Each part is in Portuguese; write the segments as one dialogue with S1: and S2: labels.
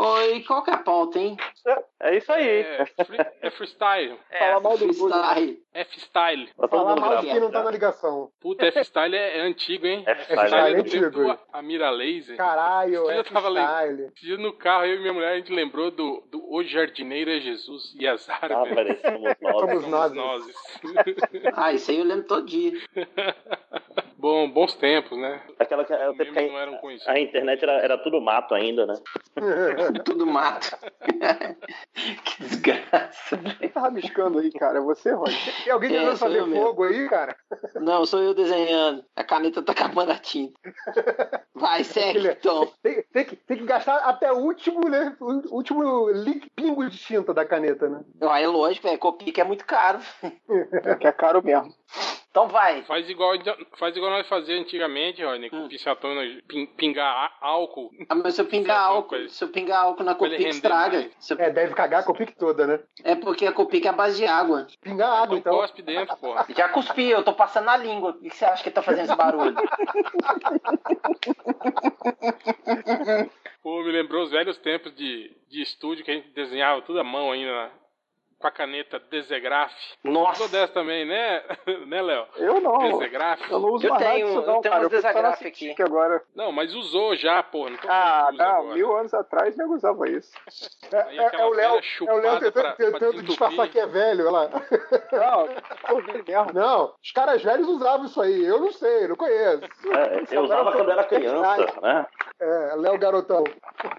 S1: aí, qual que é a pauta, hein?
S2: É isso aí.
S3: É, free- é freestyle.
S2: Fala mal do Bullying.
S1: Freestyle.
S3: F-Style.
S2: Tá todo
S4: Falar
S2: mundo
S4: mal de
S2: bravo.
S4: quem não tá na ligação.
S3: Puta, F-Style é, é antigo, hein?
S2: F-Style
S4: é
S3: do tempo
S4: antigo.
S3: do A Mira Laser.
S4: Caralho,
S3: Eu
S4: é
S3: tava
S4: freestyle.
S3: Esse dia no carro, eu e minha mulher, a gente lembrou do, do O Jardineiro é Jesus e as
S2: Ah,
S3: árvores.
S2: peraí, somos nós.
S4: Somos nós.
S3: nozes.
S1: Ah, isso aí eu lembro todo dia.
S3: Bom, bons tempos, né?
S2: Aquela
S5: É,
S2: que era
S3: Os memes não
S2: a,
S3: eram conhecidos.
S2: a internet era, era tudo mato ainda, né?
S1: Tudo mato. que desgraça.
S4: Quem tá rabiscando aí, cara? Você, Rony? Tem alguém
S1: É,
S4: tentando
S1: sou
S4: fazer
S1: eu mesmo.
S4: fogo aí, cara?
S1: Não, sou eu desenhando. A caneta tá acabando a tinta. Vai, segue, então.
S4: Filha.
S1: Tom.
S4: Tem, tem que, tem que gastar até o último, né, o último li- pingo de tinta da caneta, né?
S1: Ah, é lógico, é Copica é muito caro.
S6: É que é caro mesmo.
S1: Então vai.
S3: Faz igual, então, faz igual nós fazíamos antigamente, Rony, com
S1: Hum.
S3: pisciatona, pin- pingar á- álcool.
S1: Ah, mas se eu pingar
S3: Certo,
S1: álcool,
S3: coisa.
S1: se eu pingar álcool na
S3: Pra ele
S1: Copica,
S3: render
S1: estraga.
S3: mais.
S1: Se eu-
S4: É, deve cagar com o pique toda, né?
S1: É porque a Copica é a base de água.
S4: Pingar
S6: Ah,
S4: água,
S3: Então,
S4: então.
S3: cospe dentro, porra.
S1: Já cuspi, eu tô passando na língua. O que você acha que tá fazendo esse barulho?
S3: Pô, me lembrou os velhos tempos de, de estúdio que a gente desenhava tudo à mão ainda, né? com a caneta Desegraf. Sou
S1: Nossa.
S3: dessa também, né, né Léo?
S6: Eu não.
S3: Desegraf.
S6: Eu não uso
S1: Eu
S6: mais nada
S1: tenho-
S6: disso,
S1: eu
S6: não,
S1: tenho umas
S6: cara. Eu fui só na
S1: desagrafe aqui.
S6: Citic agora.
S3: Não, mas usou já, porra. então Não tô
S6: Ah,
S3: confuso
S6: não,
S3: agora.
S6: mil anos atrás nego usava isso.
S4: É,
S3: Aí
S4: é-
S3: aquela
S4: é o Léo,
S3: velha
S4: é o Léo
S3: chupada pra-
S4: tentando,
S3: pra
S4: tentando
S3: desentupir.
S4: disfarçar que é velho, olha lá.
S6: Não, eu vi mesmo.
S4: Não, os caras velhos usavam isso aí. Eu não sei, não conheço.
S2: É, eu usava quando era criança, né?
S4: É, Léo Garotão.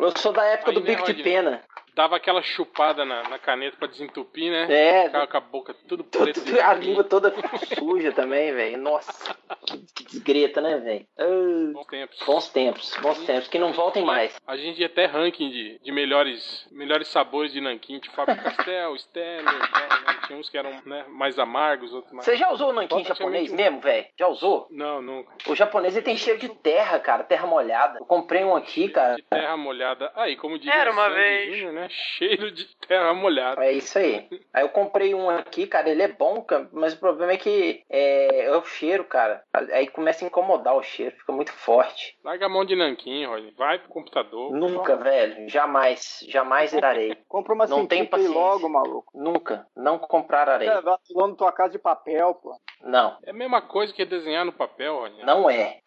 S1: Eu sou da época
S3: Aí,
S1: do
S3: né,
S1: bico de
S3: Rodney?
S1: pena.
S3: Dava aquela chupada na, na caneta pra desentupir, né?
S1: É,
S3: Ficava com a boca tudo
S1: Tudo-
S3: preta. assim, de
S1: a
S3: capim.
S1: língua toda suja também, velho. Nossa, que, que desgreta, né, velho? Ah,
S3: Bons tempos.
S1: Bons tempos, bons tempos, que não voltem mais.
S3: A gente ia até ranking de, de melhores, melhores sabores de nanquim, tipo Fábio Castel, Stanley, né? tinha uns que eram né, mais amargos, outros mais...
S1: Você já usou o nanquim
S3: Praticamente
S1: japonês mesmo, velho? Já usou?
S3: Não, nunca.
S1: O japonês ele tem cheiro de terra, cara, terra molhada. Eu comprei um aqui, cara.
S3: De terra molhada. Aí, como diria
S5: Era uma
S3: Sandy
S5: vez.
S3: Júnior, né? Cheiro de terra molhada.
S1: É isso aí. Aí eu comprei um aqui, cara, ele é bom, cara, mas o problema é que é, é o cheiro, cara. Aí começa a incomodar o cheiro, fica muito forte.
S3: Larga a mão de nanquim, Rony. Vai pro computador.
S1: Nunca, velho, jamais, jamais irarei.
S6: Compra uma
S1: Não tem
S6: Citic e
S1: paciência.
S6: logo, maluco.
S1: Nunca, não comprararei.
S6: É, vai pulando tua casa de papel, pô.
S1: Não,
S3: É a mesma coisa que desenhar no papel, Rony.
S1: não é.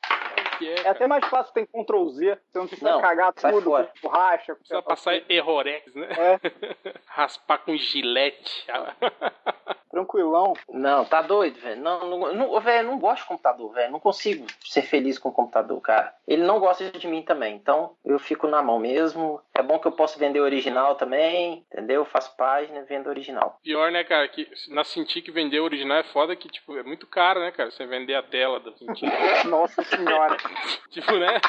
S3: Que
S6: É até mais fácil, tem Ctrl Z. Você não precisa
S1: Não,
S6: cagar
S1: sai
S6: tudo
S1: fora.
S6: com borracha. Com
S3: Precisa passar errorex, né?
S1: É.
S3: Raspar com gilete.
S6: Tranquilão.
S1: Não, tá doido, velho. Não, não, não, velho, não gosto de computador, velho. Não consigo ser feliz com o computador, cara. Ele não gosta de mim também, então eu fico na mão mesmo. É bom que eu posso vender original também, entendeu? Faço página e vendo original.
S3: Pior, né, cara? Que na Cintiq vender o original é foda que, tipo, é muito caro, né, cara? Você vender a tela da Cintiq.
S6: Nossa senhora.
S3: tipo, né?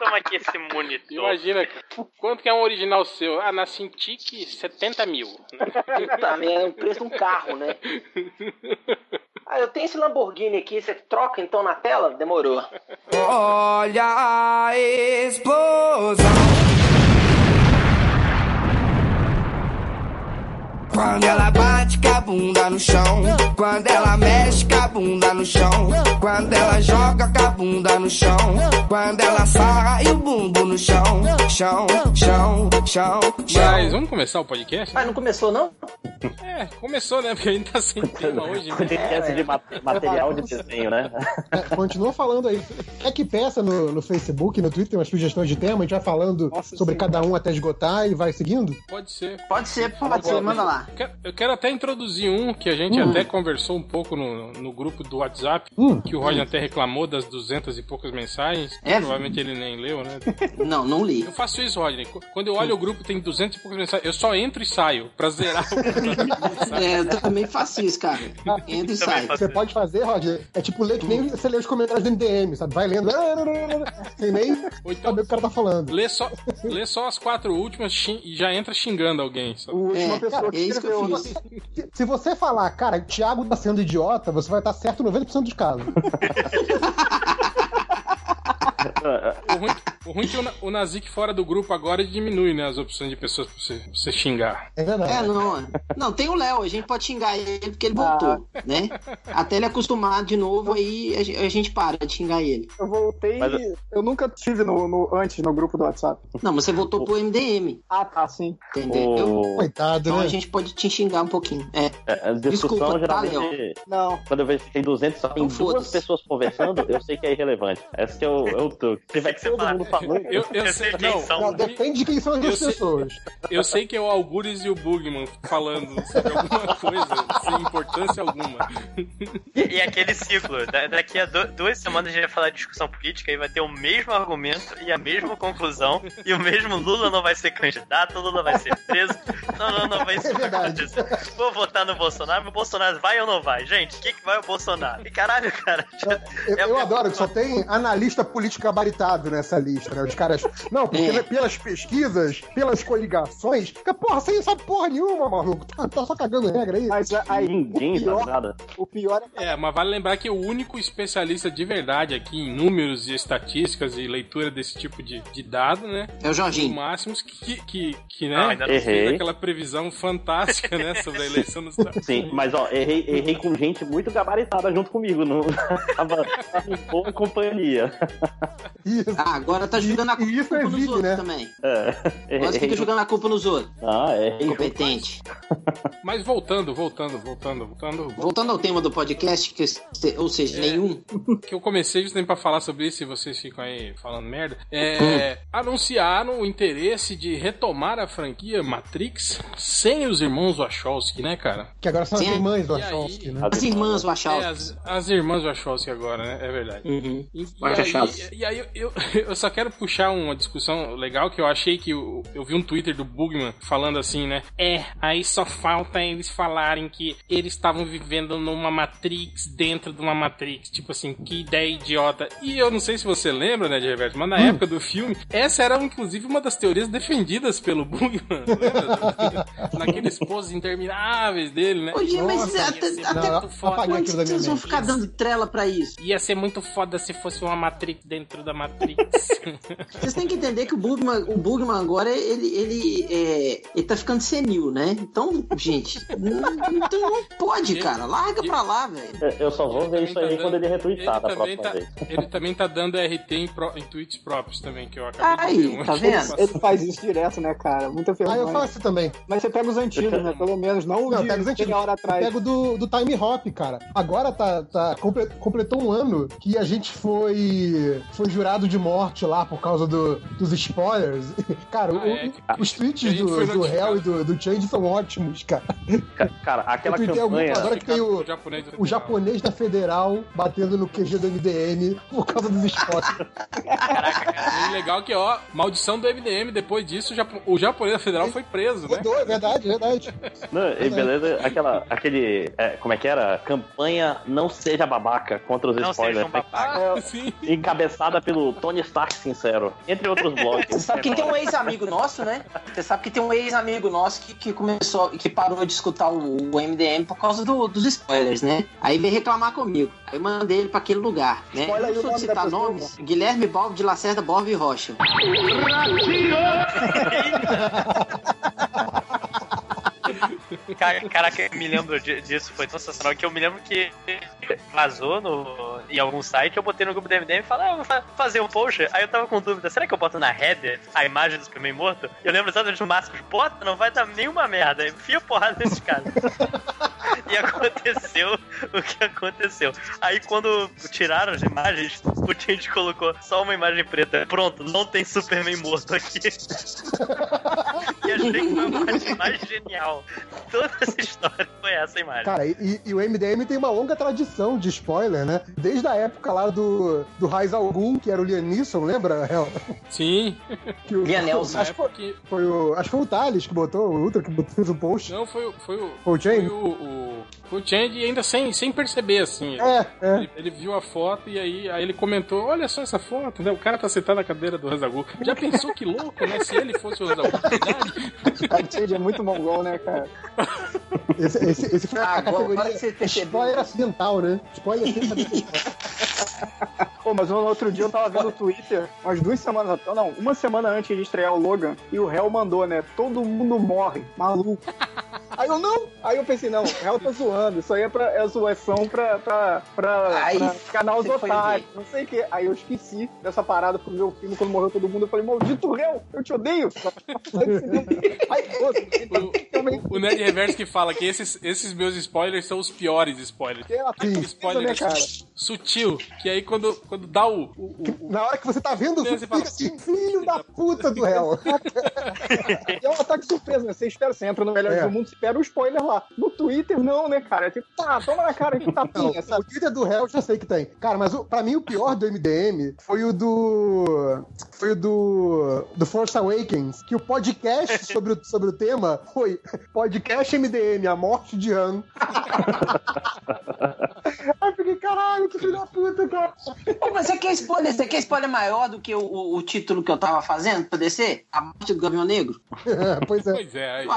S5: Toma aqui esse monitor.
S3: Imagina, cara. Quanto que é um original seu? Ah, na Cintiq, 70 mil.
S1: Puta merda, é o preço de um carro, né? Ah, eu tenho esse Lamborghini aqui, você troca então na tela? Demorou.
S7: Olha a explosão. Quando ela bate com a bunda no chão, quando ela mexe com a bunda no chão, quando ela joga com a bunda no chão, quando ela sarra e o bumbo no chão, chão, chão, chão,
S3: Mas
S7: chão.
S3: vamos começar o podcast?
S1: Ah, não começou não?
S3: É, começou, né? Porque a gente tá sem tema hoje, né?
S2: Contentência de
S4: É,
S2: ma- material de desenho, né?
S8: É, continua falando aí. É que peça no, no Facebook, no Twitter, umas sugestões de tema, a gente vai falando
S6: Nossa
S8: sobre
S6: Senhora.
S8: cada um até esgotar e vai seguindo.
S3: Pode ser.
S1: Pode ser, pode ser, manda lá.
S3: Eu quero- Eu quero até introduzir um que a gente até conversou um pouco no, no grupo do WhatsApp,
S8: Hum.
S3: que o Roger até reclamou das duzentas e poucas mensagens.
S1: É?
S3: Provavelmente ele nem leu, né?
S1: Não, não li.
S3: Eu faço isso, Rodney. Qu- Quando eu olho o grupo, tem 200 e poucas mensagens. Eu só entro e saio pra zerar o grupo. sabe?
S1: É, eu também faço isso, cara. Entra e sai.
S8: Você pode fazer, Roger, é tipo ler que nem você lê os comentários do MDM, sabe? Vai lendo, ah, sem nem
S3: Ou então,
S8: saber o que o cara tá falando.
S3: lê só, lê só as quatro últimas xin- e já entra xingando alguém. sabe?
S6: O última
S1: É,
S6: pessoa
S1: é
S6: que
S1: isso que eu
S6: escreveu. né?
S1: fiz.
S8: Se, se você falar, cara, o Thiago tá sendo idiota, você vai estar certo em 90% dos casos.
S3: O ruim, O ruim é que o, na- o Nazik fora do grupo agora diminui, né? As opções de pessoas pra você, pra você xingar.
S8: É verdade.
S9: É, não. é. Não, tem o Léo, a gente pode xingar ele porque ele voltou,
S2: Ah.
S9: né? Até ele acostumar de novo, aí a ge- a gente para de xingar ele.
S6: Eu voltei.
S2: Mas-
S6: Eu nunca tive no, no- antes no grupo do WhatsApp.
S9: Não, mas você voltou pro MDM,
S6: Ah, tá, sim.
S9: entendeu?
S2: O...
S8: Coitado,
S9: Então
S8: né?
S9: a gente pode te xingar um pouquinho. É,
S2: é, A discussão
S9: Desculpa, tá,
S2: geralmente.
S6: Não.
S2: quando eu vejo que tem 200, só tem
S9: Então,
S2: duas
S9: foda-se.
S2: pessoas conversando, eu sei que é irrelevante. Esse que é o, é o truque. Se tiver que todo mundo falando.
S3: Eu, eu
S5: Eu
S3: sei,
S5: sei quem
S3: não,
S5: são.
S8: Não, depende de quem são as
S3: Eu
S8: duas
S3: sei-
S8: pessoas.
S3: eu sei que é o Algures e o Bugman falando sobre alguma coisa, sem importância alguma.
S5: E aquele ciclo. da- daqui a do- duas semanas a gente vai falar de discussão política e vai ter o mesmo argumento e a mesma conclusão. E o mesmo Lula não vai ser candidato, Lula vai ser preso. Não, não, não vai ser.
S8: É verdade.
S5: Vou votar no Bolsonaro, o Bolsonaro vai ou não vai? Gente, o que, que vai o Bolsonaro? E caralho, cara.
S8: Eu,
S5: É
S8: eu
S5: o-
S8: adoro que só tem analista político gabaritado nessa lista, né? Os caras. Não, porque
S9: É.
S8: né, pelas pesquisas, pelas coligações. Que, porra, você não sabe porra nenhuma, maluco. Tá, tá só cagando regra aí.
S6: Mas a- aí, o
S2: Ninguém sabe
S6: pior,
S2: nada.
S6: o pior é
S3: É, mas vale lembrar que o único especialista de verdade aqui em números e estatísticas e leitura desse tipo de, de dado, né?
S9: é o
S3: O
S9: Jorginho.
S3: Máximos que, que, que né?
S5: Não, ainda não.
S2: Errei.
S3: fez aquela previsão fantástica, né? Sobre a eleição nos Estados
S2: Sim, mas ó, errei, errei com gente muito gabaritada junto comigo. Não tava tava em boa companhia.
S8: Isso.
S9: Ah, agora tá jogando a
S8: E- e isso
S9: culpa
S8: é
S9: nos
S8: vídeo,
S9: outros
S8: né?
S9: também.
S2: É,
S9: Agora você
S2: errei,
S9: fica jogando a culpa nos outros.
S2: ah, errei junto.
S9: Competente.
S3: Mas voltando, voltando, voltando, voltando.
S9: Voltando ao tema do podcast, que, se- ou seja, nenhum.
S3: Que eu comecei justamente pra falar sobre isso e vocês ficam aí falando merda. É, anunciaram o interesse de retomar a franquia Matrix sem os irmãos Wachowski, né, cara?
S8: Que agora são as
S9: Sim.
S8: irmãs do
S3: E aí?
S8: Wachowski, né?
S9: As irmãs
S3: É,
S9: Wachowski.
S3: as, as irmãs Wachowski agora, né? É verdade.
S9: Uhum.
S3: E, e
S9: Vai,
S3: aí,
S9: Wachowski.
S3: e aí eu, eu, eu só quero puxar uma discussão legal que eu achei que eu, eu vi um Twitter do Bugman falando assim, né? É, aí só falta eles falarem que eles estavam vivendo numa Matrix dentro de uma Matrix. Tipo assim, que ideia idiota. E eu não sei se você lembra, né, de Reverso, mas na
S8: Hum.
S3: época do filme, essa era inclusive uma das teorias defendidas pelo Bugman. lembra? Naqueles poses intermináveis dele, né?
S9: Ô, Gê, mas
S3: Nossa,
S9: até,
S3: ia ser
S9: é, até
S8: Não,
S3: muito foda.
S8: apaguei
S9: quando
S8: aquilo da minha
S9: vocês vão
S8: mente.
S9: ficar dando trela pra isso?
S3: Ia ser muito foda se fosse uma Matrix dentro da Matrix.
S9: Vocês têm que entender que o Bugman, o Bugman agora, ele, ele, é, ele tá ficando senil, né? Então, gente, não, então não pode, cara. Larga pra lá, velho.
S2: É, Eu só vou ver isso aí quando ele retweetar da
S3: também
S2: próxima
S3: tá,
S2: vez.
S3: ele também tá dando RT em, pro- em tweets próprios também, que eu acabei de ver.
S9: Aí,
S3: um
S9: tá
S3: aqui.
S9: vendo?
S6: Ele faz isso direto, né, cara? Muita
S8: Ah, eu
S6: vergonha.
S8: faço também.
S6: Mas você pega os antigos, né? Pelo menos. Não,
S8: Não,
S6: de
S8: pega os antigos.
S6: meia hora
S8: Eu
S6: atrás.
S8: pego do, do Time Hop, cara. Agora tá, tá comple- completou um ano que a gente foi foi jurado de morte lá por causa do- dos spoilers. Cara,
S3: Ah,
S8: o-
S3: é, que-
S8: os
S3: que a
S8: tweets
S3: gente
S8: do,
S3: foi
S8: do
S3: notificado.
S8: Hell e do, do Change são ótimos, cara.
S2: Ca- Cara, aquela
S8: Eu tuitei alguma
S2: campanha.
S8: agora que tem o,
S3: japonês. do
S8: o japonês da Federal batendo no QG do MDM por causa dos spoilers.
S3: E legal que, ó, maldição do MDM, depois disso, o, japo- o japonês da federal foi preso, né?
S8: Rodou, é verdade, é verdade.
S2: Não, e beleza, aquela, aquele. é, como é que era? Campanha Não Seja Babaca contra os
S5: Não
S2: spoilers.
S5: sejam babacas.
S3: Ah, sim.
S2: Encabeçada pelo Tony Stark Sincero, entre outros blogs.
S9: Você sabe que tem um ex-amigo nosso, né? Você sabe que tem um ex-amigo nosso que, que começou, que parou de escutar o, o MDM por causa do- dos spoilers, né? Aí veio reclamar comigo. Aí mandei ele pra aquele lugar, né?
S6: Spoiler aí
S9: Não
S6: o
S9: sou de
S6: nome
S9: citar
S6: da pessoa.
S9: nomes. Guilherme Balbo de Lacerda Borba e Rocha.
S5: Cara- Caraca, eu me lembro di- disso, foi tão sensacional que eu me lembro que vazou no, em algum site, eu botei no grupo do MDM e falei, ah, eu vou fa- fazer um post. Aí eu tava com dúvida, será que eu boto na header a imagem do Superman morto? Eu lembro exatamente do Márcio, bota, não vai dar nenhuma merda, enfia porrada nesse cara. e aconteceu o que aconteceu. Aí quando tiraram as imagens, o Change colocou só uma imagem preta. Pronto, não tem Superman morto aqui. e achei que foi a imagem mais genial. Toda essa história foi essa imagem.
S8: Cara, e, e o MDM tem uma longa tradição de spoiler, né? Desde a época lá do, do Raiz Algum, que era o Liam Neeson, lembra, Hel?
S3: Sim,
S8: Que o-
S9: Liam Neeson.
S3: na
S8: Acho que
S3: época
S8: foi,
S3: que...
S8: foi o, acho que foi o Thales que botou, o Ultra que botou, fez o post.
S3: Não, foi, o- foi o...
S8: Foi o
S3: Foi
S8: Change?
S3: o... o foi o Change e ainda sem, sem perceber, assim.
S8: É, é.
S3: Ele, ele viu a foto e aí, aí ele comentou: Olha só essa foto, né? O cara tá sentado na cadeira do Ranzagu. Já pensou que louco, né? Se ele fosse o Ranzagu, de verdade?
S6: Cara, o Change é muito mongol, né, cara?
S8: Esse, esse, esse foi a
S9: Agora
S8: categoria
S9: que você percebeu.
S8: spoiler acidental, né? Spoiler acidental.
S6: Pô, mas um outro dia eu tava vendo no Twitter, umas duas semanas atrás, não, uma semana antes de estrear o Logan, e o réu mandou, né? Todo mundo morre, maluco. Aí eu não! Aí eu pensei, não, o réu tá zoando, isso aí é, pra, é zoação pra, pra, pra,
S9: Aí,
S6: pra canal
S9: você foi
S6: Zotário, não sei o quê. Aí eu esqueci dessa parada pro meu filho quando morreu todo mundo. Eu falei, maldito réu, eu te odeio! aí, pô, ele também.
S3: O Ned Reverso que fala que esses, esses meus spoilers são os piores spoilers.
S6: Ela fez isso,
S3: Spoiler
S6: né, cara?
S3: Sutil, que aí quando, quando dá o, o- o-
S8: Na hora que você tá vendo,
S3: Você
S8: você fica
S3: fala,
S8: assim, filho da puta do réu.
S6: E é um ataque surpresa, né? Você espera, você entra no melhor
S8: É.
S6: do mundo, você espera o spoiler lá. No Twitter, não, né, cara? É Tipo, tá, toma na cara, que
S8: Não,
S6: tapinha,
S8: o
S6: sabe?
S8: Twitter do réu eu já sei que tem. Cara, mas o, pra mim o pior do MDM foi o do. Foi o do. Do Force Awakens. Que o podcast sobre o, sobre o tema foi Podcast MDM, a morte de Han. Aí eu fiquei, caralho, que filho da puta, cara.
S9: Pô, mas você quer spoiler? Você quer spoiler maior do que o, o- o título que eu tava fazendo pra descer? A morte do Gavião Negro?
S8: É, pois é.
S3: Pois é, aí.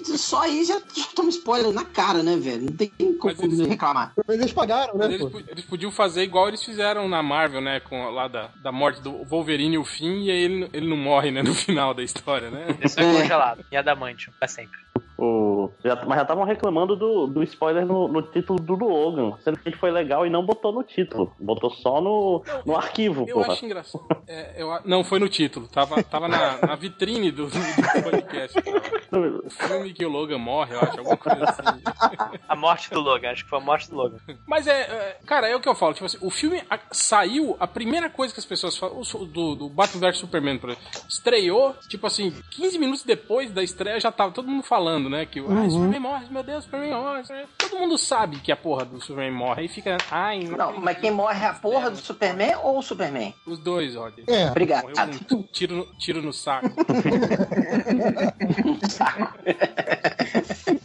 S9: Aí, só aí já, já toma spoiler na cara, né, velho? Não tem como
S3: Mas
S6: né?
S3: eles-
S9: reclamar.
S8: Mas eles pagaram, né?
S3: Mas eles,
S8: pô?
S3: po- eles podiam fazer igual eles fizeram na Marvel, né? Com, a- lá da, da morte do Wolverine e o Finn, e aí ele, ele não morre, né? No final da história, né?
S5: Isso é congelado. E adamante, pra sempre.
S2: O- já- mas já estavam reclamando do, do spoiler no, no título do Logan, sendo que foi legal e não botou no título, botou só no, no arquivo,
S3: Eu
S2: porra.
S3: acho engraçado. É, eu a- não, foi no título. Tava, tava na, na vitrine do, do, do podcast. cara. O filme que o Logan morre, eu acho, alguma coisa assim.
S5: A morte do Logan, acho que foi a morte do Logan.
S3: Mas é, é, Cara, é o que eu falo. Tipo assim, o filme a- saiu, a primeira coisa que as pessoas falam. o su- Do, do Batman vs Superman, por exemplo. Estreou, tipo assim, 15 minutos depois da estreia já tava todo mundo falando, né? Que ah, Superman morre, meu Deus, Superman morre. Superman-" Todo mundo sabe que a porra do Superman morre. Aí fica. Ai, não
S9: Não, mas quem morre é a porra do Superman ou o Superman?
S3: Os dois, Roger.
S8: É.
S9: Obrigado.
S3: Morreu com um tiro no, tiro no saco. um.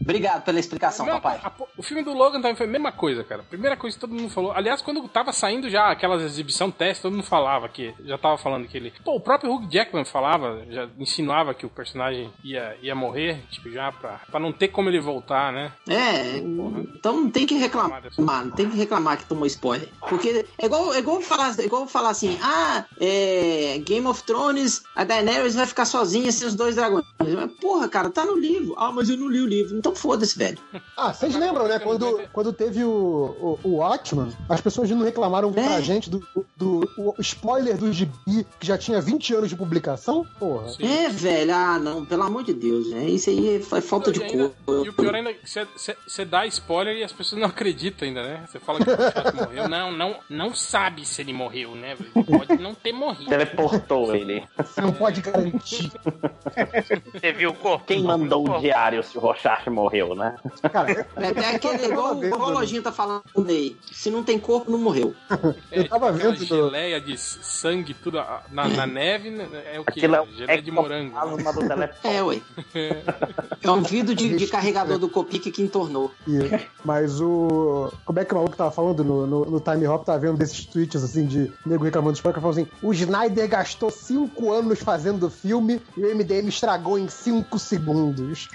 S9: Obrigado pela explicação,
S3: Mesma
S9: papai.
S3: coisa, a po- o filme do Logan também foi a mesma coisa, cara. Primeira coisa que todo mundo falou. Aliás, quando tava saindo já aquelas exibição teste, todo mundo falava que. Já tava falando que ele. Pô, o próprio Hugh Jackman falava, já insinuava que o personagem ia, ia morrer, tipo, já pra, pra não ter como ele voltar, né? é
S9: É, então não tem que reclamar, mano, não tem que reclamar que tomou spoiler. Porque é igual, é igual, falar, é igual falar assim, ah, é, Game of Thrones, a Daenerys vai ficar sozinha sem os dois dragões. Mas, porra, cara, tá no livro. Ah, mas eu não li o livro. Então foda-se, velho.
S8: Ah, vocês lembram, né? Quando, quando teve o, o, o Watchman, as pessoas não reclamaram
S9: É.
S8: pra gente do, do, o spoiler do gibi que já tinha 20 anos de publicação? Porra.
S3: Sim.
S9: É, velho, ah, não, pelo amor de Deus, né? Isso aí é falta de
S3: E ainda-
S9: cor.
S3: E o pior ainda é que você dá spoiler e as pessoas não acreditam ainda, né? Você fala que o Jack morreu. Não, não, não sabe se ele morreu, né? Pode não ter morrido.
S2: Teleportou ele.
S8: Você não pode garantir.
S5: Você viu o corpo?
S2: Quem mandou o
S5: Corpo.
S2: diário se o Rochard morreu, né?
S8: Cara, eu,
S9: É até aquele igual
S8: vendo,
S9: o Rolojinho tá falando aí. Se não tem corpo, não morreu.
S8: eu tava
S3: É, Aquela
S8: vendo. do-
S3: geleia de s- sangue, tudo a- na, na neve, né? é o que?
S2: Aquilo é um
S3: Geleia de morango. né?
S2: ectoplasma do teleporte.
S9: É, ué. É um vidro de, de carregador do Copic que entornou.
S8: e- Mas o. Como é que o maluco tava falando no, no, no Time Hop? Tava vendo desses tweets assim de nego reclamando de spoiler, que falou assim: o Snyder gastou 5 anos fazendo o filme e o MDM estragou em 5 segundos.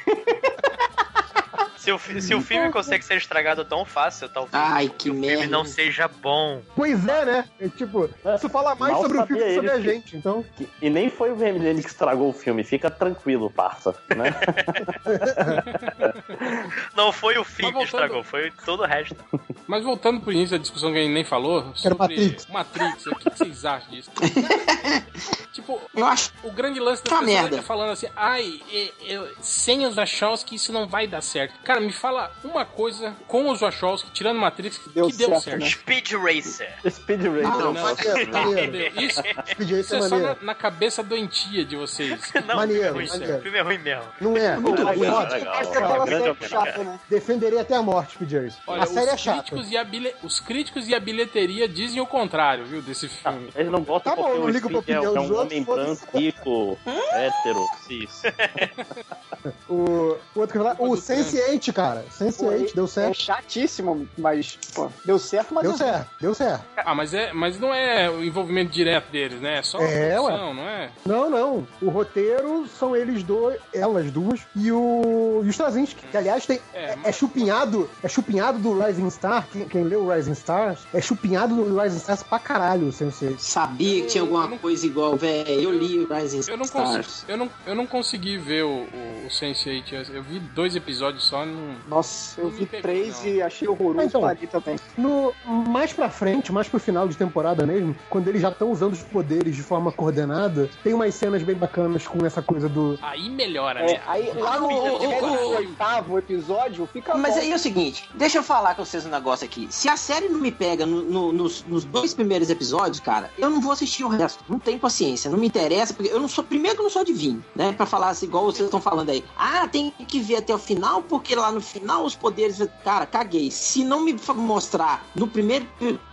S5: Se o, fi- se o filme consegue ser estragado tão fácil, talvez
S9: Ai, que
S5: o filme
S9: merda.
S5: não seja bom.
S8: Pois é, né? É, tipo, isso fala mais
S2: Mal
S8: sobre o filme que
S2: sabia
S8: sobre a
S2: ele que-
S8: gente, então.
S2: Que- E nem foi o VMDN que estragou o filme, fica tranquilo, parça. Né?
S5: Não foi o filme que
S3: Mas voltando-
S5: estragou, foi todo o resto.
S3: Mas voltando pro início da discussão que a gente nem falou, sobre
S8: Matrix.
S3: Matrix, o que que vocês acham disso? tipo,
S9: Eu acho
S3: o grande lance das
S9: Tá
S3: pessoas
S9: merda.
S3: é falando assim, ai, e- eu- sem os Wachowski isso não vai dar certo. Cara, me fala uma coisa com os Wachowski, tirando Matrix, que deu
S6: Deu
S3: certo.
S6: certo, né?
S5: Speed Racer.
S2: Speed Racer.
S8: Ah,
S9: Não,
S2: né?
S9: não.
S8: Maneiro,
S3: Não,
S8: é, tá maneiro.
S3: deu. Isso,
S8: Speed Racer
S3: isso
S8: é
S3: é só
S8: maneiro.
S3: na, na cabeça doentia de vocês.
S5: Não,
S8: Maneiro,
S5: o filme é ruim.
S8: maneiro.
S5: O filme é ruim mesmo.
S8: Não é?
S9: Muito
S8: Não é.
S9: ruim.
S2: Legal,
S8: Ótimo.
S2: legal.
S6: Acho que
S2: Uma
S9: É um
S6: aquela
S2: grande
S6: série
S2: opinião, cara.
S6: chata, né?
S8: Defenderei até a morte, Speed Racer.
S3: Olha,
S8: a série é
S3: os,
S8: chata.
S3: críticos e a bile- os críticos e a bilheteria dizem o contrário, viu, desse filme.
S2: Eles não
S8: Tá
S2: botam
S8: bom,
S2: porque
S8: eu não
S2: o
S8: ligo pra
S2: Speed é,
S8: opinião
S2: é
S8: dos
S2: um
S8: outros,
S2: homem
S8: foda-se.
S2: branco, rico, hétero, cis.
S8: O, o outro que eu ia falar, o Sense8 Sense8, cara. Sense8, deu
S6: É
S8: certo.
S6: chatíssimo, mas, pô, deu certo, mas
S8: Deu certo, deu certo.
S3: Ah, mas, é, mas não é o envolvimento direto deles, né? É só
S8: É,
S3: produção, não é?
S8: Não, não. O roteiro são eles dois, elas duas, e o, e o Straczynski, que aliás tem,
S3: É,
S8: é,
S3: mas-
S8: é chupinhado, é chupinhado do Rising Star, quem, quem leu o Rising Stars, é chupinhado do Rising Stars pra caralho, o Sense8.
S9: Sabia que tinha alguma coisa igual, velho. Eu li o Rising
S3: Eu não,
S9: Stars.
S3: consigo, eu, não, eu não consegui ver o, o, o Sense8. Eu vi dois episódios só. Não...
S6: Nossa, eu vi
S3: Não me
S6: três
S3: pegou, não.
S6: e achei horroroso
S8: Então.
S6: parei também.
S8: No, mais pra frente, mais pro final de temporada mesmo, quando eles já estão usando os poderes de forma coordenada, tem umas cenas bem bacanas com essa coisa do...
S3: Aí melhora,
S6: É,
S3: né?
S6: aí lá no
S9: Ah, o- o- o-
S6: oitavo episódio fica
S9: Mas
S6: Tá bom.
S9: aí é o seguinte, deixa eu falar com vocês um negócio aqui. Se a série não me pega no- no- nos, nos dois primeiros episódios, cara, eu não vou assistir o resto. Não tenho paciência, não me interessa, porque eu não sou. Primeiro que eu não sou adivinho, né? Pra falar assim, igual vocês estão falando aí. Ah, tem que ver até o final, porque lá no final os poderes. Cara, caguei. Se não me fa- mostrar no primeiro,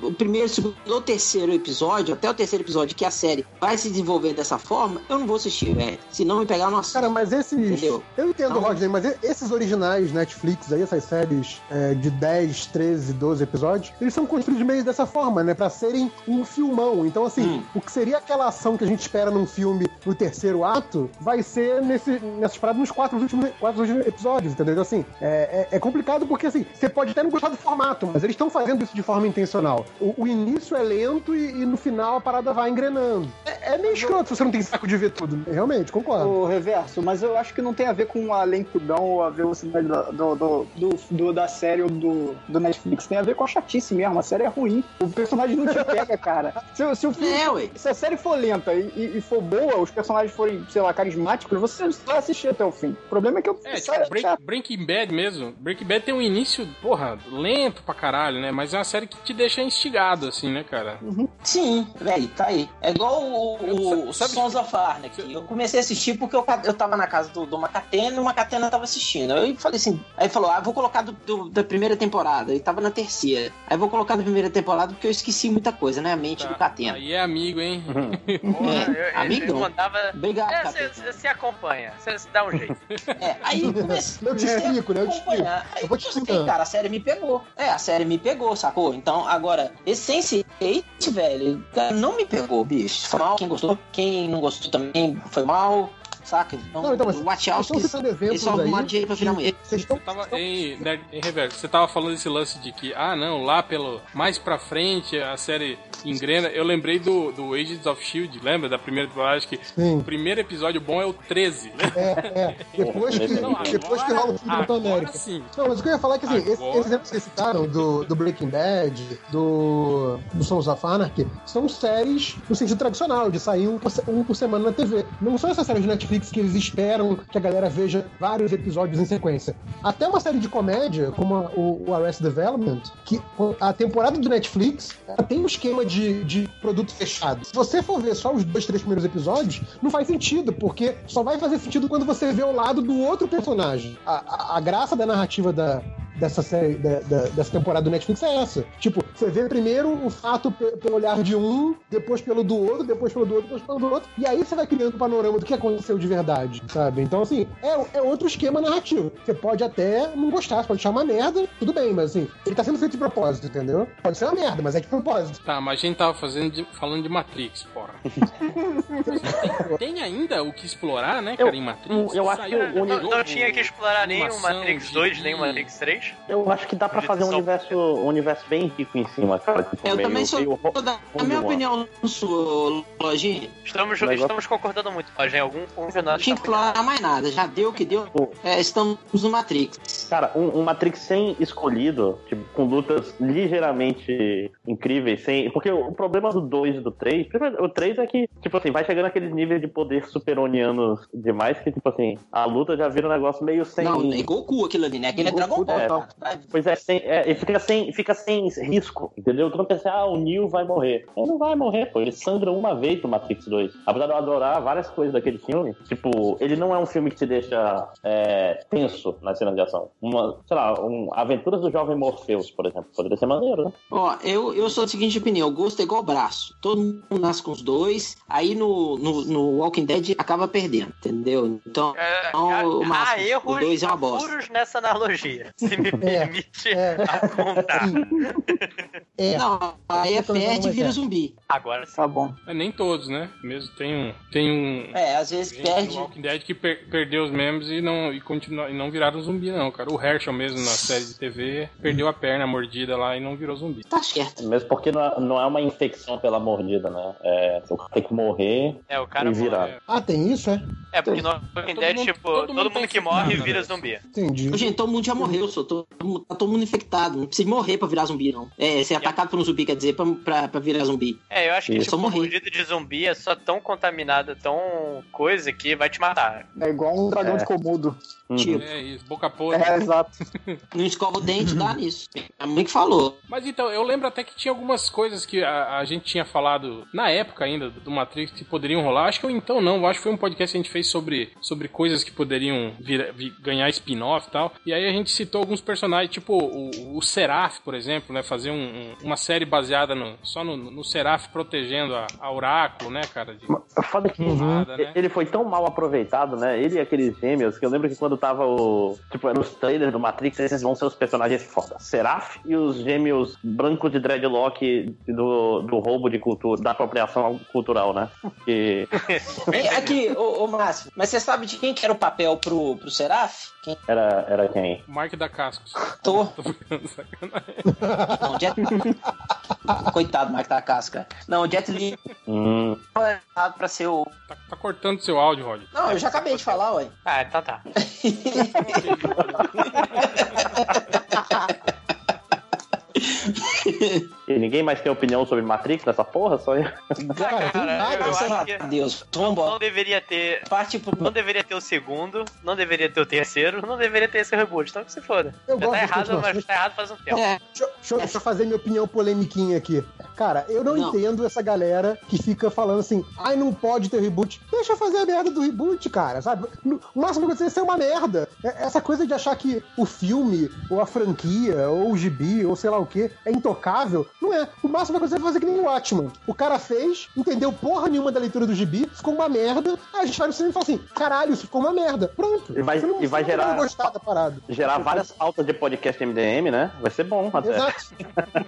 S9: o primeiro, segundo ou terceiro episódio, até o terceiro episódio, que a série vai se desenvolver dessa forma, eu não vou assistir, velho. Se não me pegar, nossa.
S8: Cara, mas esses...
S9: Entendeu?
S8: Eu entendo,
S9: Não.
S8: Rodney, mas e- esses originais Netflix aí, essas séries é, de 10, 13, 12 episódios, eles são construídos meio dessa forma, né? Pra serem um filmão. Então,
S9: Hum.
S8: assim, o que seria aquela ação que a gente espera num filme no terceiro ato, vai ser nesse, nessas paradas nos quatro últimos, quatro últimos episódios, entendeu? Então, assim, é, é- é complicado porque, assim, você pode até não gostar do formato, mas eles estão fazendo isso de forma intencional. O, o início é lento e, e no final a parada vai engrenando. É, é meio escroto se você não tem saco de ver tudo. né? Realmente, concordo.
S6: O reverso, mas eu acho que não tem a ver com a lentidão ou a velocidade da- do, do, do- do- da série ou do, do Netflix. Tem a ver com a chatice mesmo. A série é ruim. O personagem não te pega, cara. Se, se o filme-
S9: É, ué.
S6: se a série for lenta e, e- e for boa, os personagens forem, sei lá, carismáticos, você vai assistir até o fim. O problema é que eu
S3: É,
S6: série
S3: tipo, Break- Breaking Bad mesmo. Breaking Bad tem um início, porra, lento pra caralho, né? Mas é uma série que te deixa instigado, assim, né, cara?
S9: Sim, velho, tá aí. É igual o,
S3: Sabe-
S9: o
S3: sabe-
S9: Sons of Arnak. Eu comecei a assistir porque eu, ca- eu tava na casa do, do Macatena e o Macatena tava assistindo. Eu falei assim, aí falou, ah, vou colocar do, do- da primeira temporada. E tava na terceira. Aí vou colocar da primeira temporada porque eu esqueci muita coisa, né? A mente do Catena.
S3: Aí é amigo, hein?
S5: Porra, eu, eu, eu
S9: Amigão.
S5: mandava.
S9: Obrigado,
S5: É,
S9: Catena.
S5: você- você acompanha, você você dá um jeito.
S9: É, aí eu comecei.
S8: Eu te
S9: comecei a
S8: explico, né? Eu te
S9: acompanhar. Aí
S8: Eu vou te
S9: gostei,
S8: explicar.
S9: cara, a série me pegou. É, a série me pegou, sacou? Então, agora, esse Sense8, velho, cara, não me pegou, bicho. Foi mal, quem gostou, quem não gostou também foi mal, saca? Então,
S8: Não, então, mas
S9: o
S8: Vocês estão
S9: Wachowski,
S8: citando
S9: eles
S8: eventos
S9: só
S8: aí.
S9: arrumaram dinheiro pra virar um mulher.
S8: Vocês estão
S3: Você tava, em, Nerd- em reverso, você tava falando esse lance de que, ah, não, lá pelo mais pra frente a série engrena. Eu lembrei do, do Agents of Shield, lembra? Da primeira temporada, acho que o
S8: Sim,
S3: primeiro episódio bom é o 13, né?
S8: é, é. Depois que,
S3: Não, agora-
S8: depois que rola o filme Capitão
S3: Agora
S8: América.
S3: sim.
S8: Não, mas o que eu ia falar é que assim, esses
S3: Agora-
S8: esses exemplos que vocês citaram do, do Breaking Bad, do, do Sons of Anarchy, são séries no sentido tradicional, de sair um por, se- um por semana na TV. Não são essas séries de Netflix que eles esperam que a galera veja vários episódios em sequência. Até uma série de comédia, como a- o, o Arrested Development, que a temporada do Netflix ela tem um esquema de, de produto fechado. Se você for ver só os dois, três primeiros episódios, não faz sentido, porque só vai fazer sentido quando você vê o lado do outro personagem. A, a- a graça da narrativa da, dessa série, da- da- dessa temporada do Netflix é essa. Tipo, você vê primeiro o fato pe- pelo olhar de um, depois pelo do outro, depois pelo do outro, depois pelo do outro, e aí você vai criando o panorama do que aconteceu de verdade, sabe? Então, assim, é, é outro esquema narrativo. Você pode até não gostar, você pode achar uma merda, tudo bem, mas assim, ele tá sendo feito de propósito, entendeu? Pode ser uma merda, mas é de propósito.
S3: Tá, mas a gente tava fazendo de- falando de Matrix, porra. tem, tem ainda o que explorar, né, cara, em Matrix?
S2: eu acho
S3: Saiu
S2: que o
S3: um
S5: Não,
S3: jogo,
S5: não tinha que explorar nem o
S3: animação,
S5: Matrix 2, nem o
S3: gibi.
S5: Matrix 3.
S2: Eu acho que dá pra fazer um universo, um universo bem rico em cima, cara. Tipo,
S9: Eu
S2: meio-
S9: também sou
S2: meio ro-
S9: da, da
S2: Wonder
S9: minha
S2: Woman.
S9: opinião sua, Lojinha.
S5: Estamos,
S2: Negócio-
S5: estamos concordando muito, mas em algum ponto
S9: Não
S5: nós tá
S9: tinha que explorar mais nada, já deu o que deu.
S2: Pô.
S9: É, estamos no Matrix.
S2: Cara, um, um Matrix sem escolhido, tipo, com lutas ligeiramente incríveis, sem. Porque o, o problema do 2 e do 3, o 3 é que, tipo assim, vai chegando aqueles níveis de poder superonianos demais que, tipo assim, a luta já vira um negócio meio sem.
S9: Não, é Goku aquilo ali, né? Aquele é Dragon Ball.
S2: É,
S8: não.
S2: Pois é, sem, é, ele fica sem, fica sem risco, entendeu? Quando pensa, ah, o Neo vai morrer. Ele não vai morrer, pô. Ele sangra uma vez no Matrix 2. Apesar de eu adorar várias coisas daquele filme, tipo, ele não é um filme que te deixa é, tenso na cena de ação. Uma, sei lá, um Aventuras do Jovem Morpheus, por exemplo. Poderia ser maneiro, né?
S9: Ó, eu, eu sou da seguinte opinião: gosto é igual braço. Todo mundo nasce com os dois, aí no, no, no Walking Dead acaba perdendo, entendeu? Então,
S5: É,
S9: então,
S5: há-
S9: o
S5: há
S9: máximo,
S5: erros
S9: o dois é uma bosta.
S5: puros nessa analogia. Se me permite
S8: é.
S5: apontar.
S8: É.
S9: Não, aí é
S8: Eu tô usando
S9: perde e
S8: uma
S9: vira
S8: ideia.
S9: zumbi.
S5: Agora sim.
S6: Tá bom.
S3: É, nem todos, né? Mesmo tem um. Tem um.
S9: É, às vezes
S3: Gente,
S9: perde.
S3: do Walking Dead que per- perdeu os membros e não, e, continua, e não viraram zumbi, não, cara. O Herschel mesmo na série de TV perdeu a perna mordida lá e não virou zumbi.
S9: Tá certo.
S2: Mesmo porque não é, não é uma infecção pela mordida, né? É, o cara tem que morrer
S5: É, o cara
S2: e virar.
S8: Ah, tem isso, é?
S5: É, porque no Walking
S3: Todo
S5: Dead,
S3: mundo-
S5: tipo,
S3: todo
S5: todo
S3: mundo
S5: mundo,
S3: tá
S5: que morre
S3: infectado,
S5: vira
S3: né?
S5: zumbi.
S8: Entendi.
S9: Gente, todo mundo já morreu, só todo mundo- tá todo mundo infectado. Não precisa morrer pra virar zumbi, não. É, ser atacado por um zumbi, quer dizer, pra, pra, pra virar zumbi.
S5: É, eu acho que,
S9: Isso.
S5: tipo,
S9: Eu morri.
S5: mordida de zumbi é só tão contaminada, tão coisa que vai te matar.
S6: É igual um dragão
S9: né?
S2: É.
S6: de Komodo.
S2: Uhum.
S9: Tipo,
S3: É isso, boca podre.
S6: É, exato.
S9: não escova o dente, dá nisso. A mãe que falou.
S3: Mas então, eu lembro até que tinha algumas coisas que a, a gente tinha falado na época ainda do Matrix que poderiam rolar. Acho que eu então não, eu acho que foi um podcast que a gente fez sobre, sobre coisas que poderiam vir, vi- ganhar spin-off e tal. E aí a gente citou alguns personagens, tipo o, o Seraph, por exemplo, né? Fazer um- um- uma série baseada no, só no, no Seraph protegendo a, a Oráculo, né, cara? De
S2: É Foda que
S8: Uhum.
S3: porrada, né?
S2: ele foi tão mal aproveitado, né? Ele e aqueles gêmeos, que eu lembro que quando tava o. Tipo, eram os trailers do Matrix, esses vão ser os personagens foda. Seraph e os gêmeos brancos de dreadlock do, do roubo de cultura, da apropriação cultural, né? Que
S9: É, aqui, ô, ô Márcio, mas você sabe de quem que era o papel pro, pro Seraf? Quem
S2: era, era quem?
S3: Mark da Cascos.
S9: ator?
S3: Tô brincando, sacanagem.
S9: Não, Jet... Coitado, Mark da Casca. Não, o Jet Li
S2: Hum,
S9: foi errado pra ser o.
S3: Tá, tá cortando seu áudio, Rod.
S9: Não, eu já acabei de falar, ué.
S5: Ah, então tá.
S2: e ninguém mais tem opinião sobre Matrix nessa porra? Só eu.
S8: Cara, tem
S5: Cara,
S8: vários.
S5: eu acho que é.
S9: Graças a Deus.
S5: não
S9: Vambora.
S5: deveria ter.
S9: Parte pro.
S5: Não deveria ter o segundo, não deveria ter o terceiro, não deveria ter esse reboot. Então que se foda.
S8: Eu
S5: Já tá
S8: gosto de
S5: errado,
S8: continuações.
S5: mas tá errado faz um tempo.
S9: É,
S8: Deixa, eu- deixa eu- deixa eu fazer minha opinião polemiquinha aqui. Cara, eu não,
S9: Não.
S8: entendo essa galera que fica falando assim, ai, não pode ter reboot. Deixa eu fazer a merda do reboot, cara, sabe? No- O máximo que aconteceu é ser uma merda. É- Essa coisa de achar que o filme, ou a franquia, ou o gibi, ou sei lá o que, é intocável, não é. O máximo que aconteceu foi fazer que nem o Watchman. O cara fez, entendeu porra nenhuma da leitura do gibi, ficou uma merda, aí a gente vai no cinema e fala assim, caralho, isso ficou uma merda. Pronto.
S2: E vai-
S8: Você não-
S2: e vai
S8: você não
S2: gerar-
S8: vai gostar da parada.
S2: Gerar várias pautas de podcast MDM, né? Vai ser bom até.
S8: Exato.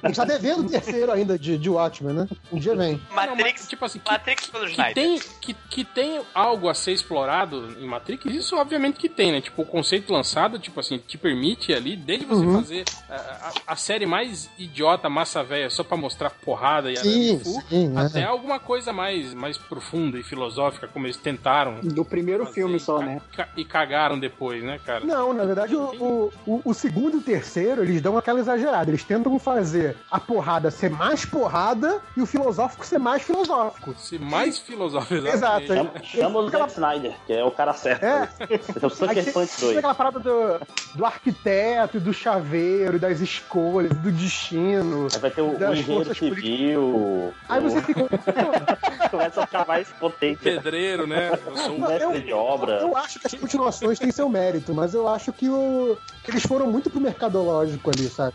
S8: A gente tá devendo o terceiro ainda de, de Watchmen, né? Um dia vem.
S3: Não,
S5: Matrix,
S3: mas, tipo assim, que,
S5: Matrix pelo
S3: que,
S5: Snyder.
S3: tem, que, que tem algo a ser explorado em Matrix, isso obviamente que tem, né? Tipo, o conceito lançado, tipo assim, te permite ali, desde você
S6: Uhum.
S3: fazer a, a- a série mais idiota, massa velha, só pra mostrar porrada e arame
S8: Sim,
S3: fu,
S8: sim, né?
S3: até alguma coisa mais, mais profunda e filosófica, como eles tentaram.
S6: Do primeiro
S3: fazer
S6: filme
S3: e
S6: só,
S3: ca-
S6: né?
S3: ca- E cagaram depois, né, cara?
S8: Não, na verdade, o, o- o, o segundo e o terceiro, eles dão aquela exagerada. Eles tentam fazer a porrada ser mais porrada e o filosófico ser mais filosófico.
S3: Se mais filosófico.
S8: Exato.
S3: exatamente.
S2: Chama, chama o Zack Snyder, que é o cara certo.
S8: É.
S2: Esse é o
S8: Aí
S2: Sucker
S8: tem-
S2: Punch
S8: tem
S2: 2.
S8: aquela parada do, do arquiteto, e do chaveiro, e das escolhas, do destino.
S2: Aí vai ter o, o
S8: das
S2: engenheiro
S8: forças políticas.
S2: civil.
S8: Aí
S2: o-
S8: você fica.
S2: começa a ficar mais potente. né?
S3: Pedreiro, né? Eu sou
S2: Um
S3: um
S2: mestre de obra.
S8: Eu acho que as continuações têm seu mérito, mas eu acho que, o- que eles foram muito pro mercadológico ali, sabe?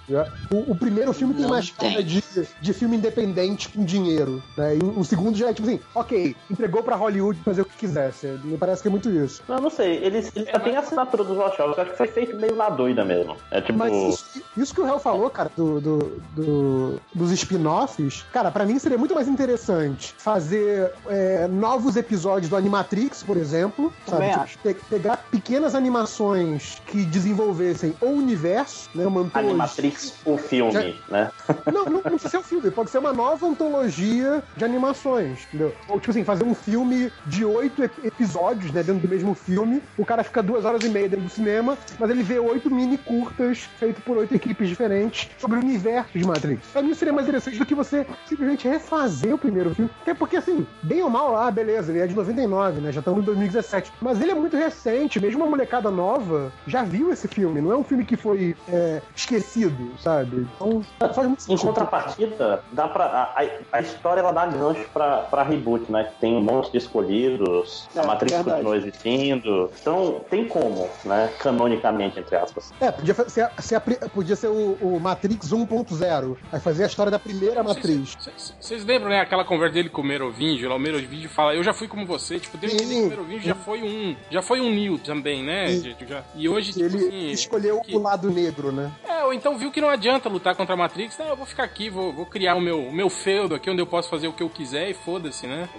S8: O, o primeiro filme tem
S9: Não
S8: mais cara
S9: tem.
S8: de, de filme independente com dinheiro, né? E o, o segundo já é tipo assim, ok, entregou pra Hollywood fazer o que quisesse. Me parece que é muito isso.
S2: Não, não sei. Eles,
S8: É,
S2: eles já têm a assinatura dos Wachowski. Acho que foi feito meio na doida mesmo. É tipo...
S8: Mas isso, isso que o Hel falou, cara, do, do- do- dos spin-offs, cara, pra mim seria muito mais interessante fazer é, novos episódios do Animatrix, por exemplo. Sabe?
S6: Também
S8: Tipo,
S6: acho.
S8: pe- pegar pequenas animações que desenvolvessem o universo, né? Uma antologia.
S2: Animatrix, o filme, né?
S8: Não, não precisa ser um filme, pode ser uma nova antologia de animações, entendeu? Ou, tipo assim, fazer um filme de oito ep- episódios, né, dentro do mesmo filme. O cara fica duas horas e meia dentro do cinema, mas ele vê oito mini curtas feitos por oito equipes diferentes sobre o universo de Matrix. Pra mim seria mais interessante do que você simplesmente refazer o primeiro filme. Até porque, assim, bem ou mal, ah, beleza, ele é de 99, né? Já estamos em 2017. Mas ele é muito recente, mesmo uma molecada nova já viu esse filme. Não é um filme que foi é, esquecido, sabe? Então, faz muito
S2: Em
S8: sentido.
S2: contrapartida, dá pra, a, a- a história ela dá gancho pra, pra reboot, né? Que Tem um monte de escolhidos, a
S6: É,
S2: Matrix
S6: verdade.
S2: continua existindo. Então, tem como, né? Canonicamente, entre aspas.
S8: É, podia fa- ser, a- ser a pri- podia ser o, o Matrix 1.0. Aí fazer a história da primeira Matrix.
S3: Vocês vocês lembram, né, aquela conversa dele com o Merovingio? Lá o Merovingio fala, eu já fui como você. Tipo, deu a entender que o
S8: Sim.
S3: Merovingio já foi um... Já foi um Neo também, né?
S8: Sim.
S3: Gente, já- E hoje, tipo
S8: Ele
S3: assim...
S8: escolheu
S3: que-
S8: o lado negro, né?
S3: É, ou então viu que não adianta lutar contra a Matrix, né? Eu vou ficar aqui, vou, vou criar o meu, o meu feudo aqui, onde eu posso fazer o que eu quiser e foda-se, né?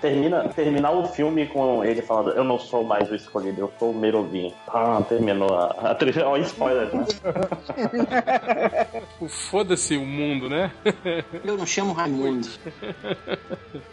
S2: Termina, terminar o filme com ele falando: Eu não sou mais o escolhido, eu sou o Merovim. Ah, terminou a, a trilha. Ó, spoiler, né?
S3: Tipo, foda-se o mundo, né?
S9: Eu não chamo Raimundo.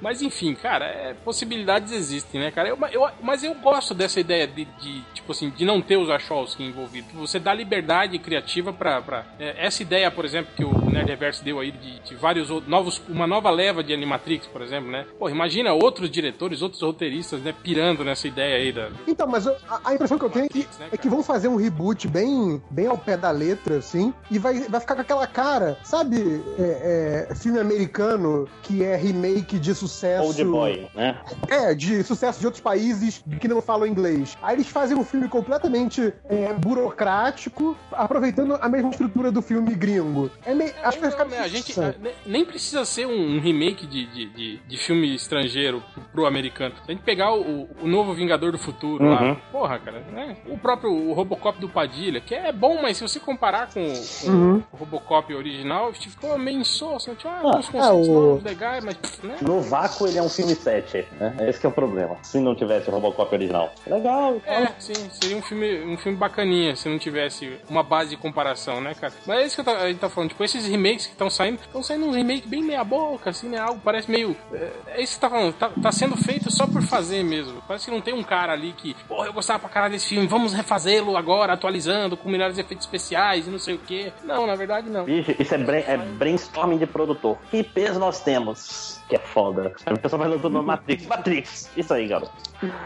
S3: Mas enfim, cara, é, possibilidades existem, né, cara? Eu- eu- mas eu gosto dessa ideia de, de, tipo assim, de não ter os Achowski envolvidos. Você dá liberdade criativa pra. pra- é, essa ideia, por exemplo, que o Nerd Reverso deu aí de, de vários outros. Novos, uma nova leva de Animatrix, por exemplo, né? Pô, imagina outros diretores, outros roteiristas, né, pirando nessa ideia aí da.
S8: Então, mas eu- a, a impressão que eu tenho é que,
S3: Matrix, né,
S8: é que vão fazer um reboot bem, bem ao pé da letra, assim, e vai, vai ficar com aquela cara, sabe, é, é, filme americano que é remake de sucesso.
S2: Old Boy, né?
S8: É, de sucesso de outros países que não falam inglês. Aí eles fazem um filme completamente é, burocrático, aproveitando a mesma estrutura do filme gringo. É meio, acho que vai ficar
S3: Não, né, a gente
S8: meio-
S3: a- ne- nem precisa ser um, um remake de, de, de, de filme estrangeiro pro- pro americano. Se a gente pegar o, o novo Vingador do Futuro lá,
S2: Uhum.
S3: porra, cara, né? O próprio o Robocop do Padilha, que é bom, mas se você comparar com, o- com o Robocop original, ficou meio insosso. Né? Tinha alguns
S2: é,
S3: conceitos
S8: o-
S3: novos legais, mas, pff, né?
S2: No vácuo ele é um filme 7, né? Esse que é o problema. Se não tivesse o Robocop original. Legal,
S3: É, sim, seria um filme, um filme bacaninha se não tivesse uma base de comparação, né, cara? Mas é isso que eu tá- a gente tá falando, tipo, esses remakes que estão saindo, estão saindo um remake bem meia-boca, assim, né? Algo parece meio. É, é isso que você tá falando, tá, tá sendo feito só por fazer mesmo. Parece que não tem um cara ali que, porra, eu gostava pra caralho desse filme, vamos refazê-lo agora, atualizando, com melhores efeitos especiais e não sei o quê. Não, na verdade, não.
S2: Bicho, isso é, bra- é brainstorming de produtor. Que peso nós temos? Que é foda. A pessoa vai lutando no Matrix. Matrix! Isso aí, garoto.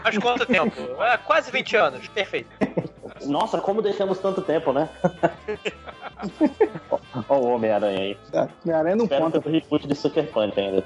S5: Mas quanto tempo? Ah, quase 20 anos. Perfeito.
S2: Nossa, como deixamos tanto tempo, né? Ó o Homem-Aranha aí.
S6: Tá. Homem-Aranha não
S2: Espera
S6: conta.
S2: o reboot de Sucker Punch ainda.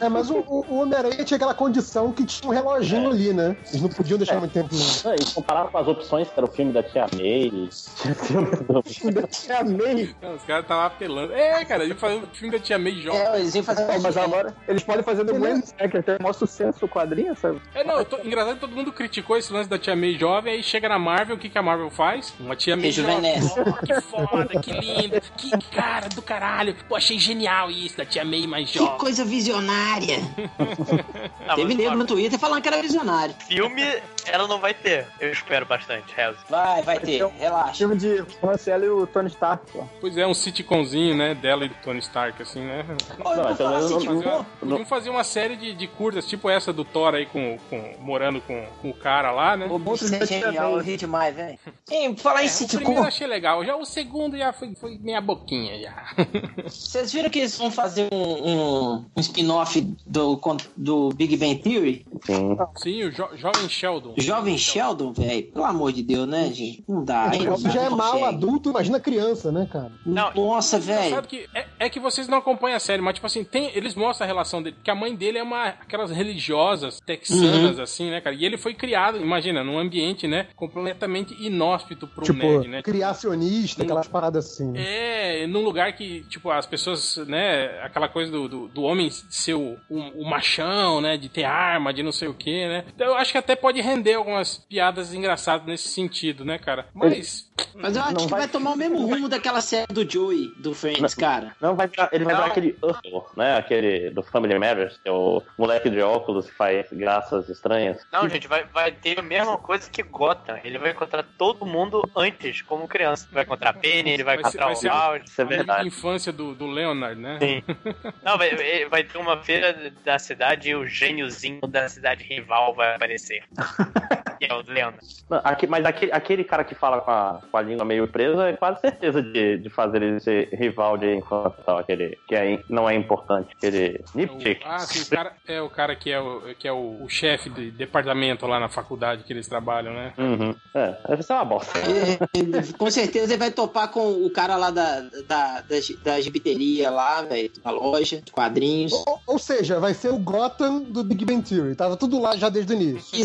S8: É, mas o, o- o Homem-Aranha tinha aquela condição que tinha um reloginho ali, né? Eles não podiam deixar
S2: É.
S8: muito tempo, não.
S2: Ah, E comparado com as opções, que era o filme da Tia May. Tinha filme do...
S6: É meio.
S3: Não, os caras estavam apelando. É, cara, a gente fazendo o filme da Tia May jovem.
S9: É, eles iam fazer
S6: Mas agora eles podem fazer do Gwen Stacker, que é o maior sucesso o quadrinho, sabe?
S3: É, não, eu tô- engraçado que todo mundo criticou esse lance da Tia May jovem, aí chega na Marvel, o que, que a Marvel faz? Uma Tia May jovem.
S9: Rejuvenesce.
S3: Ó, que foda, que lindo, que cara do caralho. Pô, achei genial isso da Tia May mais
S9: Que
S3: jovem.
S9: coisa visionária.
S5: Ah, mas,
S9: Teve nego
S3: né?
S5: claro,
S9: no Twitter falando que era visionário.
S5: Filme, ela não vai ter. Eu espero bastante, Hells.
S9: Vai, vai ter, relaxa.
S6: Um Filme de Marcelo e o Tony Stark, pô.
S3: Pois é, um sitcomzinho, né, dela e do Tony Stark, assim, né?
S9: Olha,
S2: Não,
S9: por
S2: então
S9: falar
S2: eu não-
S9: assim,
S3: Fazer uma-
S9: tipo,
S2: não-
S3: Podiam fazer uma série de, de curtas, tipo essa do Thor aí, com, com, morando com, com o cara lá, né?
S6: O Boto
S9: isso é genial, eu ri demais, velho. Ei, por falar em
S3: O
S9: sitcom,
S3: primeiro eu achei legal, já o segundo já foi, foi meia boquinha já.
S9: vocês viram que eles vão fazer um, um, um spin-off do, con- do Big Bang Theory?
S2: Sim.
S3: Sim, o jo- Jovem Sheldon.
S9: Jovem Sheldon, velho? Pelo amor de Deus, né, gente? Não dá. hein?
S8: Então, já é
S9: Não
S8: mal
S9: consegue.
S8: adulto, imagina criança, né, cara?
S5: Não.
S9: Nossa, velho.
S3: Sabe que é, é que vocês não acompanham a série, mas tipo assim, tem, eles mostram a relação dele, porque a mãe dele é uma aquelas religiosas texanas assim, né, cara? E ele foi criado, imagina, num ambiente, né, completamente inóspito para um
S8: tipo,
S3: nerd, né?
S8: criacionista, aquelas paradas assim.
S3: É, num lugar que, tipo, as pessoas, né, aquela coisa do, do, do homem ser o, o- o machão, né, de ter arma, de não sei o que, né? Então eu acho que até pode render algumas piadas engraçadas nesse sentido, né, cara? Mas,
S9: Mas eu acho que vai tomar o mesmo rumo daquela série do Joey, do Friends, cara.
S2: Não, vai virar- ele vai virar aquele Urkel, né? Aquele do Family Matters, que é o moleque de óculos que faz graças estranhas.
S5: Não, gente, vai, vai ter a mesma coisa que Gotham. Ele vai encontrar todo mundo antes, como criança. Vai encontrar a Penny, ele vai
S3: Vai ser-
S5: encontrar
S3: vai
S5: o
S3: ser- um-
S5: Howard.
S2: Isso é
S3: A
S2: verdade.
S3: infância do, do Leonard, né?
S5: Sim. Não, vai, ele vai ter uma feira da cidade e o gêniozinho da cidade rival vai aparecer. Que é o Leonard.
S2: Não, aque- mas aque- aquele cara que fala com a, com a língua meio presa é quase certeza de, de fazer ele ser rival de infantil, aquele que é, in- não é importante, aquele nipchick.
S3: O- ah, sim, o cara é o cara que é o, que é o, o chefe de departamento lá na faculdade que eles trabalham, né?
S2: Uhum. É, essa é uma bosta.
S9: É, com certeza ele vai topar com o cara lá da, da, da, gi- da gibiteria lá, velho, da loja, de quadrinhos.
S8: Ou, ou seja, vai ser o Gotham do Big Bang Theory. Tava tudo lá já desde o início.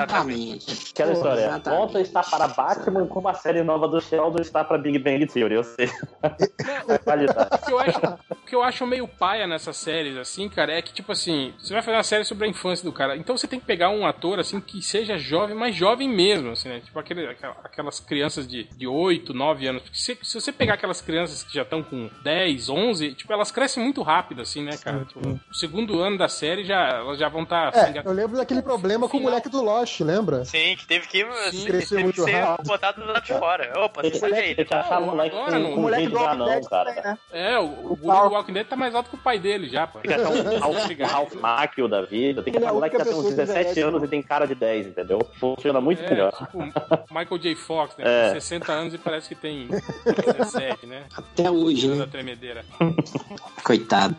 S9: Exatamente.
S2: Aquela
S9: Pô,
S2: história.
S9: exatamente.
S2: Gotham está para Batman como a série nova do Sheldon está para Big Bang Theory, ou seja, a qualidade.
S3: O que, eu acho, o que eu acho meio paia nessas séries, assim, cara, é que, tipo assim, você vai fazer uma série sobre a infância do cara, então você tem que pegar um ator, assim, que seja jovem, mas jovem mesmo, assim, né? Tipo aquele, aquela- aquelas crianças de, de 8, 9 anos. Porque se, se você pegar aquelas crianças que já estão com 10, 11, tipo, elas crescem muito rápido, assim, né, cara? Tipo, o segundo ano da série já, elas já vão tá estar.
S8: É, eu lembro daquele problema com o moleque do Lost, lembra?
S5: Sim, que teve que assim,
S3: Sim.
S5: teve que
S8: Cresceu muito
S5: ser
S8: rápido.
S5: botado do lado de fora. Opa,
S2: Tem que-
S5: sai daí.
S2: tem que achar um moleque
S3: Agora,
S2: com
S3: o
S2: com
S6: moleque
S2: jeito
S6: do
S2: de
S6: Walking
S2: anão,
S6: Dead
S2: cara.
S6: também, né?
S3: É, o, o Google Walking Dead tá mais alto que o pai dele já, pô.
S2: Tem que achar um Ralph- um Ralph Macchio da vida. Tem que
S6: Ele é a
S2: achar um moleque
S6: única
S2: que já tem uns
S6: pessoa que né?
S2: 17
S6: envelhece,
S2: anos e tem cara de 10, entendeu? Funciona muito
S3: É,
S2: melhor.
S3: tipo, Michael J. Fox, né?
S2: É.
S3: Tem 60 anos e parece que tem 17, né?
S9: Até hoje,
S3: Da
S9: né?
S3: tremedeira.
S9: Coitado.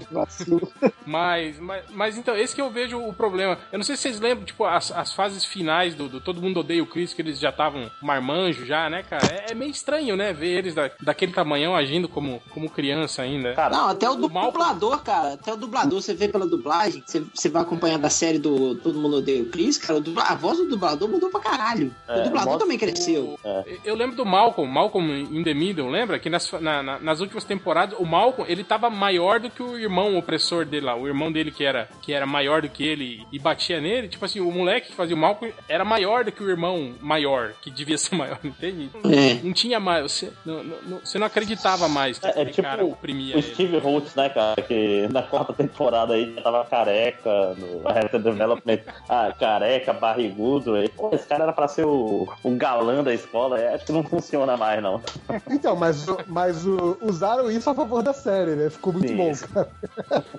S3: Mas, mas, mas então, esse que eu vejo o problema. Eu não sei se vocês lembram, tipo, as, as fases finais do, do Todo Mundo Odeia o Chris, que eles já estavam marmanjo já, né, cara? É, é meio estranho, né? Ver eles da, daquele tamanhão agindo como, como criança ainda.
S2: Cara,
S9: Não, até o du-
S3: Mal-
S9: dublador, cara. Até o dublador, você vê pela dublagem, você, você vai acompanhando a série do Todo Mundo Odeia o Chris, cara. o dubla- a voz do dublador mudou pra caralho.
S2: É,
S9: o dublador
S2: mostra-
S9: também cresceu.
S3: Eu lembro do Malcolm, Malcolm in the Middle, lembra? Que nas, na- na- nas últimas temporadas, o Malcolm, ele tava maior do que o irmão opressor dele lá. O irmão dele que era, que era maior do que ele e batia nele. Tipo assim, o moleque que fazia o Malcolm era maior do que o irmão maior, que devia ser maior, entende?
S9: É.
S3: Não tinha mais, você não, não- não- você não acreditava mais que
S2: É, é
S3: aquele
S2: tipo
S3: cara oprimia
S2: o
S3: ele.
S2: Steve Holtz, né, cara, que na quarta temporada aí já tava careca, no Arrested Development, ah, careca, barrigudo, aí, pô, esse cara era pra ser o, o galã da escola, é, acho que não funciona mais, não.
S8: Então, mas, o- mas o- usaram isso a favor da série, né? Ficou muito
S2: Sim.
S8: bom, cara.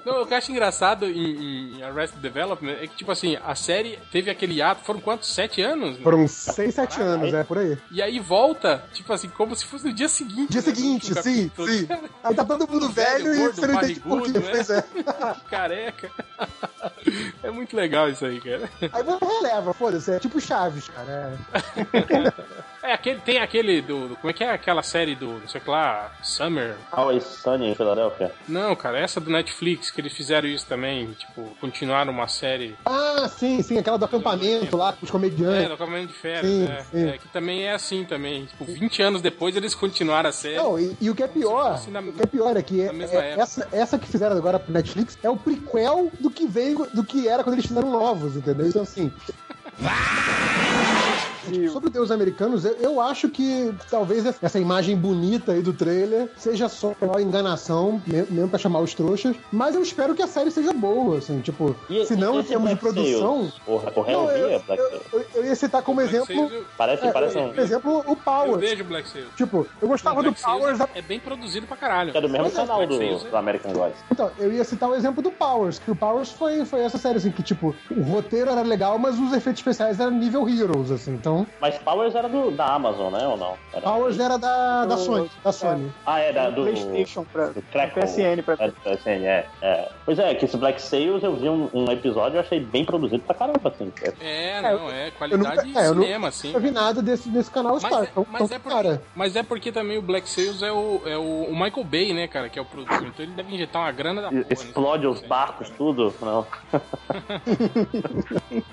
S3: Não, o que eu acho engraçado em, em Arrested Development é que, tipo assim, a série teve aquele ato, foram quantos? Sete anos? né?
S8: Foram 6, 7 anos, é, por aí.
S3: E aí volta, tipo assim, como se fosse no dia seguinte.
S8: Dia
S3: né?
S8: seguinte,
S3: Do
S8: sim,
S3: capítulo. Tipo,
S8: sim. Aí tá todo mundo
S3: Velho,
S8: velho,
S3: gordo,
S8: e você não entende por
S3: barrigudo,
S8: quê.
S3: né?
S8: Pois é.
S3: Careca. É muito legal isso aí, cara.
S8: Aí você releva, foda-se. É tipo Chaves, cara. é.
S3: É, aquele, tem aquele do, do- Como é que é aquela série do. Não sei o que lá. Summer.
S2: Always Sunny em Filadélfia.
S3: Não, cara, essa do Netflix, que eles fizeram isso também. Tipo, continuaram uma série.
S8: Ah, sim, sim. Aquela do acampamento lá com os
S3: É,
S8: comediantes.
S3: do Caminho de Férias.
S8: Sim,
S3: é,
S8: sim.
S3: é, que também é assim também. Tipo, 20 anos depois eles continuaram a série.
S8: Não, e, e o que é pior,
S3: fosse na-
S8: o que é pior é que é-
S3: na mesma
S8: é-
S3: época.
S8: essa, essa que fizeram agora pro Netflix é o prequel do que veio, do que era quando eles fizeram novos, entendeu? Então assim. Sobre Deus Americanos, eu, eu acho que talvez essa imagem bonita aí do trailer seja só uma enganação, me- mesmo pra chamar os trouxas, mas eu espero que a série seja boa, assim, tipo,
S2: E-
S8: se não
S2: e
S8: em
S2: esse é
S8: termos de
S2: Black
S8: produção.
S2: Sails? O, o Hell
S8: Não, eu,
S2: Via, é Black
S8: eu-
S2: Sails.
S8: eu- eu ia citar como
S3: Black
S8: exemplo,
S3: Sails,
S2: Parece,
S8: é,
S2: parece um...
S8: por exemplo, o
S3: eu, eu
S8: Powers.
S3: vejo Black Sails.
S8: Tipo, eu gostava do
S3: Black Sails
S8: Powers
S3: é bem produzido pra caralho.
S2: que é do mesmo
S3: Black
S2: canal do,
S3: Sails é-
S2: do American Gods.
S8: Então, eu ia citar o exemplo do Powers, que o Powers foi, foi essa série, assim, que, tipo, o roteiro era legal, mas os efeitos especiais eram nível Heroes, assim. Então,
S2: Mas Powers era do, da Amazon, né, ou não? Era-
S8: Powers era da, da Sony, da Sony.
S2: Ah, é, da, do...
S6: PlayStation pra
S2: do Crackle.
S6: PSN pra
S2: É, do PSN, é, é. Pois é, que esse Black Sails eu vi um, um episódio e achei bem produzido pra caramba, assim. É
S3: É, não, é
S8: nunca-
S3: qualidade de
S8: é, eu nu-
S3: cinema, assim.
S8: Eu vi nada desse, desse canal
S3: Mas,
S8: Star.
S3: é,
S8: então,
S3: mas, é
S8: então,
S3: porque,
S8: cara,
S3: mas é porque também o Black Sails é o, é o, o Michael Bay, né, cara, que é o produtor. Então ele deve injetar uma grana da porra. né? É, nisso.
S2: É, Explode os barcos, tudo. Não.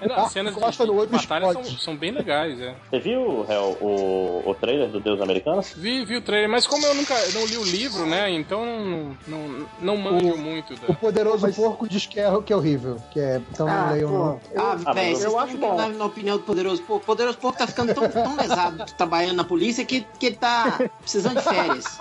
S3: É, não, as cenas de,
S8: Encosta no
S3: de
S8: outro
S3: batalha são,
S8: explode.
S3: são bem legais, é.
S2: Você viu Hel, o, o trailer do Deus Assim, Americanos?
S3: Vi, vi o trailer, mas como eu nunca não li o livro, né, então não, não, não manjo muito da...
S8: o poderoso porco diz que é, que é horrível. Que é, então não
S6: Ah,
S8: leiam,
S6: pô.
S8: não.
S9: Ah,
S2: mas
S9: velho,
S2: eu
S9: vocês
S6: acho
S9: estão
S6: bom.
S9: na, na opinião do Poderoso Porco. O Poderoso Porco tá ficando tão, tão lesado trabalhando na polícia que, que ele tá precisando de férias.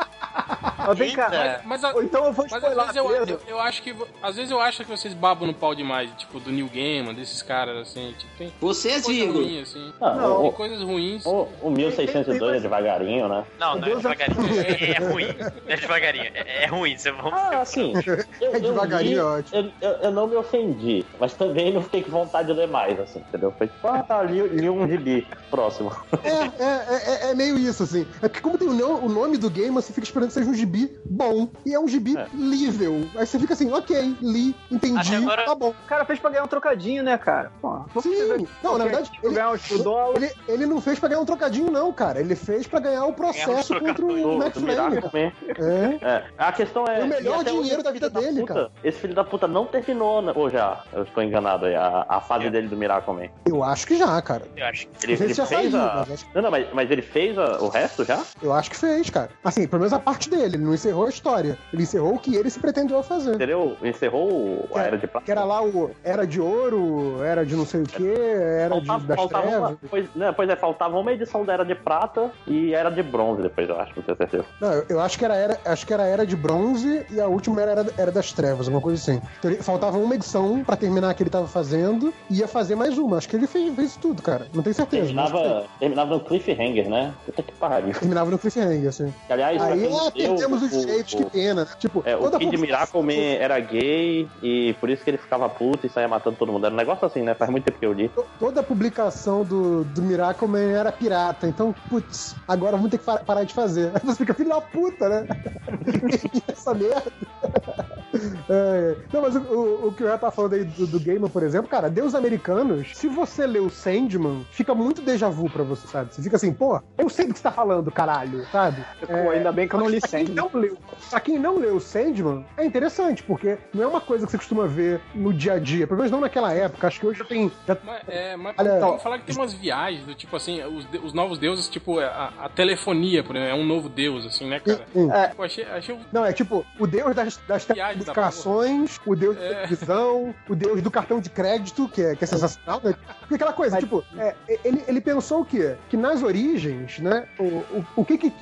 S6: Mas vem cá.
S2: É.
S5: Eita.
S3: Mas, a-
S6: Ou então eu vou
S3: mas às
S6: spoiler
S3: vezes eu,
S6: Pedro.
S3: eu, eu acho que. vo- Às vezes eu acho que vocês babam no pau demais, tipo, do New Gaiman, desses caras, assim, tipo, tem
S9: Vocês,
S3: coisa
S9: Igor.
S3: ruim, assim.
S2: Ah,
S6: Não.
S2: o-
S3: Tem coisas ruins.
S2: O, o 1602 é devagarinho, né?
S5: Não, não, é
S6: Deus é-
S5: devagarinho. É, é ruim. Não é devagarinho. É, é ruim. Você vai...
S2: Ah, assim. Eu,
S8: É devagarinho,
S2: eu li,
S8: é ótimo.
S2: Eu, eu, eu não me ofendi, mas também não fiquei com vontade de ler mais, assim, entendeu? Foi tipo, ah, tá, li, li um gibi. Próximo.
S8: É, é, é, é meio isso, assim. É porque como tem o, no- o nome do game, você fica esperando que seja um gibi bom. E é um gibi
S2: É.
S8: lível. Aí você fica assim, ok, li, entendi,
S5: Até agora-
S8: tá bom.
S6: O cara fez pra ganhar um trocadinho, né, cara? Pô, vou precisar
S8: Sim. Não, na
S3: tipo
S8: verdade, ele,
S6: ganhar uns dólares.
S8: ele, ele não fez pra ganhar um trocadinho, não, cara. Ele fez pra ganhar o processo
S5: Ganhar um
S8: contra o
S2: Do-
S8: Matt
S2: do Miracle
S8: Flame.
S2: Man.
S8: É.
S2: É. A questão é.
S8: O melhor
S2: e até hoje
S8: dinheiro da
S2: esse
S8: vida
S2: filho
S8: dele,
S2: puta-
S8: cara.
S2: Esse filho da puta não terminou, né? ou já, eu estou enganado aí, a, a fase dele do Miracle Man.
S8: Eu acho que já, cara.
S5: Eu acho que
S2: Ele,
S8: Ele
S2: ele
S8: já
S2: fez
S8: saiu,
S2: a.
S8: mas acho
S2: Não, não, mas, mas ele fez a- o resto já?
S8: Eu acho que fez, cara. Assim, pelo menos a parte dele. Ele não encerrou a história. Ele encerrou o que ele se pretendeu a fazer.
S2: Entendeu? Encerrou o- a Era de Prata.
S8: Que era lá o Era de Ouro, Era de não sei o quê, Era de,
S2: Faltava,
S8: das
S2: faltava
S8: Trevas.
S2: uma, pois, né, pois é, faltava uma edição da Era de Prata e Era de Bronze depois, eu acho, não tenho certeza.
S8: Não, eu, eu acho que era, era acho que era Era de Bronze e a última era, era, era das Trevas, alguma coisa assim. Então, ele- faltava uma edição pra terminar a que ele tava fazendo e ia fazer mais uma. Acho que ele fez, fez tudo, cara. Não tenho certeza. mas fez.
S2: Terminava, terminava no cliffhanger, né? Puta que pariu.
S8: Terminava no cliffhanger, assim.
S2: Que, Aliás, pra
S8: Aí
S2: quem
S8: ah,
S2: leu,
S8: perdemos os direitos, que pena. Tipo,
S2: É, o
S8: toda a
S2: Kid
S8: publicação-
S2: Miracle Man é- era gay e por isso que ele ficava puto e saía matando todo mundo. Era um negócio assim, né? Faz muito tempo que eu li.
S8: To- Toda a publicação do, do Miracle Man era pirata, então, putz, agora vamos ter que fa- parar de fazer. Aí você fica, filho da puta, né? Essa merda. É, não, mas o, o- o que o Real tá falando aí do, do Gaiman, por exemplo, cara, Deus Americanos, se você lê o Sandman, fica muito déjà vu pra você, sabe? Você fica assim, pô, eu sei do que você tá falando, caralho, sabe?
S6: Pô, ainda bem que eu não li
S8: Pra quem
S6: Sandman.
S8: não leu- Pra quem não leu Sandman, é interessante, porque não é uma coisa que você costuma ver no dia a dia, pelo menos não naquela época, acho que hoje já tem... já-
S3: Mas, é, mas
S8: Olha,
S3: então, falar que tem umas viagens do tipo assim, os, de- os novos deuses, tipo, a, a telefonia, por exemplo, é um novo deus, assim, né, cara?
S8: Hum.
S3: Tipo, achei, achei um-
S8: Não, é tipo, o deus das, das
S3: Viagem da
S8: telecomunicações, o deus da televisão, o deus do cartão de crédito, que é, que é sensacional, né? Porque aquela coisa, tipo, é, ele, ele pensou o quê? Que nas origens, né, o, o, o que que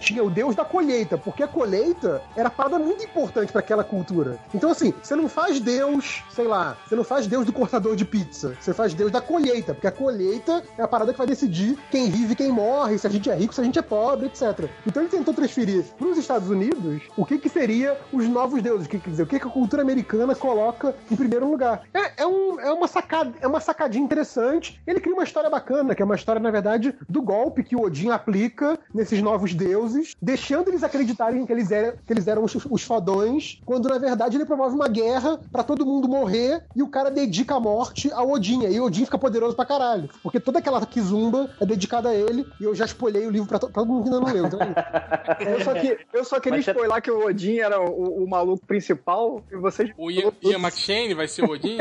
S8: tinha o deus da colheita? Porque a colheita era parada muito importante para aquela cultura. Então, assim, você não faz deus, sei lá, você não faz deus do cortador de pizza, você faz deus da colheita, porque a colheita é a parada que vai decidir quem vive e quem morre, se a gente é rico, se a gente é pobre, etc. Então ele tentou transferir para os Estados Unidos o que que seria os novos deuses, que, quer dizer, o que que a cultura americana coloca em primeiro lugar. É, é um- é uma, sacada, é uma sacadinha interessante. Ele cria uma história bacana, que é uma história, na verdade, do golpe que o Odin aplica nesses novos deuses, deixando eles acreditarem que eles eram, que eles eram os, os fodões, quando na verdade ele promove uma guerra para todo mundo morrer e o cara dedica a morte ao Odin. Aí o Odin fica poderoso pra caralho, porque toda aquela kizumba é dedicada a ele e eu já espolhei o livro pra, to- pra todo mundo que ainda não leu. Então,
S6: Eu só, que, eu só queria
S9: é-
S2: Mas você-
S6: spoiler que o Odin era o, o maluco principal e vocês.
S3: O Ian, Ian McShane vai ser o Odin?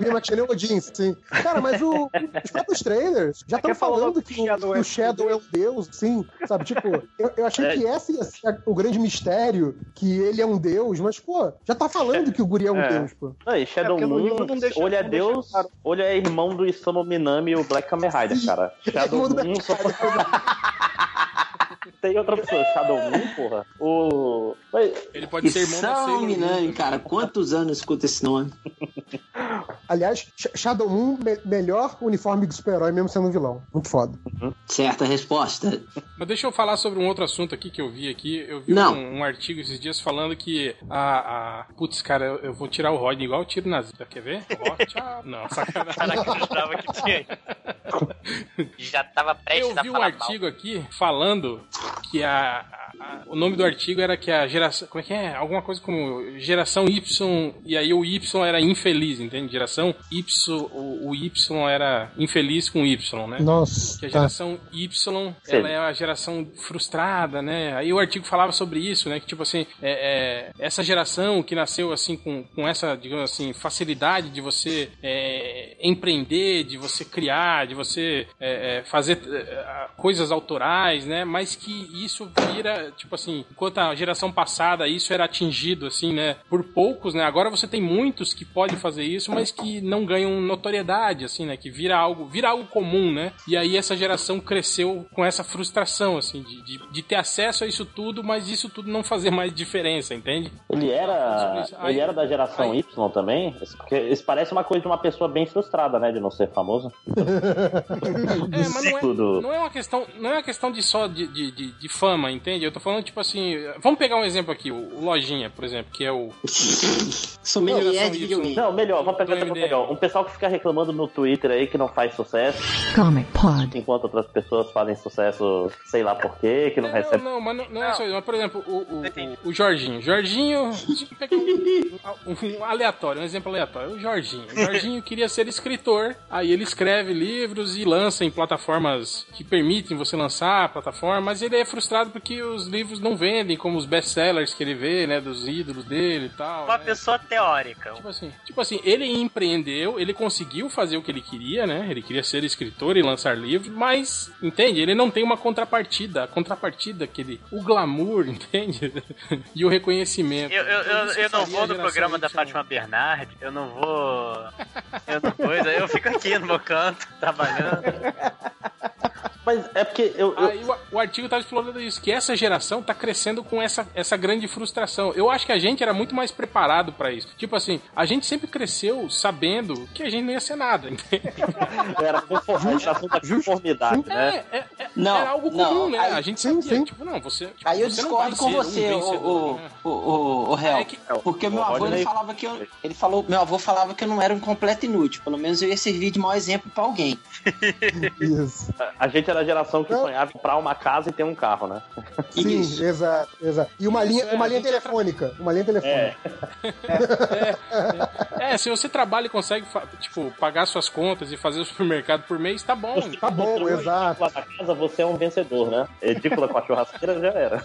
S8: Liam McShane é o Odin, sim. Cara, mas o- os próprios trailers já estão
S6: Quer falar
S8: falando
S6: logo
S8: que
S6: É que Shadow
S8: o,
S6: é
S8: que o Shadow é um deus, sim. Sabe, tipo, eu, eu achei
S2: É.
S8: que esse ia ser o grande mistério, que ele é um deus, mas, pô, já tá falando que o guri é um
S2: É.
S8: deus, pô.
S2: Não, e
S6: É,
S2: Shadow
S6: porque no
S2: Moon,
S6: livro não deixa-
S2: olha é
S6: não deixa
S2: Deus,
S6: claro.
S2: olha é irmão do Isamu Minami e o Black Kamen Rider, cara.
S6: É,
S2: Shadow
S8: irmão do
S2: Moon só Tem outra pessoa, Shadow Moon, porra. O. Mas,
S3: Ele pode ser irmão da
S9: São
S3: Sailor Moon
S9: Minami,
S3: também.
S9: cara. Quantos anos escuta esse nome?
S8: Aliás, Sh- Shadow Moon, me- melhor uniforme do super-herói, mesmo sendo um vilão. Muito foda.
S9: Certa resposta.
S3: Mas deixa eu falar sobre um outro assunto aqui que eu vi aqui. Eu vi
S9: Não.
S3: um, um artigo esses dias falando que a. a... Putz, cara, eu, eu vou tirar o Rodney igual eu tiro na zebra. Quer ver? Ó, tchau. Não, sacanagem.
S5: Caraca, eu jurava que tinha. Já tava prestes
S3: Eu
S5: a
S3: vi um
S5: falar
S3: artigo aqui falando que a, a- a- o nome do artigo era que a geração. Como é que é? Alguma coisa como geração Y. E aí o Y era infeliz, entende? Geração Y. O, o Y era infeliz com Y, né?
S8: Nossa.
S3: Que a
S8: tá.
S3: geração Y,
S2: Sim.
S3: ela é a geração frustrada, né? Aí o artigo falava sobre isso, né? Que tipo assim, é, é, essa geração que nasceu assim com, com essa, digamos assim, facilidade de você é, empreender, de você criar, de você é, é, fazer é, coisas autorais, né? Mas que isso vira, tipo assim, enquanto a geração passada isso era atingido, assim, né? Por poucos, né? Agora você tem muitos que podem fazer isso, mas que não ganham notoriedade, assim, né? Que vira algo, vira algo comum, né? E aí essa geração cresceu com essa frustração, assim, de, de, de ter acesso a isso tudo, mas isso tudo não fazer mais diferença, entende?
S2: Ele era,
S3: Aí-
S2: ele era da geração
S3: aí-
S2: Y também? Esse- Porque isso parece uma coisa de uma pessoa bem frustrada, né? De não ser famoso.
S3: É, mas não é,
S2: Tudo.
S3: não é uma questão, não é uma questão de só de, de, de, de fama, entende? Eu tô falando tipo assim, vamos pegar um exemplo aqui, o, o Lojinha, por exemplo, que é o
S9: Sommelier de videogame.
S2: Não, melhor, vamos pegar
S3: Do
S2: vamos
S3: MDM.
S2: pegar um pessoal que fica reclamando no Twitter aí que não faz sucesso,
S10: Comic Pod.
S2: enquanto outras pessoas fazem sucesso, sei lá por quê, que não
S3: Não,
S2: recebe.
S3: não, mas não, não é
S5: Não.
S3: só isso. Mas, por exemplo, o, o,
S5: Entendi.
S3: o Jorginho. Jorginho, deixa eu pegar um, um aleatório, um exemplo aleatório. O Jorginho. O Jorginho queria ser escritor, aí ele escreve livros e lança em plataformas que permitem você lançar a plataforma, mas ele é frustrado porque os livros não vendem, como os best-sellers que ele vê, né, dos ídolos dele e tal.
S5: Uma
S3: né?
S5: pessoa teórica. um
S3: Tipo assim, tipo assim, ele empreendeu, ele conseguiu fazer o que ele queria, né? Ele queria ser escritor e lançar livro, mas, entende? Ele não tem uma contrapartida. A contrapartida, aquele. O glamour, entende? e o reconhecimento.
S5: Eu, eu,
S3: Então,
S5: eu,
S3: isso
S5: eu não
S3: faria
S5: vou
S3: a
S5: no
S3: geração
S5: programa da
S3: Y.
S5: Fátima Bernardi, eu não vou. Eu não vou, eu fico aqui no meu canto, trabalhando.
S2: Mas é porque eu. eu-
S3: Aí Ah, o, o artigo tava explorando isso, que essa geração tá crescendo com essa, essa grande frustração. Eu acho que a gente era muito mais preparado pra isso. Tipo assim, a gente sempre cresceu sabendo que a gente não ia ser nada, entende?
S2: eu era conforme, esse assunto é conformidade, né?
S3: É, é, é-
S9: Não,
S3: era algo
S9: não,
S3: comum, né?
S9: aí-
S3: a gente
S8: sim,
S3: sabia,
S8: sim.
S3: tipo, não, você. tipo,
S9: Aí eu
S3: você não
S9: discordo
S3: vai
S9: com
S3: ser
S9: você,
S3: um
S9: o,
S3: vencedor,
S9: o,
S3: né?
S9: o, o, o Hel.
S3: É que-
S9: Porque
S2: o
S9: meu avô
S2: Rodney-
S9: ele falava que eu, ele falou, meu avô falava que eu não era um completo inútil, pelo menos eu ia servir de mau exemplo pra alguém.
S8: Isso.
S2: A gente era a geração que
S8: Não.
S2: sonhava em comprar uma casa e ter um carro, né?
S8: Sim,
S9: Isso.
S8: exato, exato. E uma linha, uma linha telefônica. Uma linha telefônica.
S3: É, se você trabalha e consegue, fa- tipo, pagar suas contas e fazer o supermercado por mês, tá bom.
S8: Tá bom, exato.
S2: Lá na casa você é um vencedor, né? Edícula com a churrasqueira já era.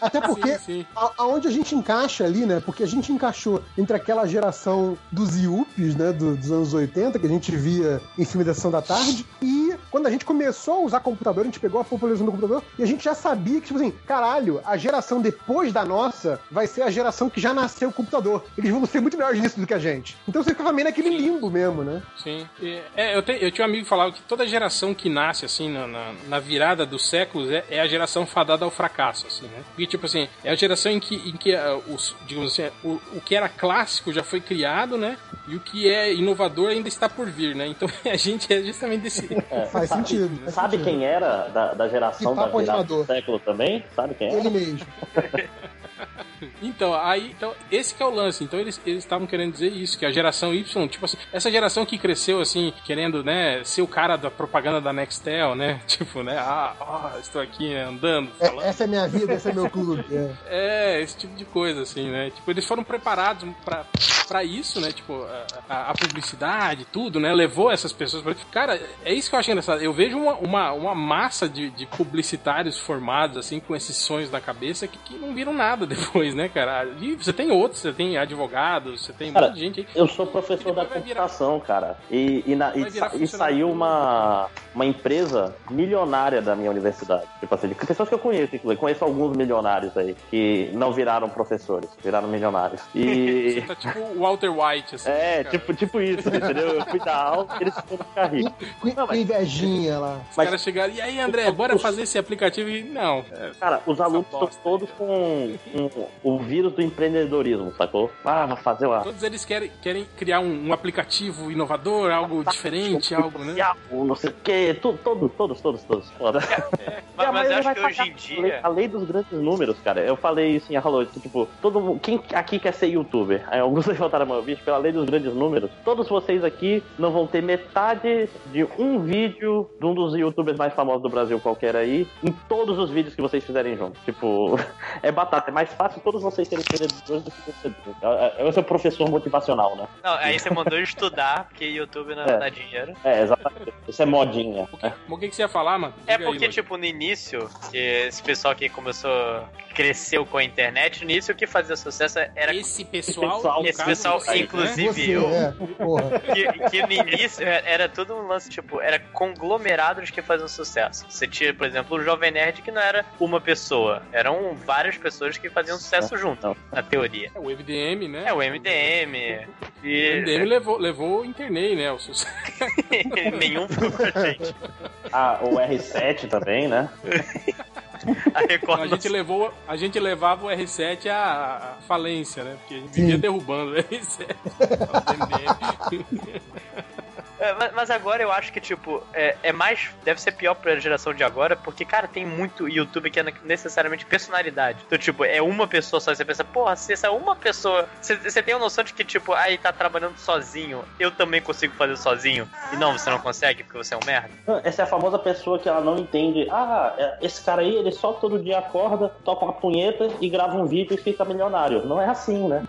S8: Até
S3: Assim,
S8: porque
S3: Sim, sim.
S8: A- aonde a gente encaixa ali, né? Porque a gente encaixou entre aquela geração dos Yuppies, né? do- dos anos 80, que a gente via em filme da Sessão da Tarde. E quando a gente começou a usar computador, a gente pegou a popularização do computador e a gente já sabia que, tipo assim, caralho, a geração depois da nossa vai ser a geração que já nasceu com o computador. Eles vão ser muito melhores nisso do que a gente. Então você ficava meio naquele limbo mesmo, né?
S3: Sim. E, É, eu, te- eu tinha um amigo que falava que toda geração que nasce, assim, na, na, na virada dos séculos, é, é a geração fadada ao fracasso, assim, né? E, tipo assim, é a geração em que, em que ah, os, digamos assim, o, o que era clássico já foi criado, né? E o que é inovador ainda está por vir, né? Então a gente é justamente desse...
S2: É,
S8: Faz
S2: sabe-
S8: sentido, faz
S2: Sabe
S8: sentido.
S2: quem era da, da geração
S8: E
S2: da
S8: papo
S2: virada
S8: animador.
S2: do século também? Sabe quem era?
S8: Ele mesmo.
S3: Então, aí, então, esse que é o lance. Então, eles eles estavam querendo dizer isso, que a geração Y, tipo assim, essa geração que cresceu, assim, querendo, né, ser o cara da propaganda da Nextel, né? Tipo, né, ah, ó, estou aqui né, andando, falando.
S8: É, essa é minha vida, esse é meu clube. É.
S3: É, esse tipo de coisa, assim, né? Tipo, eles foram preparados pra, pra isso, né? Tipo, a, a- a publicidade, tudo, né? Levou essas pessoas pra. Cara, é isso que eu acho engraçado. Eu vejo uma, uma, uma massa de, de publicitários formados, assim, com esses sonhos na cabeça que, que não viram nada depois, né, cara? E você tem outros, você tem advogados, você tem um
S2: Cara,
S3: monte de gente aí.
S2: Eu sou professor da
S3: Vai virar-
S2: computação, cara. E, e, na- e
S3: Vai virar
S2: sa- e
S3: funcionário
S2: saiu
S3: público.
S2: uma, uma empresa milionária da minha universidade. Tipo assim, de pessoas que eu conheço, inclusive. Conheço alguns milionários aí que não viraram professores, viraram milionários.
S3: Você
S2: E.
S3: tá tipo o Walter White, assim. né,
S2: É,
S3: cara?
S2: tipo, tipo isso, entendeu? Eu fui dar aula e eles foram ficar ricos.
S8: Com,
S2: Não, mas-
S8: com invejinha lá.
S3: Os
S2: mas-
S3: caras chegaram, e aí, André, bora fazer esse aplicativo? E não. É,
S2: Cara, os alunos estão
S3: bosta aí.
S2: todos com, com o vírus do empreendedorismo, sacou? Ah, vou fazer uma.
S3: Todos eles querem, querem criar um, um aplicativo inovador, algo diferente, algo, né?
S2: um Não sei o quê, tu- todo, todos, todos, todos. Foda.
S5: Mas,
S2: E a
S5: mas eu
S2: maioria
S5: acho
S2: vai
S5: que hoje
S2: pagar
S5: em
S2: a lei-
S5: dia.
S2: A lei dos grandes números, cara. Eu falei isso em Arrow, tipo, todo mundo. Quem aqui quer ser youtuber? Aí alguns levantaram a mão, bicho, pela lei dos grandes números, todos vocês aqui não vão ter metade de um vídeo de um dos youtubers mais famosos do Brasil qualquer aí, em todos os vídeos que vocês fizerem juntos. Tipo, é batata. É mais fácil todos vocês serem empreendedores do que você. É- é- Esse é o professor motivacional, né?
S5: Não, aí você mandou eu estudar, porque YouTube não
S2: É.
S5: dá dinheiro.
S2: É, exatamente. Isso é modinha.
S3: Mas O que, que você ia falar, mano?
S5: É
S3: Diga aí,
S5: porque,
S3: Luiz.
S5: tipo, no início, que esse pessoal que começou. cresceu com a internet, nisso o que fazia sucesso era
S3: Esse pessoal,
S2: Pessoal,
S3: no
S5: esse
S3: caso,
S5: pessoal,
S3: você, né?
S5: inclusive
S8: Você,
S5: eu,
S8: é, porra.
S5: que, que no início era era todo um lance, tipo, era conglomerados que faziam sucesso. Você tinha, por exemplo, o Jovem Nerd, que não era uma pessoa, eram várias pessoas que faziam sucesso junto, na teoria.
S3: É, o MDM, né?
S5: É, o é. MDM.
S3: O MDM
S5: E
S3: levou, levou o internet, né? O sucesso.
S5: nenhum ficou pra gente.
S2: Ah, o R7 também, né?
S5: A Record
S3: A
S5: não
S3: gente, levou, a gente levava o R7 à à falência, né? Porque a gente
S8: Sim.
S3: vivia derrubando o R7. O MDM.
S5: É, mas- mas agora eu acho que, tipo, é, é mais. Deve ser pior pra geração de agora, porque, cara, tem muito YouTube que é necessariamente personalidade. Então, tipo, é uma pessoa só. e Você pensa, porra, se essa uma pessoa. Você- Você tem a noção de que, tipo, aí tá trabalhando sozinho, eu também consigo fazer sozinho. E não, você não consegue porque você é um merda.
S2: Não, Essa é a famosa pessoa que ela não entende. Ah, é- esse cara aí, ele só todo dia acorda, toca uma punheta e grava um vídeo e fica milionário. Não é assim, né?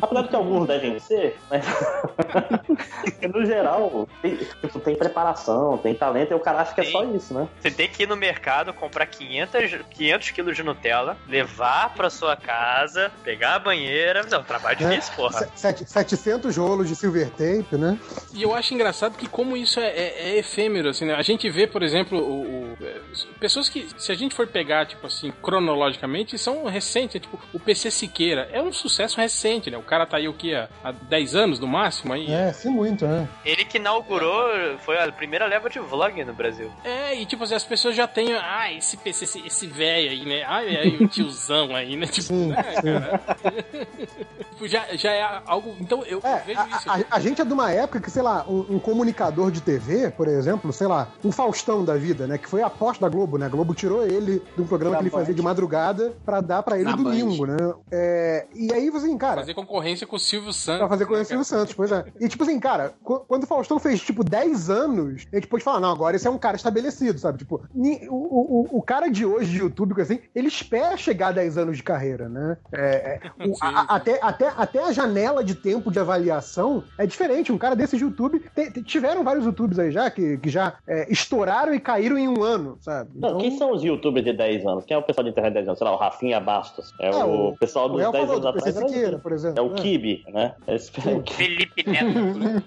S2: Apesar de que alguns devem ser, mas. no geral, tem, tipo, tem preparação, tem talento, e o cara acha que é só isso, né?
S5: Você tem que ir no mercado, comprar 500, 500 quilos de Nutella, levar pra sua casa, pegar a banheira. Não, trabalho difícil, porra.
S8: Se- sete- 700 rolos de silver tape, né?
S3: E eu acho engraçado que como isso é, é- é efêmero, assim, né? A gente vê, por exemplo, o, o- é, pessoas que, se a gente for pegar, tipo assim, cronologicamente, são recentes. Tipo, o PC Siqueira é um sucesso recente, né? O cara tá aí, o que, há, há 10 anos no máximo aí?
S8: É, sim, muito, né?
S5: Ele que inaugurou, foi a primeira leva de vlog no Brasil.
S3: É, e tipo assim, as pessoas já têm, ah, esse PC, esse, esse velho aí, né? Ah, é o tiozão aí, né? Tipo,
S8: Sim, sim.
S3: tipo, já, já é algo... Então, eu
S8: É,
S3: vejo isso.
S8: a, a- a gente é de uma época que, sei lá, um, um comunicador de TV, por exemplo, sei lá, um Faustão da vida, né? Que foi a aposta da Globo, né? A Globo tirou ele de um programa
S6: Da
S8: que ele fazia
S6: Band.
S8: de madrugada pra dar pra ele
S9: Na
S8: domingo, né? É, e aí, assim, cara.
S3: Fazer concorrência com o Silvio Santos.
S8: Pra fazer
S3: né,
S8: coisa
S3: cara?
S8: Silvio Santos, pois é. E tipo assim, cara, qu- quando o Faustão fez tipo 10 anos, a gente pôde falar, não, agora esse é um cara estabelecido, sabe? Tipo, ni- o, o- o- o cara de hoje de YouTube, coisa assim, ele espera chegar a 10 anos de carreira, né? É, é, o-
S3: Sim,
S8: a-
S3: sim.
S8: a- até, até, até a janela de tempo de avaliação é diferente. Um cara desse de YouTube. te- te- tiveram vários YouTubes aí já que, que já é, estouraram e caíram em um ano, sabe? Então,
S2: Não, quem são os youtubers de 10 anos? Quem é o pessoal de internet de 10 anos? Sei lá, o Rafinha Bastos. É,
S8: É,
S2: o,
S8: o-
S2: pessoal dos
S8: Léo
S2: 10
S8: falou
S2: anos
S8: do PC
S2: atrás. era
S8: Siqueira, por
S2: É
S8: exemplo.
S2: o Kibe, né? Esse-
S5: Felipe Neto.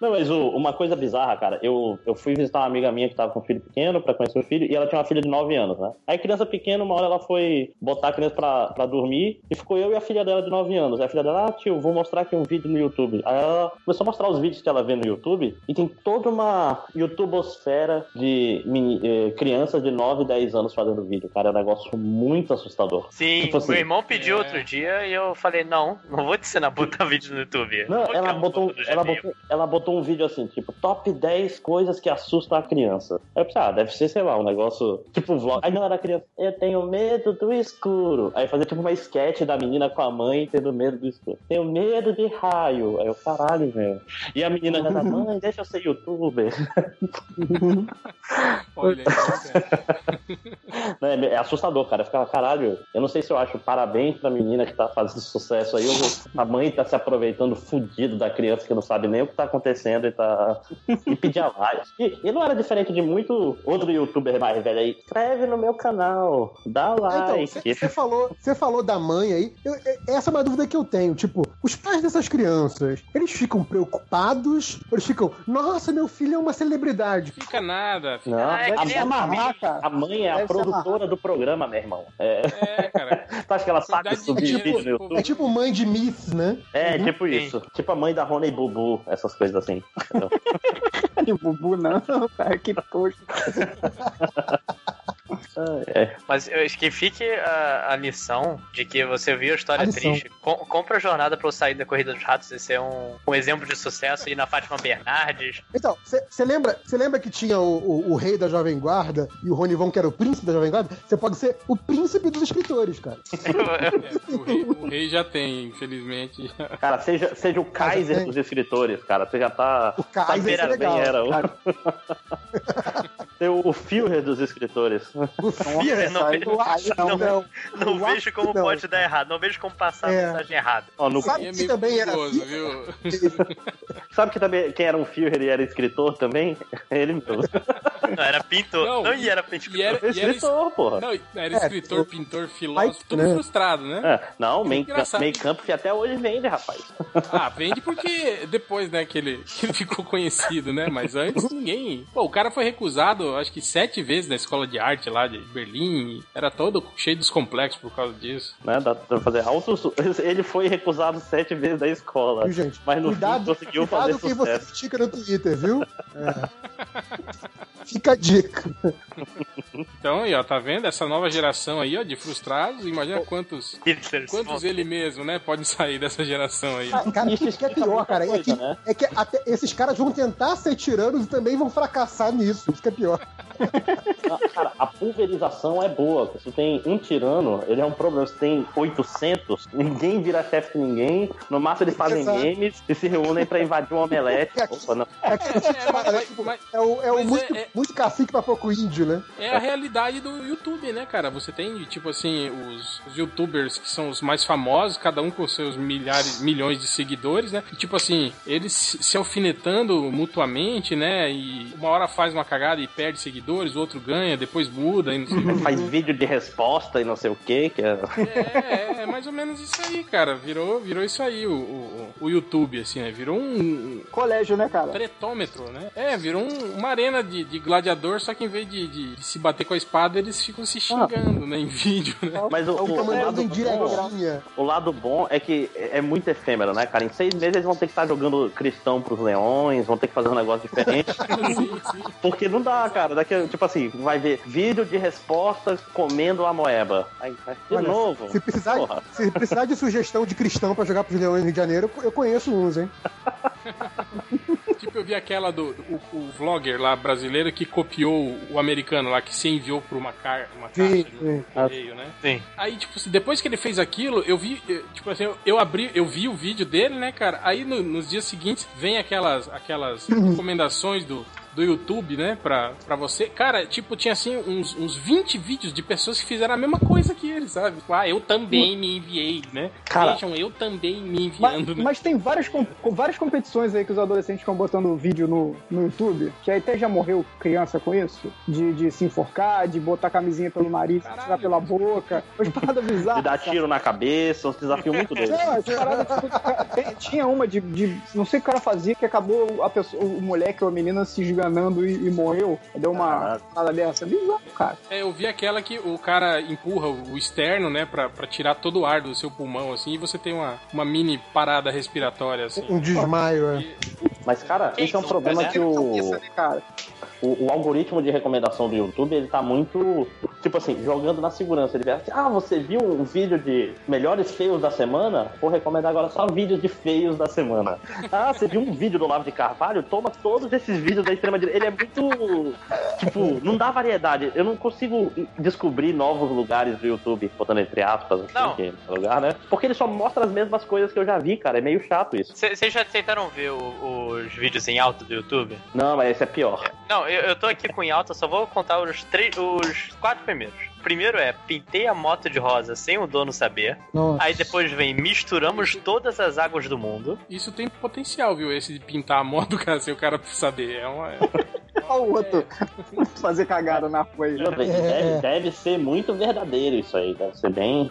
S2: Não, mas o- uma coisa bizarra, cara, eu, eu fui visitar uma amiga minha que tava com um filho pequeno pra conhecer o filho, e ela tinha uma filha de 9 anos, né? Aí criança pequena, uma hora ela foi botar a criança pra, pra dormir, e ficou eu e a filha dela de 9 anos. Aí a filha dela, ah, tio, vou mostrar aqui um vídeo no YouTube. Aí ela começou a mostrar os vídeos que ela vê no YouTube, e tem toda uma youtubosfera de meni- eh, crianças de 9, 10 anos fazendo vídeo, cara, é um negócio muito assustador.
S5: Sim,
S2: Tipo assim,
S5: meu irmão pediu
S3: é.
S5: outro dia e eu falei, não, não vou te ensinar a botar vídeo no YouTube.
S2: Não,
S5: Vou
S2: ela
S5: tirar
S2: botou,
S5: foto do
S2: ela,
S5: Gmail.
S2: botou, ela botou um vídeo assim, tipo, top 10 coisas que assustam a criança. Aí eu pensei, ah, deve ser, sei lá, um negócio tipo vlog. Aí não era criança, eu tenho medo do escuro. Aí fazia tipo uma sketch da menina com a mãe tendo medo do escuro. Tenho medo de raio. Aí eu, caralho, meu. E a menina já tá, mãe, deixa eu ser youtuber.
S3: Olha aí, cara.
S2: Né, É assustador, cara. Eu ficava, caralho, eu não sei se eu acho parabéns pra menina que tá fazendo sucesso aí. ou a mãe tá se aproveitando fudido da criança que não sabe nem o que tá acontecendo e tá. e pedir a live. E, e não era diferente de muito outro youtuber mais velho aí. Escreve no meu canal, dá
S8: Então,
S2: like.
S8: você falou, cê falou da mãe aí. Eu- é- essa é uma dúvida que eu tenho. Tipo, os pais dessas crianças, eles ficam preocupados? Eles ficam, nossa, meu filho é uma celebridade.
S3: Fica nada, fica
S2: Não,
S5: Ah, é
S2: a,
S5: que nem
S2: a-
S6: amarrar, cara.
S2: a mãe é a
S6: né? Deve ser
S2: produtora do programa, meu irmão. É,
S3: é, cara.
S2: tu acha que ela
S3: Dá
S2: sabe
S3: de
S2: subir
S3: dinheiro,
S2: vídeo no
S3: pô.
S2: YouTube?
S8: É tipo mãe de Miss, né?
S2: É, tipo
S5: Sim.
S2: isso. Tipo a mãe da Rony Bubu, essas coisas assim.
S6: De bubu, não, cara, que tosco.
S2: É, é.
S5: Mas eu acho que fique a, a lição de que você viu a história
S8: A lição.
S5: triste. Com- compra a jornada pra eu sair da Corrida dos Ratos e ser um, um exemplo de sucesso e ir na Fátima Bernardes.
S8: Então, você lembra, cê lembra que tinha o, o- o rei da Jovem Guarda e o Ronivon, que era o príncipe da Jovem Guarda? Você pode ser o príncipe dos escritores, cara.
S3: É, o, rei, o rei já tem, infelizmente.
S2: Cara, seja, seja o Kaiser dos escritores, cara. Você já tá.
S8: O Kaiser
S2: Sabe
S8: seria
S2: bem
S8: legal.
S2: era o-
S8: cara.
S2: ser o Führer dos escritores.
S8: O Führer,
S5: não,
S8: sabe? Eu acho que
S5: não,
S8: não.
S5: Não
S8: Eu acho
S5: vejo
S8: que
S5: como
S8: não.
S5: pode dar errado, não vejo como passar
S8: É.
S5: a mensagem errada.
S2: Ó, no-
S8: Sabe
S3: é
S8: que
S3: meio
S8: também era
S3: perigoso,
S8: assim?
S3: viu?
S2: Sabe que também quem era um Führer e era escritor também? Ele mesmo.
S5: Não, era pintor.
S3: Não,
S5: Não, e era pintor.
S3: E era, e era, es-
S2: é Escritor, porra.
S3: não,
S8: É,
S3: era escritor, pintor, filósofo,
S8: Ai,
S3: tudo
S8: né?
S3: frustrado, né?
S2: É, não, meio
S3: Engraçado.
S2: campo que até hoje vende, rapaz.
S3: Ah, vende porque depois, né, que ele, que ele ficou conhecido, né? Mas antes ninguém. Pô, o cara foi recusado, acho que sete vezes na escola de arte lá de Berlim. Era todo cheio dos complexos por causa disso.
S2: Né? Dá pra fazer altos. Ele foi recusado sete vezes da escola.
S8: Viu, gente?
S2: Mas no
S8: cuidado,
S2: fim conseguiu
S8: cuidado
S2: fazer
S8: quem você
S2: sucesso.
S8: critica no Twitter, viu? É. Fica a dica.
S3: Então, aí, ó, tá vendo? Essa nova geração aí, ó, de frustrados. Imagina quantos.
S5: Hitler,
S3: Quantos
S5: bom,
S3: ele mesmo, né? Podem sair dessa geração aí.
S8: Cara, isso que é pior, cara. É que,
S2: né?
S8: é que até esses caras vão tentar ser tiranos e também vão fracassar nisso. Isso que é pior.
S2: Ah, Cara, a pulverização é boa. Se tem um tirano, ele é um problema. Se tem 800, ninguém vira chefe de ninguém. No máximo, eles fazem
S8: Exato.
S2: memes e se reúnem pra invadir um omelete. Opa, não.
S8: É, que-
S3: mas-
S8: né, tipo,
S3: mas-
S8: é o, é o
S3: mas
S8: muito,
S3: é- é-
S8: muito cacique pra pouco índio, né?
S3: É a realidade do YouTube, né, cara? Você tem, tipo assim, os, os youtubers que são os mais famosos, cada um com seus milhares, milhões de seguidores, né? E, tipo assim, eles se se alfinetando mutuamente, né? E uma hora faz uma cagada e perde seguidores, o outro ganha, depois muda e não sei o
S2: Faz vídeo de resposta e não sei o quê, que. é-
S3: É, é, é mais ou menos isso aí, cara. Virou, virou isso aí, o, o, o YouTube, assim, né? Virou um
S6: Colégio, né, cara?
S3: tretômetro, né? É, virou um- uma arena de, de gladiador, só que em vez de, de- de se bater com a espada, eles ficam se
S6: Ah.
S3: xingando, né? Em vídeo, né?
S2: Mas É o, o,
S8: Fica
S2: o
S8: mandando
S2: lado bom,
S8: indiretinha.
S2: o lado bom é que é muito efêmero, né, cara? Em seis meses eles vão ter que estar jogando cristão pros leões, vão ter que fazer um negócio diferente.
S3: Sim, sim.
S2: Porque não dá, cara. Daqui, a- tipo assim, vai ver vídeo de resposta comendo a moeba. Aí, aí, de
S8: Olha,
S2: novo.
S8: Se precisar,
S2: Porra.
S8: se precisar de sugestão de cristão pra jogar pros leões no Rio de Janeiro, eu conheço uns, hein?
S3: Tipo, eu vi aquela do do- o, o vlogger lá brasileiro que copiou o americano lá, que se enviou por uma, car uma
S8: Sim,
S3: caixa de
S8: sim.
S3: correio, né?
S5: Sim.
S3: Aí, tipo, assim, depois que ele fez aquilo, eu vi, eh, tipo assim, eu, eu abri, eu vi o vídeo dele, né, cara? Aí no- nos dias seguintes vem aquelas, aquelas recomendações do. Do YouTube, né? Pra, pra você. Cara, tipo, tinha assim uns, uns 20 vídeos de pessoas que fizeram a mesma coisa que ele, sabe? Tipo, ah, eu também me enviei, né?
S2: Cara-
S3: Vejam, eu também me
S6: Mas,
S3: enviando, né?
S6: mas tem várias, com- com várias competições aí que os adolescentes ficam botando vídeo no, no YouTube, que aí até já morreu criança com isso, de, de se enforcar, de botar a camisinha pelo nariz,
S3: Caralho.
S6: tirar pela boca, umas paradas
S2: De
S6: bizarras.
S2: dar tiro na cabeça, um desafio muito doido.
S6: Não, essa parada, tipo, cara, tem- tinha uma de, de- Não sei o que o cara fazia, que acabou a pessoa, o moleque ou a menina se esganando e, e morreu. Deu uma
S2: Caraca.
S6: parada dessa. Bizarro, cara.
S3: É, eu vi aquela que o cara empurra o externo, né, pra, pra tirar todo o ar do seu pulmão, assim, e você tem uma, uma mini parada respiratória, assim.
S8: Um desmaio, é.
S2: Mas, cara,
S5: Quem
S2: isso é um
S5: nunca,
S2: problema
S5: né?
S2: que
S6: Cabeça,
S2: o,
S6: né, cara?
S2: o, o algoritmo de recomendação do YouTube, ele tá muito, tipo assim, jogando na segurança. Ele vê assim, ah, você viu um vídeo de melhores feios da semana? Vou recomendar agora só vídeos de feios da semana. Ah, você viu um vídeo do Olavo de Carvalho? Toma todos esses vídeos da extrema-direita. Ele é muito, tipo, não dá variedade. Eu não consigo descobrir novos lugares do YouTube, botando entre aspas, assim,
S5: Não.
S2: que é lugar, né? Porque ele só mostra as mesmas coisas que eu já vi, cara. É meio chato isso.
S5: Vocês já tentaram ver o- os vídeos em alta do YouTube?
S2: Não, mas esse é pior.
S5: Não, eu, eu tô aqui com em alta, só vou contar os, três, os quatro primeiros. O Primeiro é pintei a moto de rosa sem o dono saber.
S8: Nossa.
S5: Aí depois vem misturamos todas as águas do mundo.
S3: Isso tem potencial, viu, esse de pintar a moto, cara, se o cara saber. É uma...
S6: Olha o outro. Fazer cagada na rua aí.
S2: Outra vez, Deve, deve ser muito verdadeiro isso aí, deve ser bem.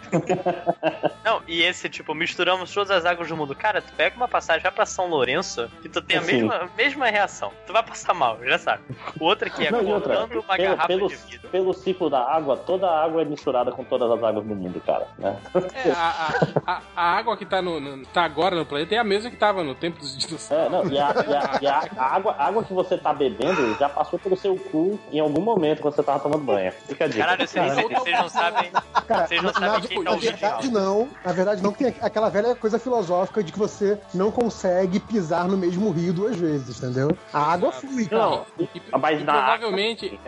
S5: Não, e esse tipo, misturamos todas as águas do mundo. Cara, tu pega uma passagem, vai pra São Lourenço e tu tem a
S2: Sim.
S5: mesma, mesma reação. Tu vai passar mal, já sabe. O outro aqui é
S2: Não, e outra,
S5: cortando uma
S2: pelo,
S5: garrafa
S2: pelo,
S5: de vidro.
S2: pelo ciclo da água, toda a água é misturada com todas as águas do mundo, cara. Né?
S3: É, a, a, a- a água que tá, no, no- tá agora no planeta é a mesma que tava no tempo dos dinossauros.
S2: É, não, e a, e a- e a- a água, a água que você tá bebendo já passou pelo seu cu em algum momento quando você tava tomando banho. Fica a dica.
S5: Caralho, vocês, vocês não sabem.
S8: Cara,
S5: Vocês não
S8: na-
S5: sabem
S8: na-
S5: quem tá
S8: na
S5: ouvindo.
S8: verdade, não. Na verdade, não, que tem aquela velha coisa filosófica de que você não consegue pisar no mesmo rio duas vezes, entendeu? A água flui, cara.
S2: Não,
S3: E-
S2: mas
S3: e
S2: na água,
S3: provavelmente,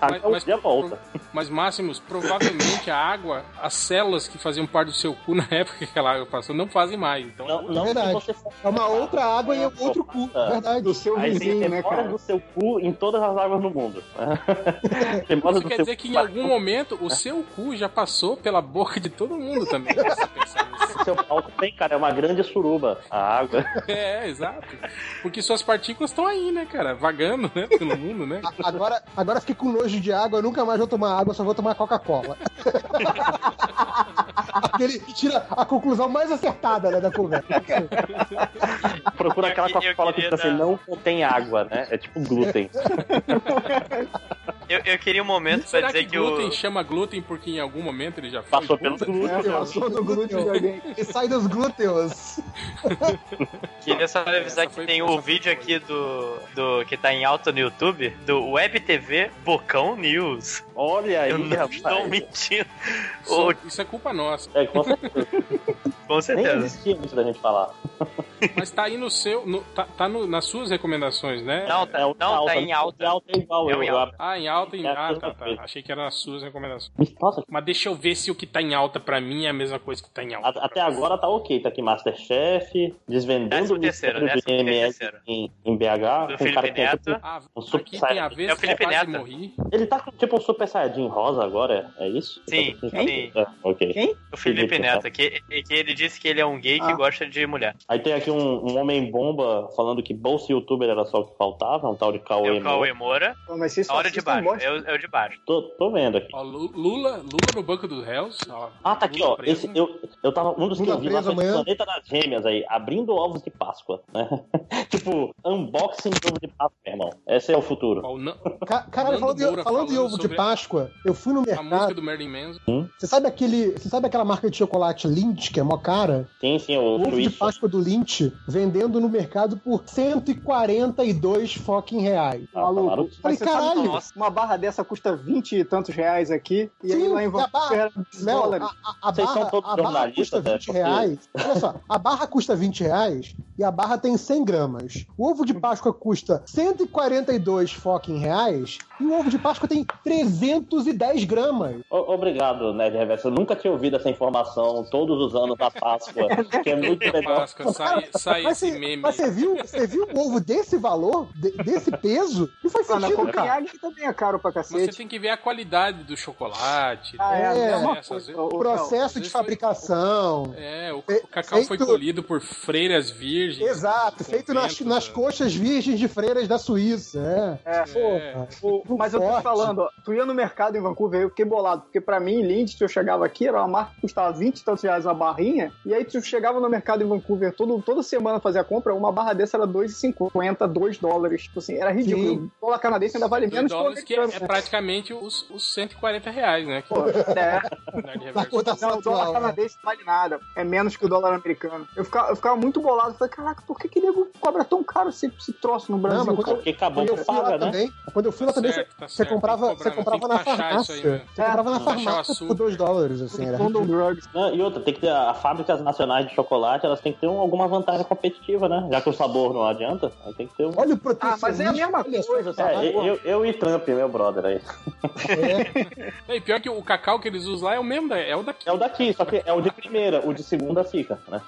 S2: a água
S3: mas-
S2: já volta.
S3: mas Máximo, anos, provavelmente a água, as células que faziam parte do seu cu na época que aquela água passou, não fazem mais. Então,
S2: Não, não
S8: Verdade.
S2: se você for
S8: É uma outra água e é um outro cu.
S2: Ah.
S8: Verdade.
S6: Do seu
S2: Aí você
S6: vizinho, né,
S2: demora
S6: cara?
S2: do seu cu em todas as águas do mundo. demora
S3: isso quer dizer que em algum momento o seu cu já passou pela boca de todo mundo também. se você pensar nisso.
S2: O seu pau tem, cara, é uma grande suruba. A água.
S3: É, exato. Porque suas partículas estão aí, né, cara? Vagando, né? Pelo mundo, né?
S8: A- Agora, agora eu fiquei com nojo de água, eu nunca mais vou tomar água, só vou tomar Coca-Cola. Ele tira a conclusão mais acertada né, da conversa.
S2: Procura aquela
S5: Eu que- eu
S2: Coca-Cola que
S5: queria
S2: tipo assim,
S5: dar-
S2: não contém água, né? É tipo glúten.
S5: Eu, eu queria um momento pra
S3: Será
S5: dizer
S3: que,
S5: que,
S3: glúten
S5: o.
S3: chama glúten porque em algum momento ele já foi?
S2: Passou pelos glúteos.
S6: É, passou do glúteo de alguém.
S8: E sai dos glúteos.
S5: Queria só avisar
S3: essa
S5: que
S3: foi-
S5: tem
S3: essa
S5: o
S3: foi
S5: vídeo
S3: boa.
S5: aqui do, do. que tá em alta no YouTube, do Web TV Bocão News.
S2: Olha aí,
S5: Eu não estou
S2: rapaz.
S5: mentindo.
S3: Isso, isso é culpa nossa.
S2: É, com certeza.
S5: Ô, com
S2: Nem
S5: certeza.
S2: existia antes da gente falar.
S3: Mas tá aí no seu. no- tá tá no- nas suas recomendações, né?
S5: Não, tá,
S2: É,
S5: não, tá em alta.
S2: é igual.
S5: É
S2: eu,
S5: em
S2: eu-
S3: Ah, em alta em.
S2: É a
S3: Ah,
S2: mesma
S3: tá, tá.
S2: coisa.
S3: Achei que era nas suas recomendações.
S2: Nossa,
S3: Mas deixa eu ver se o que tá em alta pra mim é a mesma coisa que tá em alta.
S2: a- até agora tá ok. Tá aqui Masterchef, desvendando
S5: Décimo
S2: o
S5: terceiro,
S2: mistério do
S5: décimo
S2: IMS
S5: terceiro.
S2: em, em BH.
S5: Do
S2: com um
S5: Felipe
S2: cara que é tipo-
S5: Neto.
S3: Ah,
S2: O Super
S3: aqui tem
S2: Saiyajin.
S3: a vez
S5: É o
S3: que eu
S5: Felipe
S3: quase
S5: Neto.
S3: morri.
S2: Ele tá com tipo um Super Saiyajin rosa agora, é isso?
S5: Sim,
S2: Tá com-
S5: quem?
S2: É, ok.
S6: Quem?
S5: O Felipe
S2: Felipe tá.
S5: Neto, que, que ele disse que ele é um gay que
S6: Ah.
S5: gosta de mulher.
S2: Aí tem aqui um, um homem bomba falando que bolsa youtuber era só o que faltava, um tal de
S5: É
S2: Cauê.
S5: o Cauê
S2: Moura.
S5: Moura.
S6: Pô, Mas vocês
S5: A
S6: só
S5: hora de
S6: assistem
S5: baixo.
S6: bosta.
S5: É o, é o de baixo.
S2: Tô, tô vendo aqui.
S3: Ó, Lu- Lula, Lula no banco dos réus. ó.
S2: Ah, tá aqui,
S3: Lula
S2: ó.
S3: preso.
S2: Esse, eu, eu tava. Um dos que
S8: Lula
S2: eu vi lá
S8: preso
S2: foi do
S8: amanhã.
S2: Planeta das Gêmeas aí, abrindo ovos de Páscoa, né? tipo, unboxing de ovo de Páscoa, meu irmão. Esse é o futuro.
S3: Ó, o Nan-
S8: Ca- Caralho,
S3: Nando
S8: falando, de-
S3: Moura
S8: falando de
S3: falando
S8: ovo de
S3: sobre-
S8: Páscoa, eu fui no
S3: a música
S8: mercado.
S3: do Merlin Manson.
S8: Você sabe aquele. Você sabe aquela marca de chocolate Lindt, que é mó cara?
S2: Sim, sim,
S8: O
S2: o
S8: ovo de
S2: Twitch.
S8: Páscoa do Lindt vendendo no mercado por 142 fucking reais.
S2: Ah,
S6: Maluco.
S2: claro.
S6: Mas
S8: Falei,
S6: você sabe que
S8: caralho.
S6: nossa, uma barra dessa custa 20 e tantos reais aqui. E aí
S8: Sim,
S6: lá em
S8: e a barra-
S6: Vancouver era 10
S8: Léo,
S6: dólares.
S8: a, a- a
S2: Vocês
S8: barra,
S2: são todos
S8: a barra
S2: jornalistas,
S8: custa
S2: né?
S8: 20
S2: Porque-
S8: reais. Olha só, a barra custa 20 reais e a barra tem 100 gramas. O ovo de Páscoa custa 142 fucking reais e o ovo de Páscoa tem 310 gramas.
S2: O- Obrigado, Ned Reverso. Eu nunca tinha ouvido essa informação todos os anos da Páscoa, que é muito melhor.
S3: Páscoa, sai, sai
S8: Mas
S3: esse
S8: você,
S3: meme.
S8: mas você viu, você viu um ovo desse valor, de- desse peso? Não faz
S6: Pô, Na
S8: sentido, cara.
S6: Copenhague também é caro pra
S3: Mas você
S6: cacete.
S3: tem que ver a qualidade do chocolate. né?
S6: Ah, é,
S8: É,
S6: é, uma
S3: essas
S6: coisa.
S3: vezes-
S6: Ô,
S8: O
S6: Léo,
S8: processo de
S3: isso é foi-
S8: fabricação.
S3: É, o,
S8: Fe-
S3: o cacau foi
S8: feito-
S3: colhido por freiras virgens.
S8: Exato,
S3: do
S8: feito nas,
S3: convento,
S8: nas
S3: um né?
S8: coxas virgens de freiras da Suíça. É.
S6: É,
S8: Porra.
S6: O- mas eu tô
S8: Forte.
S6: te falando, ó, tu ia no mercado em Vancouver, eu fiquei bolado, porque pra mim, Lindt, eu chegava aqui, era uma marca que custava 20 e tantos reais uma barrinha, e aí tu chegava no mercado em Vancouver todo, toda semana fazer a compra, uma barra dessa era 2,50, 2 dólares, tipo assim, era ridículo.
S8: Sim.
S6: O dólar canadense ainda vale
S3: Dois
S6: menos que o
S3: dólares, que
S8: né?
S6: americano.
S3: é praticamente os, os 140 reais, né? Que
S6: Pô, é.
S3: o Nerd
S8: Na
S3: Reverso-
S8: cotação
S6: Não, o dólar
S8: atual. né?
S6: canadense não vale nada. É menos que o dólar americano. Eu ficava, eu ficava muito bolado. Falei, caraca, por que que nego cobra tão caro esse, esse troço no Brasil?
S8: Não, mas
S6: cara?
S2: Porque acabou
S8: Quando eu
S2: que
S8: fui lá
S2: paga, né?
S8: também, quando eu fui lá
S3: Tá
S8: também,
S3: certo, tá
S8: você
S3: certo,
S8: comprava,
S3: tem que
S8: você
S3: cobrar,
S8: comprava
S3: mas
S8: na
S3: tem que taxar isso aí,
S8: farmácia.
S3: né?
S8: Você comprava na
S3: Taxar o
S8: farmácia por
S3: açúcar.
S8: 2 dólares, assim, era
S6: London
S8: ridículo.
S6: Drugs.
S2: Não, e outra, tem que ter as fábricas nacionais de chocolate, elas têm que ter um- alguma vantagem competitiva, né? Já que o sabor não adianta, aí tem que ter um.
S8: Olha o protecionismo.
S6: mas é a mesma
S8: olha só,
S6: coisa,
S8: tá?
S2: É, eu, eu- eu e Trump, meu brother aí.
S8: É.
S3: E pior que o cacau que eles usam lá é o mesmo, da- é o daqui.
S2: É o daqui, só que é o de primeira, o de segunda fica, né?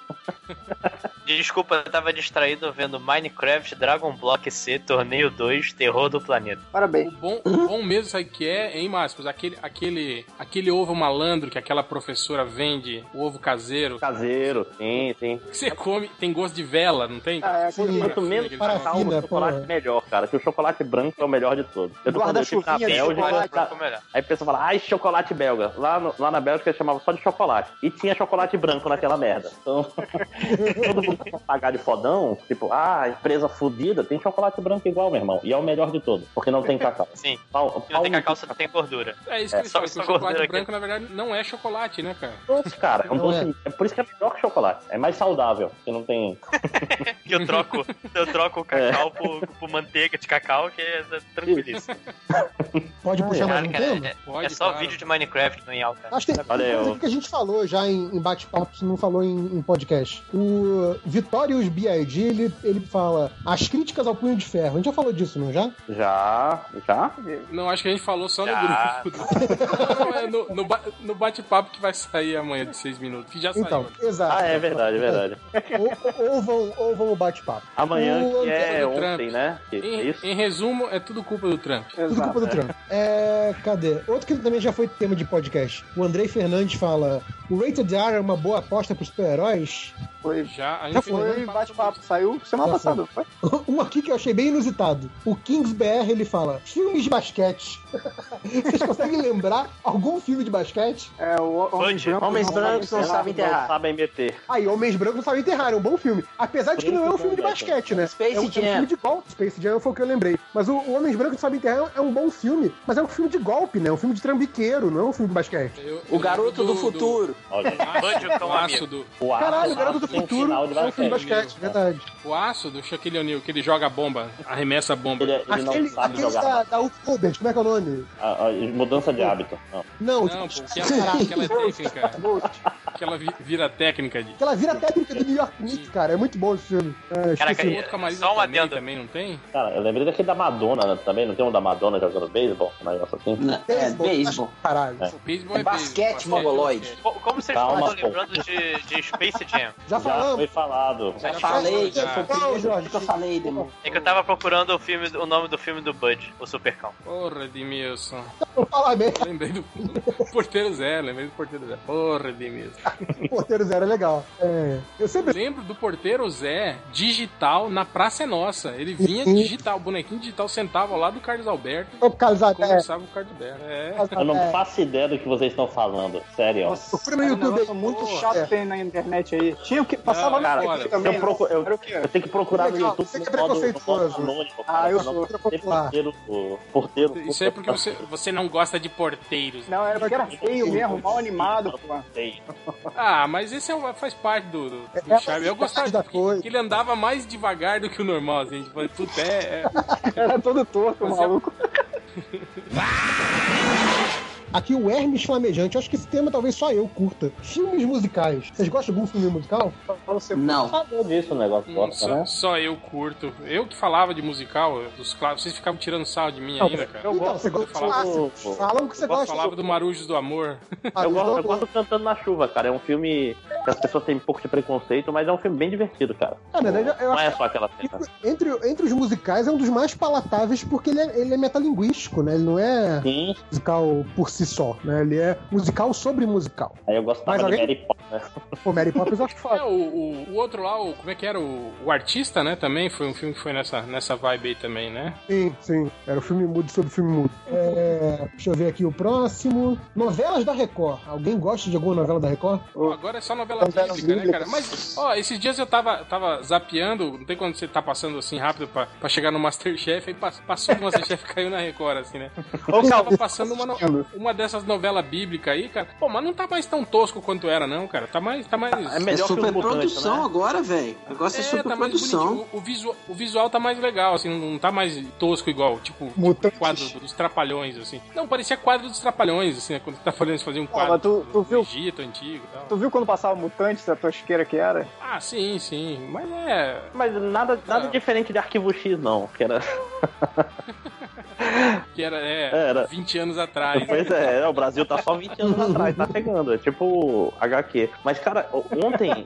S5: Desculpa, eu tava distraído vendo Minecraft, Dragon Block C, Torneio 2, Terror do Planeta.
S3: O
S6: Parabéns.
S3: bom, o bom mesmo, sabe o que é, hein, Márcio? Aquele, aquele, aquele ovo malandro que aquela professora vende, o ovo caseiro,
S2: Caseiro, sim, sim.
S3: que você come, tem gosto de vela, não tem?
S6: Ah, é,
S8: Sim.
S2: Quanto menos
S8: Parafina,
S2: catar o chocolate,
S8: pô.
S2: melhor, cara. Que o chocolate branco é o melhor de todos. Eu tô falando, eu tive na
S6: Guarda-chuvinha de
S2: Bélgica,
S6: chocolate.
S5: Pra
S2: tá-
S5: comer.
S2: aí a pessoa fala, ai, chocolate belga. Lá, no- lá na Bélgica chamava só de chocolate. E tinha chocolate branco naquela merda. Então, todo mundo quer pagar de fodão, tipo, ah, empresa fodida, tem chocolate branco igual, meu irmão. E é o melhor de todos, porque não tem cacau.
S5: Sim,
S2: Pau,
S5: não tem
S2: pau no tá
S5: cacau, só tem gordura.
S3: É isso que
S2: É,
S3: eles
S5: só-
S3: falam, que
S5: só
S3: o chocolate
S5: gordura aqui.
S3: branco, na verdade, não é chocolate, né, cara?
S2: doce, cara. É um
S8: Não
S2: doce. É. por isso que é melhor que chocolate. É mais saudável, porque não tem.
S5: Que eu troco, eu troco o cacau por, por manteiga de cacau, que é tranquilíssimo.
S8: Pode puxar mais
S5: Cara,
S8: um
S5: cara,
S8: tema?
S5: é,
S3: Pode,
S5: é só
S3: claro.
S5: vídeo de Minecraft no Yalka.
S8: Acho que tem
S2: Olha aí,
S8: tem coisa
S2: eu-
S8: que a gente falou já em, em bate-papo, que não falou em, em podcast. O, Vitórios B.I.G., ele, ele fala as críticas ao Punho de Ferro. A gente já falou disso, não já?
S2: Já, já?
S3: Não, acho que a gente falou só
S5: Já.
S3: no grupo. Não, é no, no, ba- no bate-papo que vai sair amanhã de seis minutos, que já saiu.
S8: Então, exato.
S2: Ah, é verdade, é verdade.
S8: Ou, ou vão, ou vão o bate-papo.
S2: Amanhã,
S8: O
S2: que é
S3: Antônio
S2: ontem,
S3: Trump.
S2: né? Que- é
S3: Em,
S2: isso?
S3: em resumo, é tudo culpa do Trump.
S8: Tudo culpa do Trump. É, cadê? Outro que também já foi tema de podcast. O Andrei Fernandes fala: o Rated R é uma boa aposta para super-heróis?
S6: Foi,
S3: Já, a
S8: Já
S3: gente fez
S6: foi
S3: um
S6: bate-papo, saiu semana
S8: Já foi.
S6: passada. Foi?
S8: Um aqui que eu achei bem inusitado. O Kings BR ele fala: filmes de basquete. Vocês conseguem lembrar algum filme de basquete?
S6: É, o Homens
S5: Bunch.
S6: Brancos.
S1: Homens brancos não sabem
S2: Não
S1: enterrar.
S2: sabem meter.
S8: Aí, Homens Brancos não sabem enterrar, é um bom filme. Apesar de que não é um filme de basquete, né?
S1: Space
S8: é um, é um
S1: Jam.
S8: filme de golpe. Space Jam foi o que eu lembrei. Mas o, o Homens Brancos não sabem enterrar é um bom filme, mas é um filme de golpe, né? É um filme de trambiqueiro, não é um filme de basquete.
S3: Eu-
S1: O
S3: eu
S1: garoto do
S3: lembro
S1: futuro.
S2: Olha,
S5: Bunch
S3: Aço,
S5: é um
S3: o aço
S5: amigo.
S3: do,
S2: o aço,
S8: Caralho, o
S2: o
S8: Garoto do
S2: aço tem um
S8: Futuro
S2: final de
S8: é um filme de
S2: basquete. né?
S8: basquete, verdade.
S3: o aço do Shaquille O'Neal, que ele joga a bomba, arremessa a bomba.
S2: Ele, ele não
S8: Aquele,
S2: sabe
S8: aquele
S2: jogar.
S8: da, da Ulf Rubens, como é que é o nome?
S2: Ah, ah, mudança de hábito. Não.
S8: Não, tipo,
S3: Não, pô, que ela, que ela é técnica. Que ela vi- vira técnica de.
S8: que ela vira técnica do New York Knicks, cara. É muito bom esse filme. É,
S5: Caraca,
S8: esqueci.
S5: é-
S3: Outro com a Marisa
S5: Só um
S3: Tomei
S5: adendo.
S3: também, não tem?
S2: Cara, eu lembrei daquele da Madonna né, também, não tem um da Madonna jogando beisebol? Um negócio assim?
S1: Não, É,
S8: Beisebol.
S1: beisebol.
S8: Caralho.
S2: É.
S3: O beisebol é,
S1: É basquete,
S3: beisebol,
S1: mongoloide.
S3: basquete.
S5: Co- Como vocês
S2: Calma,
S5: estão
S2: pô.
S5: lembrando de, de Space Jam?
S8: Já
S2: Já
S8: falamos.
S2: foi falado.
S1: Já
S3: Já
S1: falei,
S3: falou,
S1: já foi o
S3: já.
S8: Não,
S1: primeiro
S8: Jorge.
S1: que eu falei, demônio.
S5: É que eu tava procurando o, filme, o nome do filme do Bud, o Supercão.
S3: Porra, Edmilson.
S8: Vou falar bem.
S3: Lembrei do Porteiro Zero, lembrei do Porteiro Zero. Porra, Edmilson.
S8: Porteiro Zero é legal. É, eu sempre.
S3: Lembro do Porteiro Zé digital na Praça é Nossa. Ele vinha digital, bonequinho digital, sentava lá do Carlos Alberto.
S8: Ô, Carlos
S3: e
S8: Alberto.
S3: Conversava com o Carlos Alberto. É.
S8: Carlos
S2: Eu não
S8: Alberto.
S2: faço ideia do que vocês estão falando. Sério.
S8: Procura no YouTube
S6: É um negócio
S8: aí.
S6: muito
S8: Porra,
S6: chato
S8: é.
S6: que tem na internet aí. Tinha o que passava
S3: Não,
S6: na
S3: cara,
S6: TV
S3: se
S6: também. né?
S2: eu procu- eu-
S6: Era o quê?
S2: Eu tenho que procurar no
S8: Legal,
S2: YouTube.
S8: você que é
S2: no modo- no modo
S8: preconceituoso.
S2: anônimo,
S6: Ah, eu
S2: pra não
S6: sou
S8: ultra
S2: ter
S8: popular.
S2: Porteiro, o porteiro.
S3: Isso é porque você, você não gosta de porteiros. né?
S6: Não, era porque era assim. feio mesmo, mal animado, pô.
S2: Sei.
S3: Ah, mas esse é, o- faz parte do, do, do
S8: É a
S3: charme. Eu gostava
S8: da
S3: que-
S8: coisa.
S3: que ele andava mais devagar do que o normal, assim. Tipo, puta, é, é-
S6: Era todo torto, o
S3: Mas eu-
S6: maluco.
S8: é, Aqui o Hermes Flamejante. Eu acho que esse tema talvez só eu curta. Filmes musicais. Vocês gostam de algum filme musical?
S1: Não.
S2: Sabia disso o negócio,
S3: Hum,
S2: gosta,
S3: só,
S2: né?
S3: só eu curto. Eu que falava de musical, eu- dos clássicos, vocês ficavam tirando sarro de mim ainda, cara.
S2: Eu
S8: então,
S2: gosto
S8: você
S2: quando
S8: gosta de
S2: falava do-
S8: clássicos. Fala o que você
S3: Eu
S8: gosta.
S3: falava do Marujos do Amor.
S8: Ah,
S2: Eu gosto, eu
S8: então,
S2: gosto do Cantando na Chuva, cara. É um filme que as pessoas têm um pouco de preconceito, mas é um filme bem divertido, cara.
S8: Ah, na verdade, eu
S2: não é
S8: acho-
S2: só aquela cena.
S8: Entre, entre os musicais é um dos mais palatáveis porque ele é, ele é metalinguístico, né? Ele não é
S2: Sim,
S8: musical por si só, né? Ele é musical sobre musical.
S2: aí eu gosto
S8: Mas
S2: de
S8: alguém-
S2: Mary Poppins, né?
S8: Pô, Mary Poppins eu acho
S3: É,
S8: foda.
S3: o, o, o outro lá, o, como é que era? O, o Artista, né? Também foi um filme que foi nessa, nessa vibe aí também, né?
S8: Sim, sim. Era o filme mudo sobre o filme mudo. É, deixa eu ver aqui o próximo. Novelas da Record. Alguém gosta de alguma novela da Record?
S3: Agora é só novela
S8: Novela
S3: bíblica, né,
S8: bíblica.
S3: cara? Mas, ó, esses dias eu tava, tava zapeando, não tem quando você tá passando assim rápido pra, pra chegar no Masterchef, aí pass- passou do Masterchef e caiu na Record, assim, né? Eu tava passando uma, no- uma dessas novelas bíblicas aí, cara. Pô, mas não tá mais tão tosco quanto era, não, cara. Tá mais. Tá mais...
S2: É
S1: É
S2: melhor que
S1: super
S2: o Mutante,
S1: produção
S2: né?
S1: agora, velho. O negócio é, super
S3: tá mais
S1: produção.
S3: bonitinho. O, o visual, o visual tá mais legal, assim, não tá mais tosco igual, tipo, tipo
S8: Mutantes.
S3: quadro dos trapalhões, assim. Não, parecia quadro dos trapalhões, assim, né? Quando os trapalhões faziam um quadro
S6: mas tu-
S3: do,
S6: tu
S3: do
S6: viu?
S3: Egito antigo e
S6: Tu
S3: tal.
S6: viu quando passava o mutante, a tosqueira que era?
S3: Ah, sim, sim. Mas é.
S2: Mas nada, nada diferente de Arquivo X, não. Que era...
S3: Que era, é,
S2: Era.
S3: 20 anos atrás.
S2: Pois é, o Brasil tá só 20 anos atrás, tá chegando. É tipo HQ. Mas, cara, ontem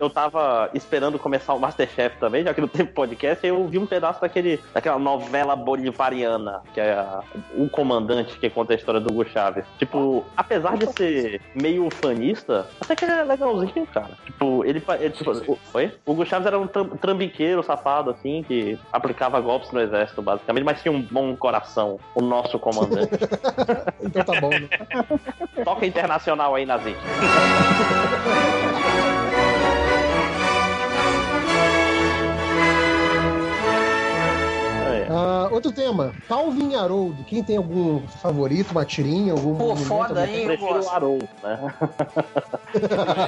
S2: eu tava esperando começar o Masterchef também, já que não teve podcast, e eu vi um pedaço daquele, daquela novela bolivariana, que é a- o comandante que conta a história do Hugo Chávez. Tipo, apesar de ser meio fanista, até que ele é legalzinho, cara. Tipo, ele. pa- ele tipo, o- oi? O Hugo Chávez era um tram- trambiqueiro safado, assim, que aplicava golpes no exército, basicamente, mas tinha um bom coração, o nosso comandante.
S8: Então tá bom, né?
S2: Toca internacional aí, Nazik. É.
S8: Ah, outro tema. Calvin e Haroldo. Quem tem algum favorito, uma tirinha, algum.
S1: Pô,
S8: monumento,
S1: foda,
S8: algum-
S1: hein? Eu
S2: Prefiro o
S1: gosto.
S2: Haroldo, né?
S3: né?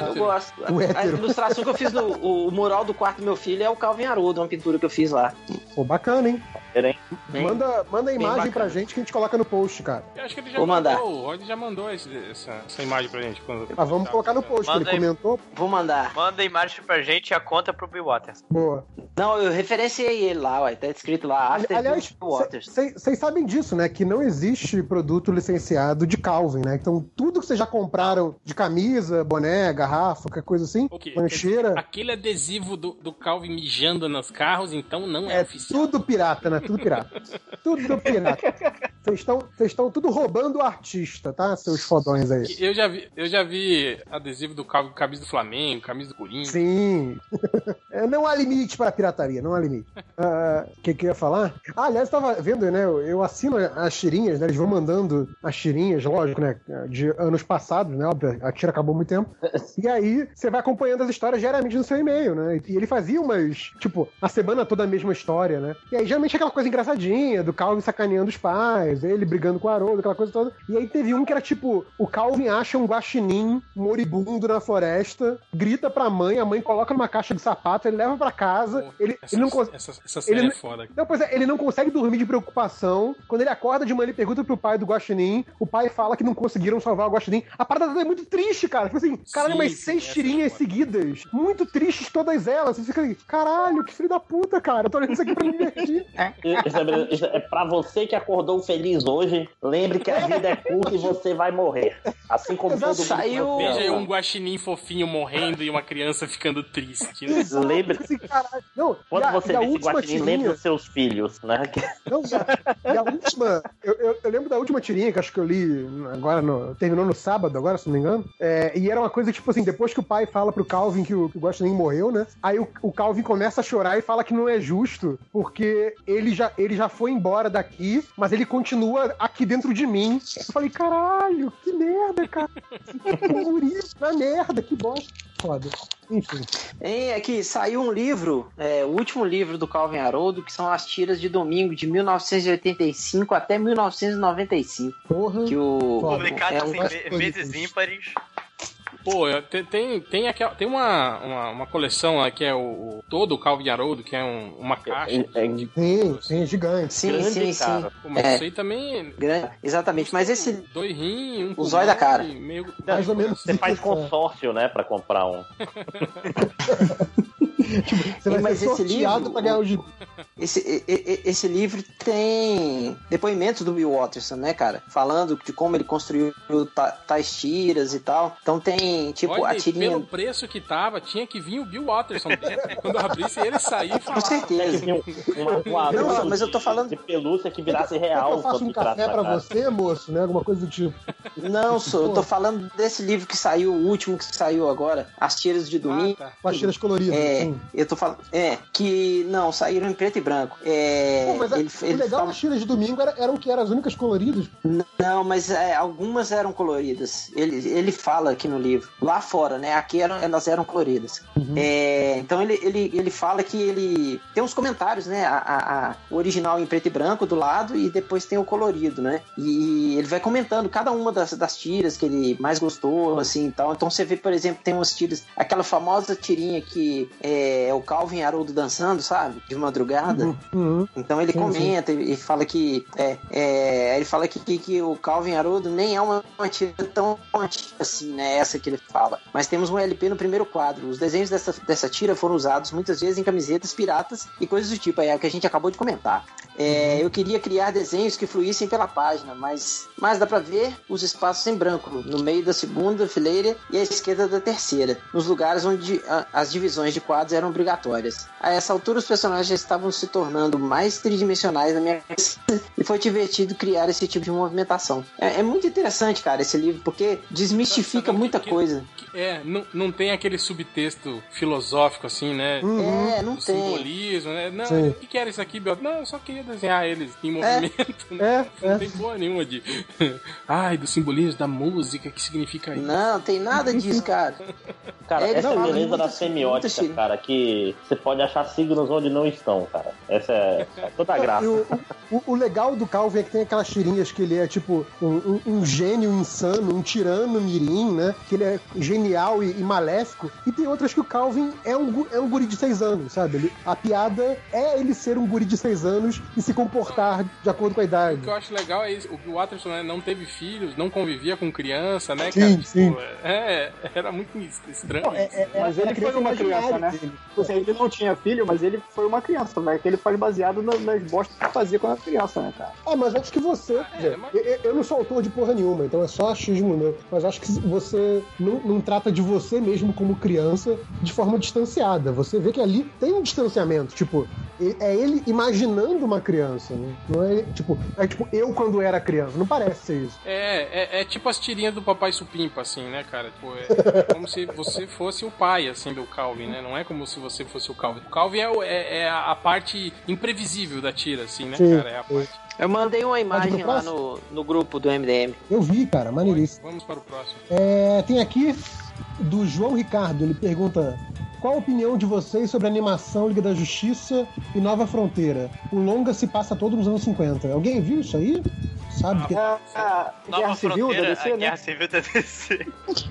S1: Eu gosto.
S8: O
S1: A
S8: hétero.
S1: ilustração que eu fiz no o mural do quarto do meu filho é o Calvin Haroldo, uma pintura que eu fiz lá.
S8: Pô, bacana, hein?
S2: Era, hein?
S9: Bem-
S8: Manda, manda a imagem
S9: bacana.
S8: pra gente que a gente coloca no post, cara.
S3: Eu acho que ele já
S9: Vou mandar.
S3: mandou. O Rod já mandou esse- essa, essa imagem pra gente. Quando... tá
S8: Ah, vamos colocar no post, que
S5: Manda
S8: ele
S5: aí.
S8: comentou.
S9: Vou mandar.
S5: Manda a imagem pra gente e a conta pro Bill Waters.
S8: Boa.
S9: Não, eu referenciei ele lá, ué. Tá escrito
S1: Ah,
S9: lá, After
S8: Aliás,
S9: Bill Waters.
S8: vocês sabem disso, né? Que não existe produto licenciado de Calvin, né? Então, tudo que vocês já compraram de camisa, boné, garrafa, qualquer coisa assim,
S3: O quê?
S8: mancheira,
S3: Aquele adesivo do, do Calvin mijando nos carros, então não é,
S8: é
S3: oficial.
S8: tudo pirata, né? Tudo pirata. tudo pirata. Vocês estão- vocês estão tudo roubando o artista, tá? Seus fodões aí.
S3: Eu já, vi, eu já vi adesivo do Calvin com camisa do Flamengo, camisa do Corinthians.
S8: Sim. É, não há limite para a pirataria, não há limite. Ah, O que, que eu ia falar? Ah, aliás, eu tava vendo, né? Eu, eu assino as tirinhas, né? Eles vão mandando as tirinhas, lógico, né? De anos passados, né? Óbvio, a tira acabou há muito tempo. E aí, você vai acompanhando as histórias geralmente no seu e-mail, né? E ele fazia umas, tipo, a semana toda a mesma história, né? E aí, geralmente, aquela coisa engraçadinha, do Calvin sacaneando os pais, ele brigando com o Haroldo, aquela coisa toda. E aí teve um que era tipo, o Calvin acha um guaxinim moribundo na floresta, grita pra mãe, a mãe coloca numa caixa de sapato, ele leva pra casa,
S3: Pô,
S8: ele,
S3: Essa,
S8: ele não consegue...
S3: essa, essa série
S8: ele
S3: é foda.
S8: Não, pois é, ele não consegue dormir de preocupação. Quando ele acorda de manhã, ele pergunta pro pai do Guaxinim. O pai fala que não conseguiram salvar o Guaxinim. A parada toda é muito triste, cara. Tipo assim, caralho,
S3: Sim,
S8: umas
S3: sim,
S8: seis
S3: essa
S8: tirinhas
S3: é foda.
S8: seguidas. Muito tristes todas elas. Você fica assim, caralho, que filho da puta, cara. Eu tô olhando isso aqui pra me divertir.
S2: Isso é, isso é pra você que acordou feliz hoje, lembre que a vida é curta e você vai morrer. Assim como todo
S8: Exato,
S2: mundo.
S9: saiu-
S2: vai
S3: Veja aí
S2: morrer.
S3: um guaxinim fofinho morrendo e uma criança ficando triste. né?
S2: Lembre-
S8: Assim, caralho. Não,
S2: Quando
S8: e a-
S2: você
S8: e a
S2: vê esse
S8: última
S2: guaxinim,
S8: tirinha-
S2: lembre dos seus filhos, né? Que-
S8: Não, e a, e a última. Eu, eu- eu lembro da última tirinha que acho que eu li agora, no- terminou no sábado, agora, se não me engano. É, e era uma coisa tipo assim: depois que o pai fala pro Calvin que o, que o Guaxinim morreu, né? Aí o, o Calvin começa a chorar e fala que não é justo, porque ele já, ele já foi embora daqui, mas ele continua aqui dentro de mim. Eu falei: caralho, que merda, cara. Um guri na merda, que bosta. Foda. Enfim.
S9: Hein, aqui saiu um livro, é, o último livro do Calvin Haroldo, que são as tiras de domingo de 1985 até 1995.
S8: Porra.
S9: Que o.
S8: Foda.
S5: Publicado
S9: é um-
S5: assim, me-
S8: coisas.
S5: meses ímpares.
S3: Pô, eu- tem, tem, tem, aquela- tem uma, uma, uma coleção lá que é o, o- todo o Calvin Haroldo, que é um- uma caixa.
S2: É- é-
S8: Sim, sim, gigante.
S9: Sim,
S2: grande,
S9: sim, sim.
S2: cara.
S3: Pô, mas
S9: é.
S3: isso aí também.
S9: Grande- Exatamente, mas esse
S3: Dois rins, um.
S9: O
S3: pulmão
S9: zóio da cara.
S3: e Meio...
S8: Mais ou menos.
S2: Você faz consórcio, né, pra comprar um.
S8: Você vai
S9: Mas
S8: ser
S9: esse
S8: sorteado
S9: livro-
S8: pra ganhar o gibi.
S9: Esse, e- e- esse livro tem depoimentos do Bill Watterson, né, cara? Falando de como ele construiu ta- tais tiras e tal. Então tem, tipo,
S3: Olha,
S9: a
S3: e
S9: tirinha.
S3: pelo preço que tava, tinha que vir o Bill Watterson dentro. Quando eu abrisse, ele saía e
S9: Com
S3: falava.
S9: certeza.
S2: um, Uma, uma
S9: Não,
S2: uma-
S9: mas eu tô falando-
S2: De pelúcia que virasse
S8: Quer que
S2: real.
S8: eu faço
S2: sobre
S8: um
S2: É traço
S8: café
S2: da
S8: pra
S2: cara.
S8: você, moço, né? Alguma coisa do tipo.
S9: Não, sou, eu tô falando desse livro que saiu, o último que saiu agora, As Tiras de
S3: Ah,
S9: Domingo.
S3: tá.
S8: Com as tiras coloridas.
S9: É,
S8: assim.
S9: eu tô falando. É, que. Não, saíram em preto e branco. É.
S8: Pô, mas a-
S9: ele-
S8: o
S9: ele
S8: legal
S9: fala-
S8: das tiras de domingo era- eram que eram as únicas coloridas.
S9: Não, mas é, algumas eram coloridas. Ele, ele fala aqui no livro. Lá fora, né? Aqui eram- elas eram coloridas. É, então ele, ele, ele fala que ele. Tem uns comentários, né? A, a- a- o original em preto e branco do lado e depois tem o colorido, né? E ele vai comentando cada uma das, das tiras que ele mais gostou, assim e tal. Então você vê, por exemplo, tem umas tiras. Aquela famosa tirinha que é, o Calvin Haroldo dançando, sabe? De
S8: Uhum.
S9: madrugada. Então ele
S8: Sim,
S9: comenta e e fala que é, é, ele fala que, que, que o Calvin Haroldo nem é uma, uma tira tão antiga assim, né? Essa que ele fala. Mas temos um LP no primeiro quadro. Os desenhos dessa, dessa tira foram usados muitas vezes em camisetas piratas e coisas do tipo. É o que a gente acabou de comentar. É, eu queria criar desenhos que fluíssem pela página, mas, mas dá pra ver os espaços em branco, no meio da segunda fileira e à esquerda da terceira, nos lugares onde ah, as divisões de quadros eram obrigatórias. A essa altura, os personagens já estavam se tornando mais tridimensionais na minha cabeça e foi divertido criar esse tipo de movimentação. É, é muito interessante, cara, esse livro, porque desmistifica
S3: Sabe o que-
S9: muita
S3: que-
S9: coisa.
S3: Que- É, não, não tem aquele subtexto filosófico assim, né?
S8: Uhum.
S9: É, não
S3: Do
S9: tem.
S3: simbolismo, né? Não,
S8: Sim.
S3: o que, que era isso aqui, Bel? Não, eu só queria desenhar eles
S9: É.
S3: em movimento. né?
S8: É,
S3: Não
S8: é.
S3: tem porra nenhuma de. Ai, do simbolismo da música, que significa isso?
S9: Não, tem nada disso, cara.
S2: Cara,
S9: Ele
S2: essa é
S9: fala
S2: beleza
S9: muitas-
S2: da
S9: muitas
S2: semiótica,
S9: coisas.
S2: cara, que você pode achar signos onde não estão, cara. Essa é, é toda a
S8: E
S2: graça.
S8: o, o- o legal do Calvin é que tem aquelas tirinhas que ele é tipo um, um- um gênio insano, um tirano mirim, né? Que ele é genial e, e maléfico. E tem outras que o Calvin é um, gu- é um guri de seis anos, sabe? Ele- a piada é ele ser um guri de seis anos e se comportar de acordo com a idade.
S3: O que eu acho legal é isso, o que o Watterson né, não teve filhos, não convivia com criança, né, cara?
S8: Sim, sim.
S3: Pô, É, era muito estranho.
S6: É, é, é,
S2: Mas
S6: mas
S2: ele
S6: ele foi uma criança, né? Tipo assim, ele não tinha filho, mas ele foi uma criança, velho. Que ele faz baseado na- nas bostas que fazia quando era criança, né, cara?
S8: Ah, mas acho que você.
S3: Ah, é,
S8: quer dizer,
S3: mas-
S8: eu- eu, eu não sou autor de porra nenhuma, então é só achismo meu. Mas acho que você não, não trata de você mesmo como criança de forma distanciada. Você vê que ali tem um distanciamento. Tipo, e- é ele imaginando uma criança, né? Não é tipo, é tipo eu quando era criança. Não parece ser isso.
S3: É, é, é tipo as tirinhas do Papai Supimpa, assim, né, cara? Tipo, é como se você fosse o pai, assim, do Calvin, né? Não é como se você fosse o Calvin. O Calvin é, o- é- é a a parte imprevisível da tira, assim, né,
S8: Sim.
S3: cara? É a parte.
S9: Eu mandei uma imagem
S8: pro
S9: lá no, no grupo do MDM.
S8: Eu vi, cara, maneiríssimo.
S3: Vamos para o próximo.
S8: É, tem aqui do João Ricardo, ele pergunta. Qual a opinião de vocês sobre a animação Liga da Justiça e Nova Fronteira? O longa se passa todo nos anos 50. Alguém viu isso aí? Sabe?
S5: Ah,
S8: que-
S6: A, a
S5: Nova
S6: É, Guerra Civil da
S5: Fronteira,
S6: DC,
S5: a
S6: né?
S5: Guerra Civil da DC.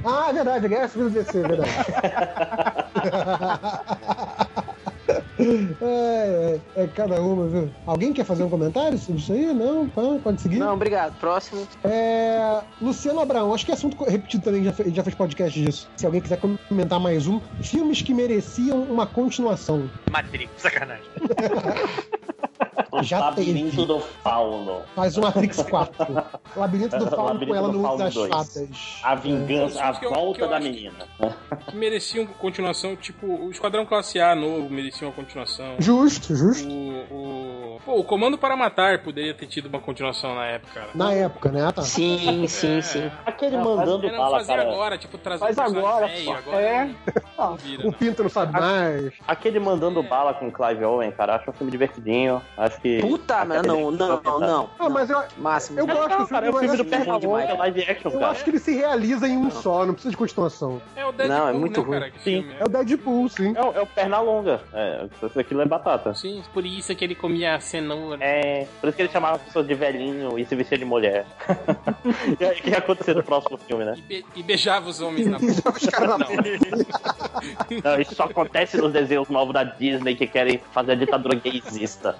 S8: Ah, é verdade, a Guerra Civil do DC, é verdade. é, é, é cada uma, viu? Alguém quer fazer um comentário sobre isso aí? Não? Pã, Pode seguir?
S9: Não, obrigado. Próximo.
S8: É, Luciano Abraão, acho que é assunto co- repetido também, já fe- já fez podcast disso. Se alguém quiser comentar mais um, filmes que mereciam uma continuação.
S5: Matrix, sacanagem.
S8: Já
S2: Um Labirinto
S8: teve.
S2: do Fauno.
S8: Faz um Matrix 4. Labirinto do Fauno com
S2: Um Labirinto
S8: ela
S2: do
S8: no Uso
S2: Fauno
S8: das
S2: dois.
S8: Fatas.
S2: A vingança, a
S3: Que eu- que
S2: volta
S3: eu
S2: da
S3: acho que-
S2: menina.
S3: Que mereciam continuação, tipo, o Esquadrão Classe A novo merecia uma continuação.
S8: Justo, justo.
S3: O, o... Pô, o Comando para Matar poderia ter tido uma continuação na época, cara. É,
S8: Na época, né? Ah, tá.
S9: Sim, sim, sim.
S2: Aquele
S6: Não,
S2: mandando
S3: Era
S2: bala,
S3: fazer
S2: cara.
S3: agora, tipo, trazer
S6: Faz
S3: um personagem
S6: agora,
S3: velho,
S6: só.
S3: agora
S6: É.
S3: não- não vira,
S8: O
S3: não.
S8: Pinto não sabe mais.
S2: Aquele mandando bala com Clive Owen, cara. Acho um filme divertidinho. Acho que.
S9: Puta, mas não, não, não, não.
S8: Ah, mas eu,
S9: Máximo.
S8: eu gosto do
S2: Não, cara, é o
S8: filme, mas
S2: filme do
S8: acho que-
S9: Pernalonga,
S2: Pernalonga, é live action,
S8: eu
S2: cara.
S8: acho que ele se realiza em um só, não precisa de continuação.
S3: É o Deadpool,
S9: Não, é muito
S3: né,
S9: ruim.
S3: cara, que
S2: Sim.
S3: filme é.
S8: É o Deadpool, sim.
S2: É, o- é o Pernalonga. É, isso- aquilo é batata.
S3: Sim, por isso que ele comia cenoura.
S2: É, por isso que ele chamava as pessoas de velhinho e se vestia de mulher. E aí, o que ia acontecer no próximo filme, né?
S3: E, be- e beijava os homens na boca.
S8: Os caras na-
S2: Não, isso só acontece nos desenhos novos da Disney que querem fazer a ditadura gaysista.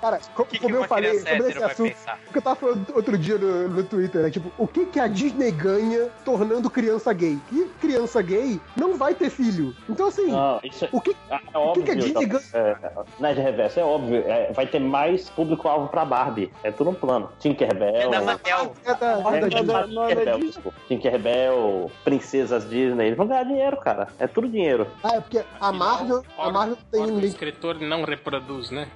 S8: Cara, co-
S5: O que, que
S8: como eu
S5: uma
S8: falei
S5: criança
S8: sobre
S5: hétero
S8: esse
S5: vai
S8: assunto,
S5: pensar?
S8: o que eu tava falando outro dia no, no Twitter, né? Tipo, o que, que a Disney ganha tornando criança gay? Que criança gay não vai ter filho. Então, assim,
S2: Não, isso é,
S8: o que.
S2: é
S8: O que
S2: óbvio.
S8: que a Disney
S2: tá- é, não é de reverso, é óbvio. É, vai ter mais público-alvo pra Barbie. É tudo um plano.
S5: É
S2: Tinkerbell.
S5: da Mattel.
S8: É da,
S2: É,
S8: da
S2: é
S8: Disney.
S2: da-
S6: não é da
S2: Tinkerbell,
S6: Disney?
S2: desculpa. Tinkerbell, princesas Disney, eles vão ganhar dinheiro, cara. É tudo dinheiro.
S8: Ah, é porque a Marvel, a Marvel tem
S3: Ora,
S8: um
S3: o
S8: link. É.
S3: escritor não reproduz, né?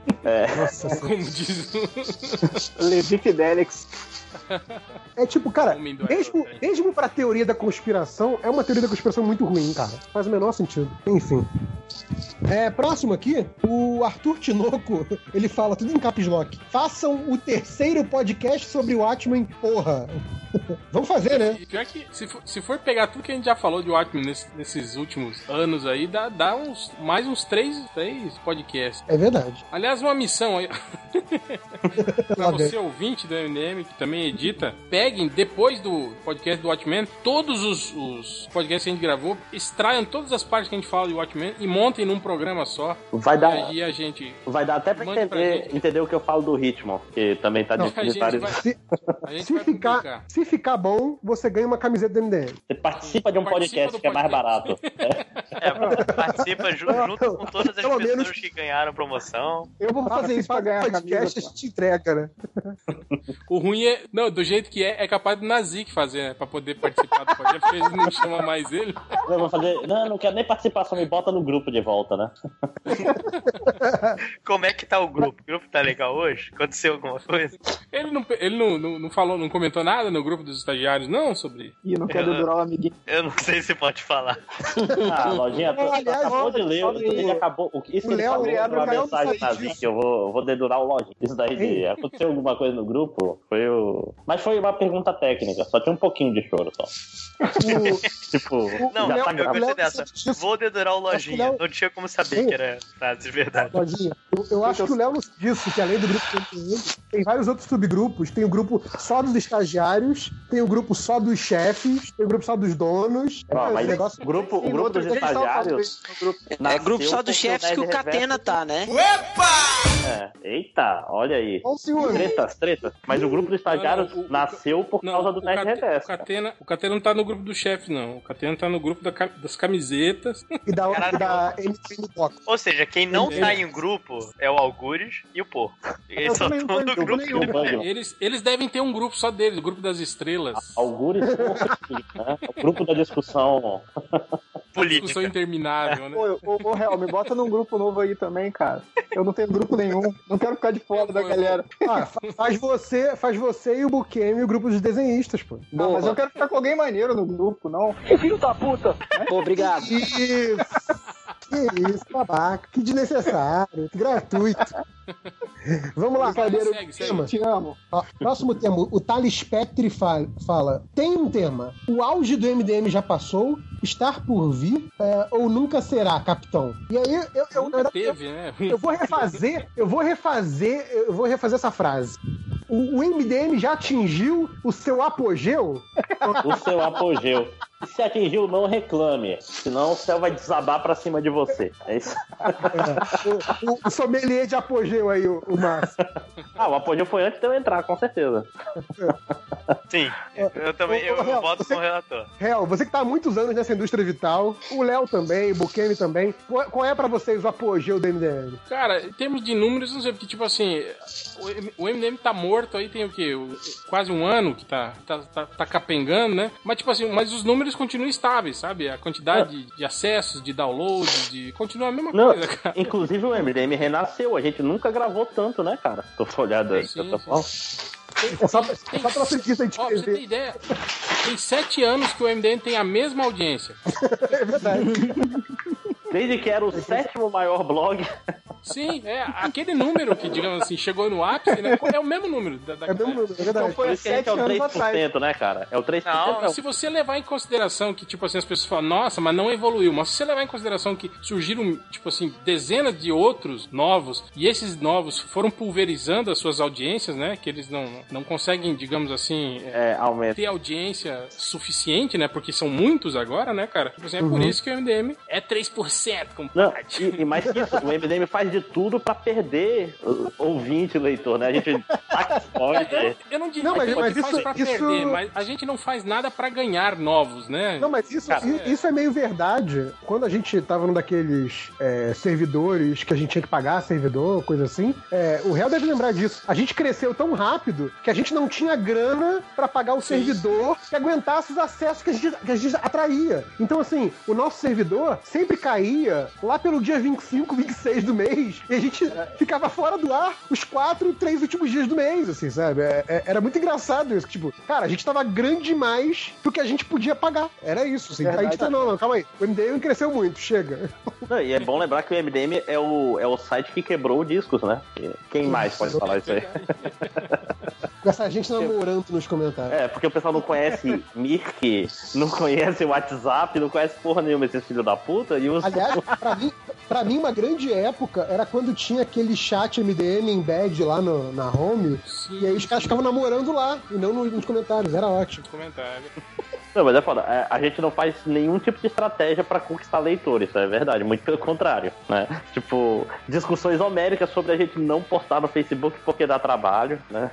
S8: Nossa,
S3: Como diz o
S6: Levi Fidelix.
S8: é tipo, cara,
S3: homem do
S8: mesmo,
S3: Arrow, né?
S8: mesmo pra teoria da conspiração, é uma teoria da conspiração muito ruim, cara. Faz o menor sentido. Enfim. É, próximo aqui, o Arthur Tinoco, ele fala tudo em caps lock. Façam o terceiro podcast sobre o Watchmen, porra. Vamos fazer, né?
S3: E pior que, se for, se for pegar tudo que a gente já falou de Watchmen nesse- nesses últimos anos aí, dá, dá uns, mais uns três, três podcasts.
S8: É verdade.
S3: Aliás, uma missão aí, pra
S8: Lá vem.
S3: você ouvinte do MDM, que também edita, peguem, depois do podcast do Watchmen, todos os, os podcasts que a gente gravou, extraiam todas as partes que a gente fala de Watchmen e montem num programa só.
S2: Vai
S3: E
S2: dar,
S3: aí a gente,
S2: vai dar até pra
S3: Mande pra
S2: entender,
S3: gente.
S2: entender o que eu falo do ritmo, que também tá
S3: Não,
S2: difícil.
S3: a gente
S2: tá?
S3: vai-
S8: Se,
S3: a gente
S8: se
S3: vai publicar.
S8: ficar, se ficar bom, você ganha uma camiseta do MDM.
S2: Você participa de um
S3: Participa do
S2: podcast que é mais barato.
S5: É, participa ju- junto com todas as
S8: Pelo
S5: pessoas
S8: menos-
S5: que ganharam promoção.
S8: Eu vou
S6: Cara,
S8: fazer isso
S6: pra
S8: pra
S6: ganhar
S8: ganhar
S6: a
S8: podcast, a
S6: camisa, pô.
S8: gente entrega, né?
S3: O ruim é. Não, do jeito que é, é capaz do Nazik fazer, né? Pra poder participar do podcast, porque ele não chama mais ele.
S2: Eu vou fazer. Não, não quero nem participação, me bota no grupo de volta, né?
S5: Como é que tá o grupo? O grupo tá legal hoje? Aconteceu alguma coisa?
S3: Ele não, ele não, não, não falou, não comentou nada no grupo dos estagiários, não, sobre.
S6: Ih, não quero durar o amiguinho.
S5: Eu não sei se pode falar.
S2: Ah, lojinha, tu, tu
S8: Aliás,
S2: acabou de ler,
S6: olha aí.
S2: ele acabou. o que- Isso
S8: O
S2: que ele
S8: Léo
S2: falou
S8: Adriano
S2: uma
S8: caiu
S2: mensagem
S8: no
S2: pra
S8: site.
S2: mim, que eu vou, eu vou dedurar o lojinha. Isso daí de, aconteceu alguma coisa no grupo, foi o. Mas foi uma pergunta técnica, só tinha um pouquinho de choro só. tipo,
S5: Não,
S2: já
S5: eu
S2: tá
S5: gostei
S2: gravado.
S5: dessa. Vou dedurar o lojinha.
S8: Léo-
S5: Não tinha como saber que era frase de verdade.
S8: Lojinha, eu, eu acho que o Léo não sabe disso, que além do grupo que tem ele, tem vários outros subgrupos. Tem o grupo só dos estagiários, tem o grupo só dos chefes, tem o grupo só dos donos.
S2: Ó,
S8: Esse
S2: mas
S8: negócio- é
S2: o grupo, o
S6: Tem
S2: grupo
S6: outro
S2: dos
S6: que eles estavam
S2: estagiários.
S6: fazendo isso no grupo.
S9: É grupo
S2: nasceu
S9: só
S2: com
S1: tá?
S9: dos chefes que o
S2: Nerd Reverso.
S9: Catena tá, né?
S2: É, eita, olha aí.
S8: Olha o senhor.
S2: Tretas, tretas. Mas o grupo dos estagiários
S3: Não, não, o-
S2: nasceu por causa do
S3: o Cat-
S2: Nerd
S3: o
S2: Reverso. cara.
S3: Catena, o Catena não tá no grupo do chefe, não. O Catena tá no grupo da ca- das camisetas.
S8: E da,
S5: Caralho.
S8: e da MCN Box.
S5: Ou seja, quem não
S3: Entendeu?
S5: tá em grupo é o Algures e o Porco. Eles só
S6: também não tô
S5: estão
S6: em
S5: no
S6: grupo
S5: grupo.
S6: nenhum.
S2: O Bangman.
S3: Eles, eles devem ter um grupo só deles, o grupo das
S2: Ah,
S3: estrelas.
S2: Algures, né? o grupo da discussão.
S3: Discussão
S5: política.
S3: interminável, né?
S6: Ô, ô, ô, Real, me bota num grupo novo aí também, cara. Eu não tenho grupo nenhum. Não quero ficar de fora da galera.
S8: Ah, fa- faz você, faz você e o Buquemi e o grupo dos desenhistas, pô.
S6: Ah, mas eu quero ficar com alguém maneiro no grupo, não.
S9: Pô, obrigado.
S8: Que isso, que isso, babaca. Que desnecessário, que gratuito. Vamos lá,
S3: Brincadeira, Segue, segue.
S8: tema.
S6: Te amo.
S8: Ó, Próximo tema. O Thales Petri fa- fala: tem um tema. O auge do MDM já passou, estar por vir é, ou nunca será, capitão? E aí, eu, eu,
S3: Nunca
S8: eu-
S3: teve, né?
S8: eu vou refazer, eu vou refazer, eu vou refazer essa frase. O, o MDM já atingiu o seu apogeu?
S2: o seu apogeu. E Se atingiu, não reclame. Senão o céu vai desabar pra cima de você. É isso.
S8: O, o, o sommelier de apogeu aí, o, o Márcio.
S2: Ah, o apogeu foi antes de eu entrar, com certeza.
S5: Sim. Eu também
S8: Ô, ô,
S5: eu
S8: Real,
S5: voto
S8: você-
S5: com o relator.
S8: Real, você que tá há muitos anos nessa indústria vital, o Léo também, o Bukemi também, qual, qual é pra vocês o apogeu do MDM?
S3: Cara, em termos de números, não sei, porque, tipo assim, o M- o MDM tá morto aí, tem o quê? O- Quase um ano que tá, tá, tá, tá capengando, né? Mas, tipo assim, mas os números continuam estáveis, sabe? A quantidade de, de acessos, de downloads, de. continua a mesma
S2: Não,
S3: coisa, cara.
S2: inclusive o MDM renasceu. A gente nunca gravou tanto, né, cara? Tô folhado aí.
S3: Sim,
S2: eu tô
S3: sim.
S2: falando.
S8: É só, é só pra seguir sem te
S3: Ó, pra você ter
S8: perder.
S3: ideia, tem sete anos que o MDM tem a mesma audiência.
S8: É verdade.
S2: Desde que era o sétimo maior blog.
S3: Sim, é aquele número que, digamos assim, chegou no ápice, né? É o mesmo número. Da, da-
S8: É o mesmo número, é
S6: Então
S8: verdade.
S6: foi
S2: Por
S6: há
S2: isso que a gente
S6: sete
S2: é o
S6: anos atrás.
S2: 3%, né, cara? É o 3%.
S5: Não,
S3: Se você levar em consideração que, tipo assim, as pessoas falam, nossa, mas não evoluiu. Mas se você levar em consideração que surgiram, tipo assim, dezenas de outros novos, e esses novos foram pulverizando as suas audiências, né? Que eles não, não conseguem, digamos assim, é,
S2: É, aumenta.
S3: ter audiência suficiente, né? Porque são muitos agora, né, cara? Tipo assim, é
S8: Uhum.
S3: por isso que o MDM é 3%,
S2: Não,
S3: compadre.
S2: e, e mais que isso, o MDM faz de tudo pra perder o- ouvinte, leitor, né? A gente taca spoiler.
S3: Eu não diria
S8: Não, mas-
S3: que
S8: mas
S3: faz
S8: isso-
S3: pra
S8: isso-
S3: perder, mas a gente não faz nada pra ganhar novos, né?
S8: Não, mas isso,
S2: Cara,
S8: i- isso é meio verdade. Quando a gente tava num daqueles é, servidores que a gente tinha que pagar servidor, coisa assim, é, o réu deve lembrar disso. A gente cresceu tão rápido que a gente não tinha grana pra pagar o servidor que aguentasse os acessos que a, gente, que a gente atraía. Então, assim, o nosso servidor sempre caía lá pelo dia 25, 26 do mês e a gente eh, ficava fora do ar os quatro, três últimos dias do mês, assim, sabe? É- é- era muito engraçado isso. que, Tipo, cara, a gente tava grande demais do que a gente podia pagar. Era isso, assim. Aí a gente falou, não, não, calma aí. O MDM cresceu muito, chega.
S2: Não, e é bom lembrar que o MDM é o, é o site que quebrou o discos, né? Quem mais pode falar isso aí?
S8: Com essa gente namorando nos comentários.
S2: É, porque o pessoal não conhece Mirk, não conhece WhatsApp, não conhece porra nenhuma esses filhos da puta. E os...
S8: Aliás, pra mim, pra mim, uma grande época era quando tinha aquele chat MDM em bed lá no- na home.
S3: Sim,
S8: E aí os caras ficavam namorando lá e não no- nos comentários. Era ótimo.
S3: comentário.
S2: Não, mas é foda. é, A gente não faz nenhum tipo de estratégia pra conquistar leitores, isso é verdade. Muito pelo contrário, né? Tipo, discussões homéricas sobre a gente não postar no Facebook porque dá trabalho, né?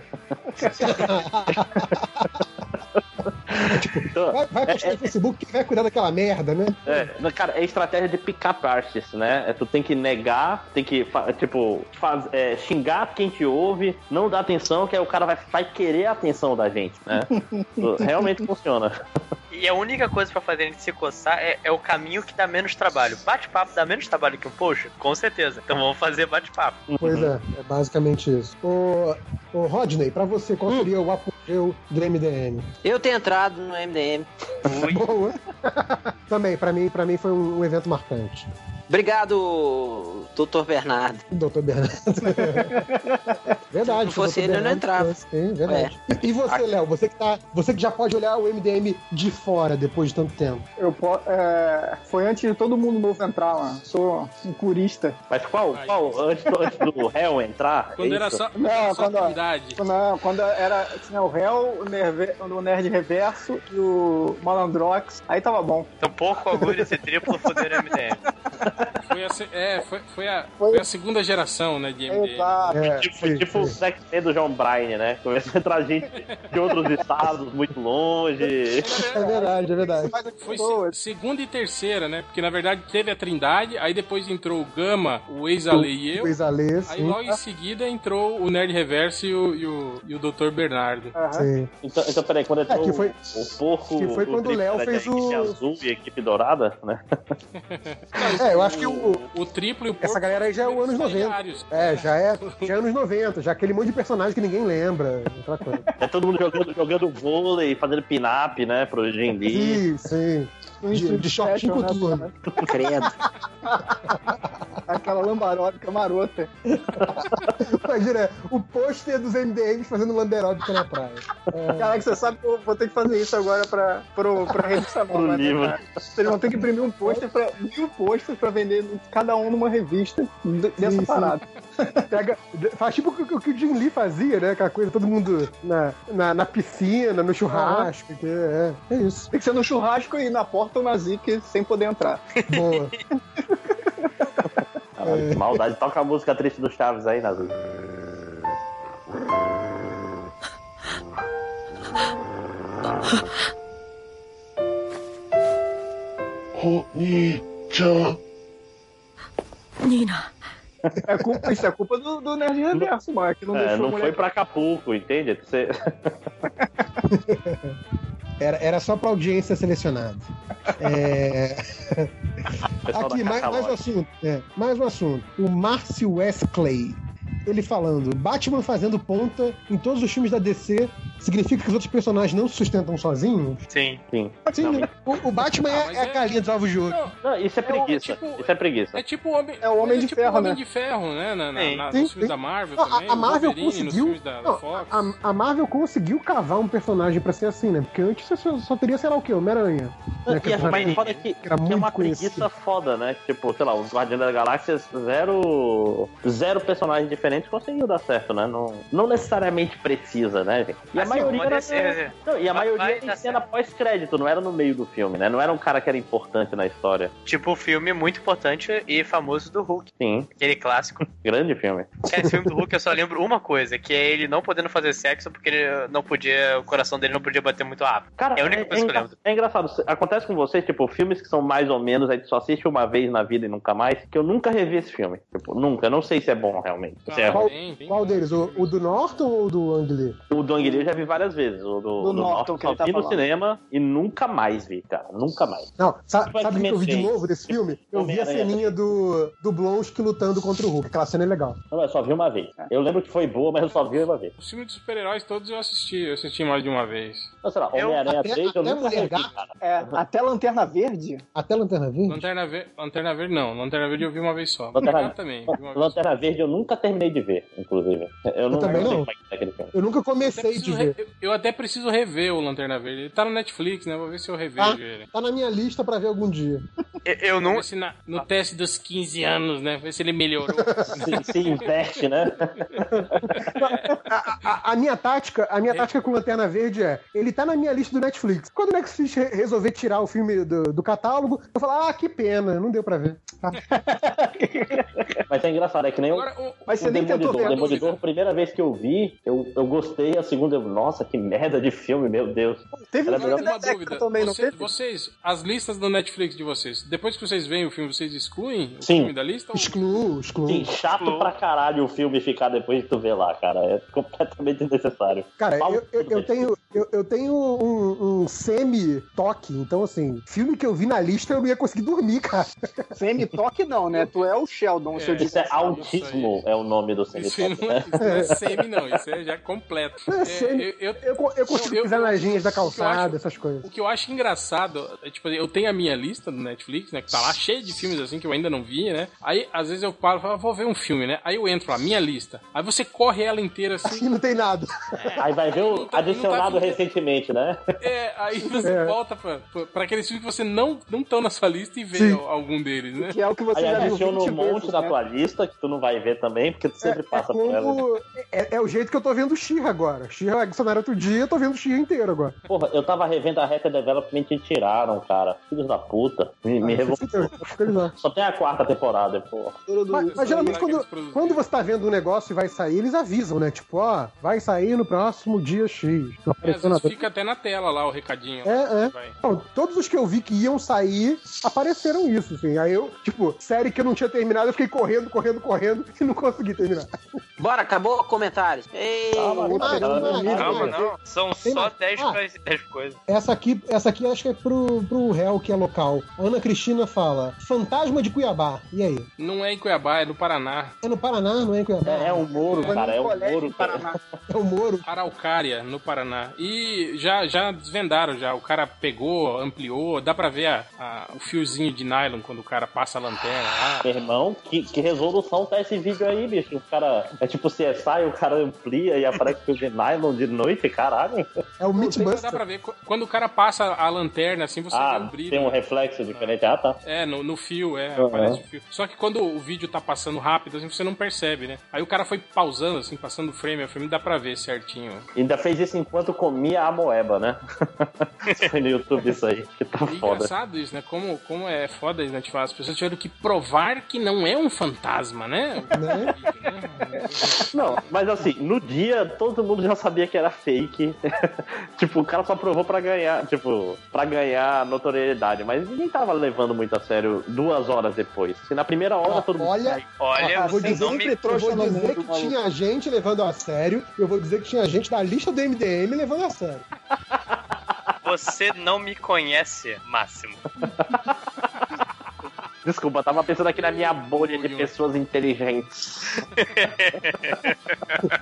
S2: então,
S8: Vai, vai
S9: É,
S8: postar no Facebook que vai cuidar daquela merda, né?
S2: É, não, cara, é estratégia de picar partes, né? É, tu tem que negar, tem que, fa- tipo, faz, é, xingar quem te ouve, não dar atenção, que aí o cara vai, vai querer a atenção da gente, né? Tu- Realmente funciona.
S5: E a única coisa pra fazer a gente se coçar é, é o caminho que dá menos trabalho. Bate-papo dá menos trabalho que um post? Com certeza. Então vamos fazer bate-papo.
S9: Uhum.
S8: Pois é, é basicamente isso. Ô, ô Rodney, pra você,
S9: Hum.
S8: qual seria o apogeu do MDM?
S9: Eu tenho entrado no MDM.
S5: Ui.
S8: Boa! Também, pra mim, pra mim foi um, um evento marcante.
S9: Obrigado, doutor Bernardo.
S8: Doutor Bernardo. verdade.
S9: Se não fosse
S8: doutor
S9: ele, eu
S8: Bernardo,
S9: não entrava. É.
S8: Sim, verdade. E, e você, Léo, você que tá. Você que já pode olhar o MDM de fora depois de tanto tempo.
S6: Eu po- é, foi antes de todo mundo novo entrar, mano. Sou um curista.
S2: Mas qual, qual antes, do- antes do réu entrar?
S3: Quando
S2: é
S3: era
S2: isso?
S3: só,
S6: Não,
S3: só
S6: quando-
S3: atividade.
S6: Não, quando era tinha o réu, o, Nerve- o nerd reverso e o malandrox, aí tava bom.
S5: Então pouco, algures e triplo poder MDM.
S3: Foi a, se- é, foi, foi a, foi a segunda geração, né, de MDM.
S6: Exato.
S8: É,
S2: Tipo,
S8: sim,
S2: tipo o
S8: sim.
S2: Sex Man do John Bryan, né? Começa a entrar gente de outros estados, muito longe.
S8: É verdade, é verdade.
S6: Mas as
S3: Foi se-
S6: pessoas-
S3: segunda e terceira, né? Porque na verdade teve a Trindade, aí depois entrou o Gama, o Ex-Ale e eu.
S8: Coisa lê,
S3: Aí
S8: sim.
S3: logo em seguida entrou o Nerd Reverso e o, e o, e o Dr. Bernardo.
S6: Aham.
S8: sim.
S2: Então, então peraí, quando entrou
S8: É, que foi-
S2: o, o porco.
S8: que foi quando o Léo
S2: Trípode,
S8: fez
S2: a equipe
S8: o-
S2: azul e a equipe dourada, né?
S8: É, eu acho que o,
S3: O triplo e o
S8: essa
S3: porco
S8: galera aí já é o anos 90.
S3: diários.
S8: É, já é, já é anos 90, já aquele monte de personagem que ninguém lembra. Aquela coisa.
S2: É todo mundo jogando, jogando vôlei, fazendo pin-up, né? Pro
S8: Sim,
S2: Genli.
S8: sim. De, de tipo shortinho
S6: Fashion, né?
S8: coturno.
S9: Credo.
S6: Aquela lambaróbica marota.
S8: Imagina, o pôster dos MDMs fazendo landeróbica na praia.
S6: Caraca, você sabe que eu vou ter que fazer isso agora pra, pro, pra revista
S2: Pro
S6: nova,
S2: livro.
S6: cara? Vocês vão ter que imprimir um pôster pra, mil posters pra vender cada um numa revista d- dessa
S8: sim.
S6: parada.
S8: Pega, faz tipo o que, o que o Jim Lee fazia, né? Aquela coisa, todo mundo na, na, na piscina, no churrasco. que é, é isso.
S6: Tem que ser no churrasco e na porta uma zica sem poder entrar.
S8: Boa.
S2: Caralho, que maldade. Toca a música triste do Chaves aí, Nazu.
S6: É culpa, isso é culpa do, do Nerd Reverso, Mark, que não
S2: É,
S6: deixou
S2: não
S6: a
S2: foi
S6: mulher.
S2: pra Acapulco, entende? Você-
S8: Era, era só pra audiência selecionada. É,
S2: pessoal
S8: aqui,
S2: da
S8: mais, mais um
S2: Cacalote.
S8: assunto. é, mais um assunto. O Márcio West Clay. Ele falando, Batman fazendo ponta em todos os filmes da DC significa que os outros personagens não se sustentam sozinhos?
S5: Sim.
S2: Sim.
S8: Sim,
S2: Não,
S8: né? o, o Batman
S3: Ah,
S8: é,
S3: mas
S8: é a
S3: é-
S8: galinha dos ovos de ouro.
S3: Não,
S2: Não, isso é
S3: É o-
S2: preguiça.
S3: tipo-
S2: Isso é preguiça.
S3: é tipo o Homem,
S6: É o Homem
S3: mas
S6: de
S3: tipo
S6: Ferro,
S3: o Homem
S6: né?
S3: de Ferro, né? Na, na,
S5: Sim.
S3: na-
S8: Sim,
S3: nos filmes
S8: sim.
S3: da Marvel
S8: Não, a-
S3: também.
S8: a
S3: o
S8: Marvel
S3: Wolverine, Nos
S8: conseguiu-
S3: filmes da, da
S8: Não,
S3: Fox.
S8: a, a Marvel conseguiu cavar um personagem pra ser assim, né? Porque antes só, só teria, sei lá o quê, Homem-Aranha.
S2: Não,
S8: né?
S2: e é mais
S8: personagem
S2: foda que,
S8: que era
S2: que é uma
S8: muito conhecido.
S2: preguiça foda, né? Tipo, sei lá, os Guardiões da Galáxia, zero, zero personagens diferentes conseguiu dar certo, né? Não, não necessariamente precisa, né, gente? E a
S5: Assim,
S2: maioria
S5: pode
S2: era,
S5: ser.
S2: não, e
S5: Vai-
S2: a maioria
S5: vai
S2: era em
S5: dar
S2: cena pós-crédito, não era no meio do filme, né? Não era um cara que era importante na história.
S5: Tipo, o filme muito importante e famoso do Hulk,
S2: Sim,
S5: aquele clássico.
S2: grande filme.
S5: Cara, esse filme do Hulk eu só lembro uma coisa, que é ele não podendo fazer sexo porque ele não podia, o coração dele não podia bater muito rápido.
S2: Cara,
S5: É a única coisa que eu
S2: engra-
S5: lembro.
S2: é engraçado. Acontece com vocês, tipo, filmes que são mais ou menos, aí tu só assiste uma vez na vida e nunca mais, que eu nunca revi esse filme. Tipo, nunca. Eu não sei se é bom realmente. Se é
S3: Ah,
S2: ruim.
S3: tem, tem
S8: Qual
S3: muito
S8: deles? O,
S3: filme.
S8: o do Norton ou o do Ang Lee?
S2: O Dong Lee eu já vi várias vezes. O do,
S6: Norton,
S2: do Norton,
S6: que ele
S2: só
S6: tá
S2: vi no
S6: falando.
S2: cinema e nunca mais vi, cara. Nunca mais.
S8: Não, sa-
S2: Batman
S8: sabe o que eu vi de
S2: fez.
S8: novo desse filme? Eu vi a
S2: Homem-Aranha
S8: ceninha do, do Blonsky lutando contra o Hulk. Aquela cena é legal.
S2: Não, eu só vi uma vez. Eu lembro que foi boa, mas eu só vi uma vez.
S3: Os filmes de super-heróis todos eu assisti, eu assisti mais de uma vez.
S2: Então, sei lá, Homem-Aranha
S8: até-
S2: 3 eu
S8: até
S2: nunca
S8: Mulher
S2: revi,
S8: Gato.
S2: cara.
S6: É, até Lanterna Verde,
S8: Até Lanterna Verde?
S3: Lanterna Verde, Lanterna Verde não, Lanterna Verde eu vi uma vez só.
S2: Lanterna-
S3: Lanterna também, vi uma vez só.
S2: Lanterna Verde eu nunca terminei de ver, inclusive. Eu, não
S8: também
S2: sei
S8: não.
S2: como é que é aquele filme.
S8: Eu nunca
S3: Até
S8: comecei de
S3: preciso
S8: ver.
S3: re- eu- Eu até preciso rever o Lanterna Verde. Ele tá no Netflix, né? Vou ver se eu revejo
S8: Ah.
S3: ele.
S8: Tá na minha lista pra ver algum dia.
S5: Eu, eu
S3: Vou
S5: não.
S3: ver se na- no teste dos 15 anos, né? Ver se ele melhorou.
S2: Se, se inverte, né?
S8: A, a- a minha tática, a minha
S3: É.
S8: tática com Lanterna Verde é, ele tá na minha lista do Netflix. Quando o Netflix re- resolver tirar o filme do, do catálogo, eu falo, ah, que pena, não deu pra ver.
S2: Mas é engraçado, é que nem o,
S3: Agora, um, o-
S6: mas
S2: o
S6: você nem tentou
S2: Demolidor. né?
S6: ver.
S2: O Demolidor, a primeira vez que eu vi, eu, eu gostei. A segunda, eu, nossa, que merda de filme, meu Deus.
S6: Teve
S2: Era
S6: um filme
S2: melhor-
S6: da
S3: uma
S6: década
S3: dúvida.
S6: também,
S3: Você-
S6: não teve?
S3: vocês, as listas do Netflix de vocês, depois que vocês veem o filme, vocês excluem o
S2: Sim.
S3: filme da lista? Ou...
S8: Excluo, excluo.
S2: Sim, chato pra caralho o filme ficar depois de tu ver lá, cara. É completamente desnecessário.
S8: Cara,
S2: Paulo,
S8: eu, eu,
S2: tudo
S8: eu
S2: bem.
S8: tenho, eu, eu tenho um, um semi-toque, então assim, filme que eu vi na lista eu não ia conseguir dormir, cara.
S6: Semi-toque não, né? Tu é o Sheldon, se eu
S3: É.
S6: disser.
S2: Isso é autismo, é o nome do
S3: Isso aí
S2: sindicato,
S3: não,
S2: né?
S3: isso não é semi, não. Isso é já completo.
S8: Não é semi.
S3: eu- eu-
S8: Eu, co- eu consigo
S3: Não, eu-
S8: pisar nas linhas da
S3: o que eu
S8: calçada,
S3: acho-
S8: essas coisas.
S3: O que eu acho engraçado, é, tipo, eu tenho a minha lista do Netflix, né? Que tá lá cheia de filmes assim que eu ainda não vi, né? Aí, às vezes, eu paro e falo, "Ah, vou ver um filme, né? Aí eu entro, a minha lista. Aí você corre ela inteira assim.
S8: E não tem nada.
S2: Aí vai ver
S3: Não
S2: o
S3: tá- não tá
S2: adicionado
S3: com-
S2: recentemente, né?
S3: é, É, aí você
S8: É.
S3: volta pra, pra- pra aqueles filmes que você não estão na sua lista e vê
S8: Sim.
S3: al- algum deles, né?
S6: Que é o que você
S2: Aí
S6: já viu
S2: adiciona
S6: 20
S2: um monte
S6: vezes,
S2: da
S6: né?
S2: tua lista que tu não vai ver também, porque tu sempre
S8: É
S2: passa por ela.
S8: como- é- é o jeito que eu tô vendo o Xirra agora. Xirra adicionaram outro dia, eu tô vendo o Xirra inteiro agora.
S2: Porra, eu tava revendo a Record Development e tiraram, cara. Filhos da puta. Me, me revoltou.
S8: assim, revoltou.
S2: Só tem a quarta temporada, porra.
S8: Mas, mas geralmente quando,
S3: É,
S8: quando você tá vendo um negócio e vai sair, eles avisam, né? Tipo, ó, vai sair no próximo dia X.
S3: É,
S8: Tá
S3: às
S8: aparecendo
S3: vezes
S8: na-
S3: fica até na tela lá o recadinho.
S8: É, é.
S3: Vai.
S8: Não, todos os que eu vi que iam sair apareceram isso, assim. Aí eu, tipo, série que eu não tinha terminado, eu fiquei correndo, correndo, correndo e não consegui terminar.
S9: Bora, acabou? Comentários. Ei,
S2: Calma,
S8: tem mais,
S2: cara.
S8: tem mais.
S5: Calma, não. São
S8: Tem
S5: só
S8: mais?
S5: 10
S8: Ah.
S5: pra 10 coisas.
S8: Essa aqui, essa aqui acho que é pro, pro réu que é local. A Ana Cristina fala: Fantasma de Cuiabá. E aí?
S3: Não é em Cuiabá, é no Paraná.
S8: É no Paraná, não é em Cuiabá?
S2: É, é um moro, cara. É um moro, cara.
S8: É o Moro.
S3: Araucária, no Paraná. E já, já desvendaram já. O cara pegou, ampliou. Dá pra ver a- a- o fiozinho de nylon quando o cara passa a lanterna lá.
S2: Meu irmão, que, que resolução tá esse vídeo aí, bicho? O cara é tipo CSI, o cara amplia e aparece fio de nylon de noite, caralho.
S8: É o
S3: Mas Dá
S8: Meatbuster.
S3: pra ver qu- quando o cara passa a lanterna assim, você vê
S2: Ah,
S3: um brilho.
S2: tem um reflexo diferente. Ah, tá.
S3: É, no, no fio, é,
S2: Uhum.
S3: aparece o fio. Só que quando o vídeo tá passando rápido, assim, você não percebe, né? Aí o cara foi pausando, assim, passando frame a frame, dá pra ver certinho.
S2: Ainda fez isso enquanto comia a moeba, né? Foi no YouTube isso aí, que tá
S3: E
S2: foda.
S3: É engraçado isso, né? Como, como é foda isso, né? Tipo, as pessoas tiveram que provar que não é um fantasma, né?
S2: Não, mas assim, no dia todo mundo já sabia que era fake. tipo, o cara só provou pra ganhar, tipo, para ganhar notoriedade, mas ninguém tava levando muito a sério duas horas depois. Se na primeira hora
S8: Ó,
S2: todo mundo
S8: olha,
S2: saiu,
S5: Olha,
S8: Ah, vou
S5: vocês
S8: dizer
S5: não me-
S6: Sempre
S8: Eu vou
S6: trouxa no
S8: dizer
S6: mundo,
S8: que
S6: maluco.
S8: tinha gente levando a sério, eu vou dizer que tinha gente da lista do MDM levando a sério.
S5: você não me conhece, Máximo.
S2: desculpa, tava pensando aqui na minha bolha de
S3: Ui, ui.
S2: pessoas inteligentes.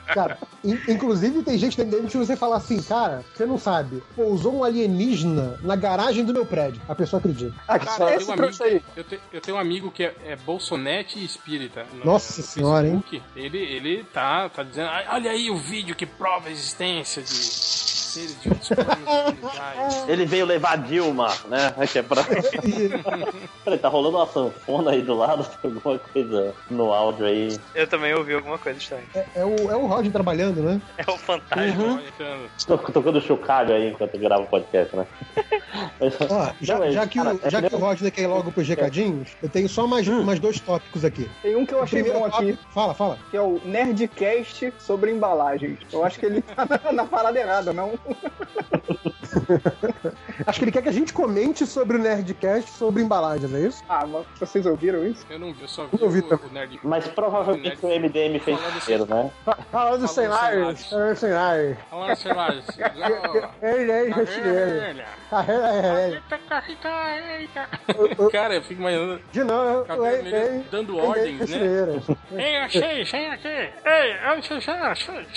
S8: Cara, in- inclusive tem gente do MDM que se você falar assim, cara, você não sabe, pousou um alienígena na garagem do meu prédio. A pessoa acredita.
S3: Cara, eu
S6: Esse
S3: tenho um
S6: trouxa
S3: amigo,
S6: aí.
S3: eu te- eu tenho um amigo que é, é bolsonete e espírita. no-
S8: Nossa
S3: no
S8: senhora, hein?
S3: Facebook. Ele, ele tá, tá dizendo, "Ah, olha aí o vídeo que prova a existência de seres de outros planos espirituais."
S2: Ele veio levar a Dilma, né? Que é pra... Peraí, tá rolando uma sanfona aí do lado, tem alguma coisa no áudio aí.
S5: Eu também ouvi alguma coisa estranha.
S8: É o, é o Roger trabalhando, né?
S5: É o fantasma.
S3: Então,
S2: Tô tocando chocalho aí enquanto eu gravo o podcast, né?
S8: Ó,
S2: Não,
S8: já,
S2: é,
S8: já que,
S2: cara,
S8: o,
S2: é
S8: já que o
S2: mesmo-
S8: Roger quer ir logo pros recadinhos, eu tenho só mais, mais dois tópicos aqui.
S6: Tem um que eu achei bom aqui,
S8: tópico- Fala, fala.
S6: que é o Nerdcast sobre embalagens. Eu acho que ele tá na, na parada errada, não?
S8: Acho que ele quer que a gente comente sobre o Nerdcast, sobre embalagens, é isso?
S6: Ah, mas vocês ouviram isso?
S3: Eu não vi, eu só vi
S8: Não ouvi
S3: o, o Nerd.
S2: Mas provavelmente o MDM fez
S3: Falando assim.
S2: primeiro, né?
S8: Falando
S3: sem lares,
S8: Falando sem lares.
S3: assim, Olha lá, sei lá.
S8: Ele é
S3: Cara, eu fico imaginando
S8: De novo,
S3: Cabelo
S8: eu
S3: vermelho
S8: entrei-
S3: dando
S8: entrei
S3: ordens, né?
S8: costureira.
S3: Ei, achei, achei aqui. Ei, achei, achei, achei.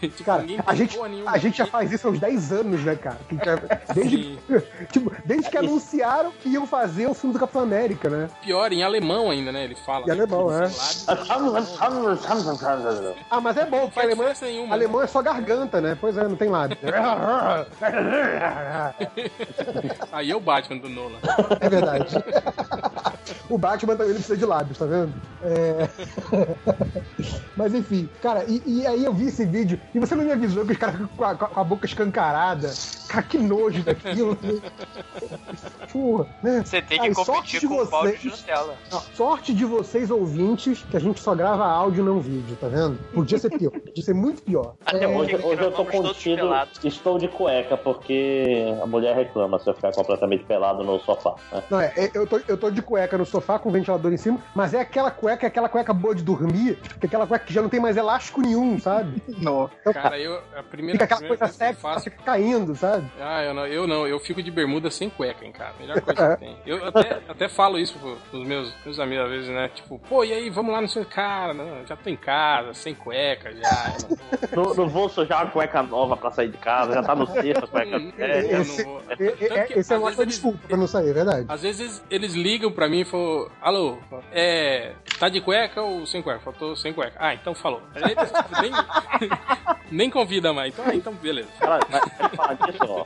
S3: Tipo,
S8: Cara,
S3: ninguém
S8: a
S3: tem
S8: gente,
S3: porra nenhuma. É,
S8: a gente já faz isso há uns 10 anos, né, cara? Que já- Desde,
S3: Sim.
S8: tipo, desde que anunciaram que iam fazer o filme do Capitão América, né?
S3: Pior, em alemão ainda, né? Ele fala.
S8: Em alemão, é. Ah, mas é bom,
S3: Não
S8: porque
S3: faz
S8: alemão,
S3: diferença nenhuma.
S8: alemão é só garganta, né? Pois é, não tem lábio.
S3: Aí é o Batman do Nolan.
S8: É verdade. o Batman também ele precisa de lábios, tá vendo? É. Mas enfim, cara, e, e aí eu vi esse vídeo e você não me avisou que os caras ficam com a, com a boca escancarada. Cara, que nojo daquilo. Porra, né?
S5: Você tem que
S8: Ai, sorte
S5: competir
S8: de
S5: com o balde
S8: vocês.
S5: de Nutella.
S8: Não, sorte de vocês ouvintes que a gente só grava áudio não vídeo, tá vendo? Podia ser pior, podia ser muito pior.
S5: Até
S8: É,
S2: Hoje,
S5: porque
S2: hoje eu tô
S5: gravamos todos
S2: contido,
S5: pelados.
S2: estou de cueca porque a mulher reclama se eu ficar completamente pelado no sofá. né?
S8: Não, é, é, eu, tô, eu tô de cueca no sofá com o ventilador em cima, mas é aquela cueca, é aquela cueca boa de dormir, que é aquela cueca que já não tem mais elástico nenhum, sabe?
S6: Não.
S8: Então,
S3: Cara, eu. A primeira,
S8: fica aquela
S3: primeira
S8: coisa
S3: vez
S8: assim.
S3: que eu
S8: sexy,
S3: faço-
S8: você fica caindo, sabe?
S3: Ah, eu não, eu não, eu fico de bermuda sem cueca, hein, cara. Melhor coisa
S8: É.
S3: que tem. Eu até, até falo isso pro- pros meus, meus amigos às vezes, né? Tipo, pô, e aí, vamos lá no seu. Cara, não, já tô em casa, sem cueca, já. Eu não vou.
S2: No, no bolso já uma cueca nova pra sair de casa, já tá no cesto a cueca.
S3: Hum,
S2: É,
S3: eu
S8: esse-
S3: não vou.
S8: E- e-
S3: Tanto que,
S8: é- Esse é
S3: às
S8: uma
S3: vezes, eles-
S8: desculpa pra não sair, é verdade.
S3: Às vezes eles ligam pra mim e falam, alô, é. Tá de cueca ou sem cueca? Faltou sem cueca. Ah, então falou. Aí eles, tipo, nem, nem convida mais. Então, ah, então beleza.
S2: Cara, mas, mas falar disso, ó.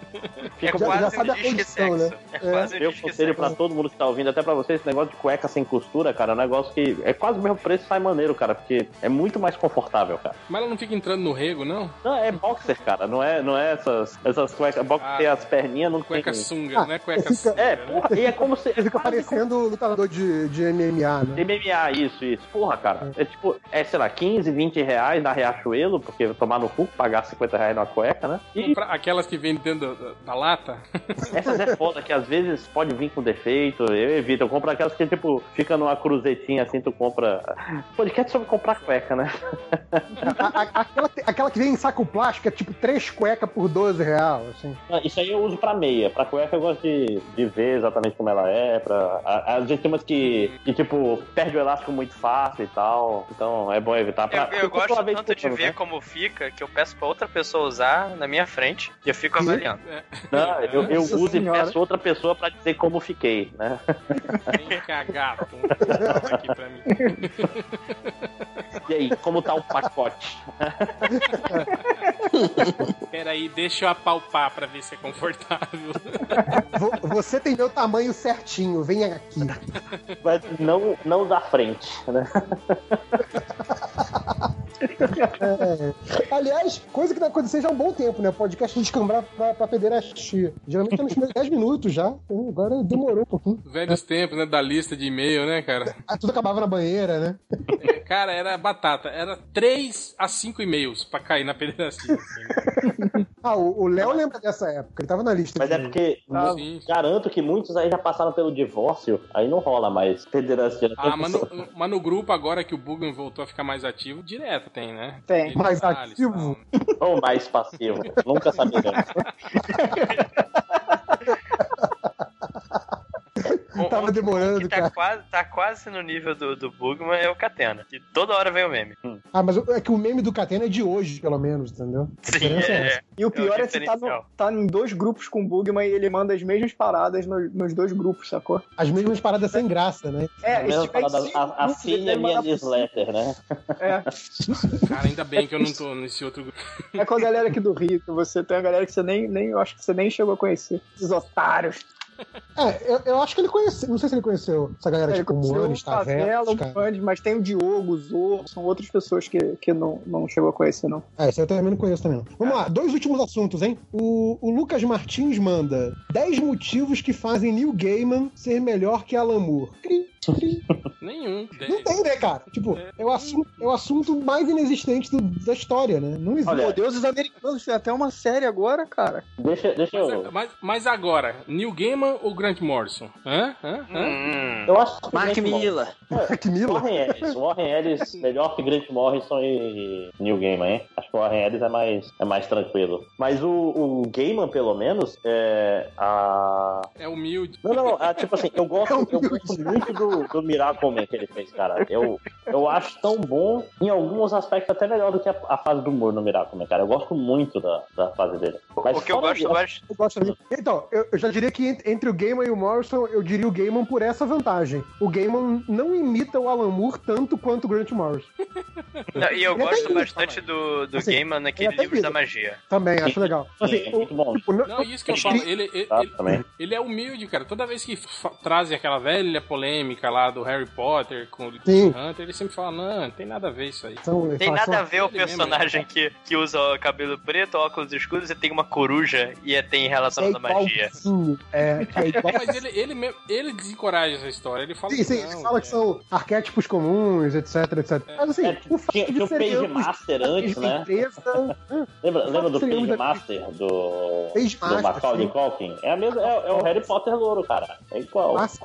S5: É
S8: Já- já
S5: quase
S8: sabe a
S5: disque-sexo.
S8: condição, né?
S5: É quase
S2: Meu conselho pra todo mundo que tá ouvindo, até pra vocês, esse negócio de cueca sem costura, cara, é um negócio que é quase o mesmo preço e sai maneiro, cara, porque é muito mais confortável, cara.
S3: Mas ela não fica entrando no rego, não?
S2: Não, é boxer, cara, não é, não é essas, essas cuecas. Boxer
S3: Ah.
S2: tem as perninhas, não
S3: Cueca
S2: tem.
S3: sunga, né? Cueca
S8: fica-
S3: sunga.
S2: É,
S3: né?
S2: porra, e é como se.
S8: Ele fica parecendo um lutador de, de MMA, né?
S2: MMA, isso, isso. Porra, cara. É tipo, é, sei lá, 15, 20 reais na Riachuelo, porque tomar no cu, pagar 50 reais na cueca, né? E
S3: Comprar aquelas que vêm dentro da, da lata.
S2: essas é foda, que às vezes pode vir com defeito, eu evito. Eu compro aquelas que, tipo, fica numa cruzetinha assim, tu compra. Podcast sobre comprar cueca, né?
S8: A- a- aquela, te- aquela que vem em saco plástico é tipo três cuecas por 12 real, assim.
S2: Ah, Isso aí eu uso pra meia. Pra cueca eu gosto de, de ver exatamente como ela é. Pra, a- às vezes tem umas que, que, tipo, perde o elástico muito fácil e tal. Então é bom evitar. Pra,
S5: Eu, eu
S2: porque toda
S5: gosto
S2: vez
S5: tanto
S2: que
S5: de
S2: eu uso,
S5: ver
S2: né?
S5: como fica que eu peço pra outra pessoa usar na minha frente e eu fico
S8: Sim.
S5: avaliando.
S2: né? Não, eu, eu
S6: Nossa
S2: uso e
S6: Senhora.
S2: peço outra pessoa pra dizer como fiquei, né?
S3: Vem cá, gato. Toma aqui pra mim.
S2: E aí, como tá o pacote?
S3: Peraí, deixa eu apalpar pra ver se é confortável.
S8: Vo- Você tem meu tamanho certinho, vem aqui.
S2: Mas não, não da frente, né?
S8: É. Aliás, coisa que tá acontecendo já há um bom tempo, né? Podcast de descambrar pra, pra pederastia. Geralmente é nos primeiros 10 minutos já. Então, Agora demorou um pouquinho.
S3: Velhos tempos, né? Da lista de e-mail, né, cara?
S8: Ah, tudo acabava na banheira, né?
S3: Cara, era batata. Era 3 a 5 e-mails pra cair na pederastia. assim.
S8: Ah, o o Léo lembra dessa época, ele tava na lista.
S2: Mas é
S8: de-
S2: porque mu-
S3: Sim.
S2: garanto que muitos aí já passaram pelo divórcio, aí não rola mais. assim, Pederastia.
S3: Ah, mas no, mas no grupo, agora que o Bugman voltou a ficar mais ativo, direto tem, né?
S6: Tem.
S3: Ele
S8: Mais
S3: fala,
S8: ativo?
S3: tal, né?
S2: Ou mais passivo. Nunca saberemos.
S5: Um-
S8: Tava
S5: um-
S8: demorando,
S5: um que tá
S8: cara.
S5: Quase, tá quase no nível do, do Bugman é o Catena. E toda hora vem o meme.
S8: Ah, mas é que o meme do Catena é de hoje, pelo menos, entendeu?
S5: Sim,
S8: diferença é
S5: é, é.
S6: E o pior é, que tá, no-
S5: diferencial.
S6: tá em dois grupos com o Bugman e ele manda as mesmas paradas no- nos dois grupos, sacou?
S8: As mesmas paradas sem graça, né?
S6: É,
S2: A mesma
S6: esse tipo, é
S2: parada,
S6: cinco
S2: a-
S6: grupos, ele
S2: assine a
S6: deve
S2: minha
S6: mandar por cinco.
S2: newsletter, né?
S3: Cara, ainda bem que eu não tô nesse outro grupo.
S6: É com a galera aqui do Rio, que você tem a galera que você nem, nem eu acho que você nem chegou a conhecer. Esses otários.
S8: É, eu, eu acho que ele conheceu. Não sei se ele conheceu essa galera de
S6: Ele conheceu
S8: Comunes,
S6: o um Favela,
S8: Tavelas,
S6: o
S8: cara.
S6: Band, mas tem o Diogo, o Zorro, são outras pessoas que, que não, não chegou a conhecer, não.
S8: É, esse eu também não conheço também. não. Vamos lá, dois últimos assuntos, hein? O, o Lucas Martins manda 10 motivos que fazem Neil Gaiman ser melhor que Alan Moore. Cri, cri.
S3: Nenhum.
S8: Não tem, né, cara? Tipo, é o assunto, é o assunto mais inexistente do- da história, né? Não existe.
S2: Olha,
S6: Meu Deus, os americanos tem até uma série agora, cara.
S2: Deixa, deixa eu.
S3: Mas, mas agora, Neil Gaiman ou Grant Morrison? Hã? Hã? Hã?
S5: Hum.
S2: Eu acho que
S9: Mark
S2: Grant Morrison-
S9: Miller.
S6: É
S8: Mark Miller.
S2: Warren Ellis. Warren Ellis melhor que Grant Morrison e Neil Gaiman, hein? Acho que o Warren Ellis é mais, é mais tranquilo. Mas o, o Gaiman, pelo menos, é. A...
S3: É humilde.
S2: Não, não, ah, tipo assim, eu gosto, eu gosto muito do, do Miracleman que ele fez, cara. Eu, eu acho tão bom, em alguns aspectos, até melhor do que a, a fase do humor no Miracleman, cara. Eu gosto muito da, da fase dele. Mas
S5: O que eu
S2: fora
S5: gosto, eu acho.
S8: Eu gosto dele. Então, eu, eu já diria que ent- entre o Gaiman e o Morrison, eu diria o Gaiman por essa vantagem. O Gaiman não imita o Alan Moore tanto quanto o Grant Morrison.
S5: Não, e eu
S8: Ele até
S5: gosto
S8: imita,
S5: bastante do, do
S8: Assim,
S5: Gaiman naquele
S8: ele até
S5: livro da
S8: imita.
S5: magia.
S8: Também, acho legal.
S2: Sim,
S8: Assim,
S2: é
S8: o-
S2: muito bom.
S8: o- não- é
S3: Não, isso que eu falo. Ele, ele,
S2: Tá,
S3: ele-
S2: também.
S3: ele é humilde, cara. Toda vez que fa- trazem aquela velha polêmica lá do Harry Potter com o
S8: Sim.
S3: Hunter, ele sempre fala, não, não tem nada a ver isso aí.
S8: São,
S5: Tem nada a ver o
S3: ele mesmo,
S5: personagem que, que usa o cabelo preto, óculos escuros e tem uma coruja e é- tem relação à magia.
S8: igualzinho. É, que é igual.
S3: Mas ele, ele, mesmo, ele desencoraja essa história. Ele fala
S8: Sim, sim,
S3: não, é.
S8: ele fala que são arquétipos comuns, etc, etc. Mas assim,
S2: É,
S8: o fato
S2: tinha,
S8: de
S2: tinha o Page
S8: seremos
S2: Master antes,
S8: de
S2: né?
S8: empresa,
S2: Lembra,
S8: Só
S2: lembra do
S8: que seria
S2: Page
S8: muito-
S2: Master do,
S8: Page
S2: do
S8: Master,
S2: Macaulay
S8: sim.
S2: Culkin? É, a mesma, é, é o Harry Potter louro, cara. É igual.
S8: Mas,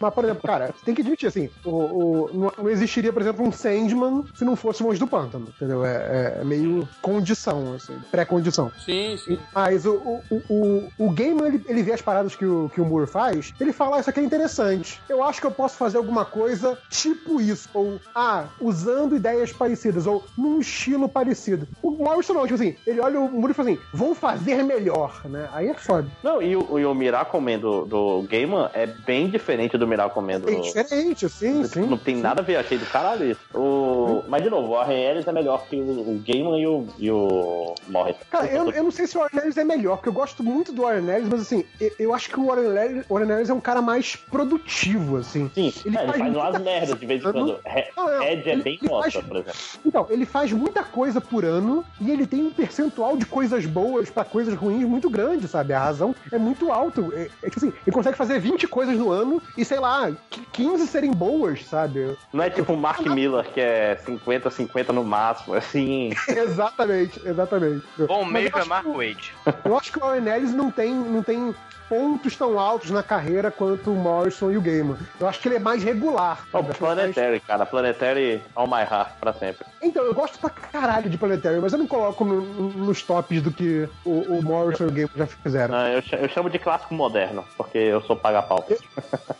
S8: mas, por exemplo, cara, você tem que admitir, assim, o, o- não, não existiria, por exemplo, um Sandman se não fosse o Monge do Pântano, entendeu? É, é meio condição, assim, pré-condição.
S3: Sim, sim.
S8: Mas o, o, o, o Gaiman, ele, ele vê as paradas que o, que o Moore faz, ele fala, ah, isso aqui é interessante, eu acho que eu posso fazer alguma coisa tipo isso, ou, ah, usando ideias pa- parecidas, ou num estilo parecido. O Morrison não, tipo assim, ele olha o muro e fala assim, vou fazer melhor, né? Aí é foda.
S2: Não, e o, e o Miracle Man do, do Gaiman é bem diferente do Miracle Man do...
S8: É diferente, sim, sim.
S2: é Não tem nada a ver, achei do caralho isso. O... Mas, de novo, o Warren Ellis é melhor que o, o Gaiman e o, e o Morris.
S8: Cara, eu, eu não sei se o Warren Ellis é melhor, porque eu gosto muito do Warren Ellis, mas assim, eu, eu acho que o Warren Ellis, o Warren Ellis é um cara mais produtivo, assim.
S2: Sim, é, ele, faz,
S8: muita
S2: umas merdas de vez em
S8: coisa
S2: quando.
S8: por ano.
S2: Re-
S8: Não, não,
S2: Red é
S8: ele-
S2: bem
S8: ele
S2: bosta,
S8: faz-
S2: por exemplo.
S8: Então, ele faz muita coisa por ano e ele tem um percentual de coisas boas pra coisas ruins muito grande, sabe? A razão é muito alto. É, é tipo assim, ele consegue fazer 20 coisas no ano e, sei lá, qu- 15 serem boas, sabe?
S2: Não é tipo o Mark Miller, que é 50, 50 no máximo, assim.
S8: exatamente, exatamente.
S5: Bom
S8: Mas
S5: meio
S8: eu
S5: é
S8: acho
S5: Mark Wade.
S8: que- Eu acho que o Warren Ellis não tem, não tem pontos tão altos na carreira quanto o Morrison e o Gaiman. Eu acho que ele é mais regular.
S2: O
S8: sabe? Eu acho que ele é mais-
S2: Planetary, cara. Planetary All My Heart pra sempre.
S8: Então, eu gosto pra caralho de Planetary, mas eu não coloco no- no- nos tops do que o, o Morrison e o Gaiman já fizeram.
S2: Ah, eu, cha- eu chamo de clássico moderno, porque eu sou paga-pau.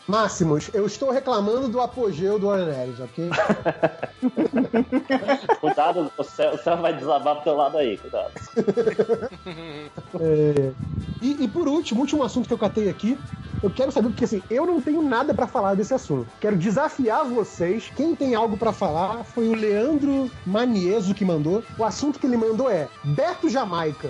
S8: Máximos, eu estou reclamando do apogeu do Warren Ellis, ok?
S2: Cuidado, o céu, o céu vai desabar pro teu lado aí, cuidado.
S8: E, e por último, último assunto que eu catei aqui, eu quero saber, porque assim, eu não tenho nada pra falar desse assunto. Quero desafiar vocês. Quem tem algo pra falar foi o Leandro Manieso que mandou. O assunto que ele mandou é Beto Jamaica.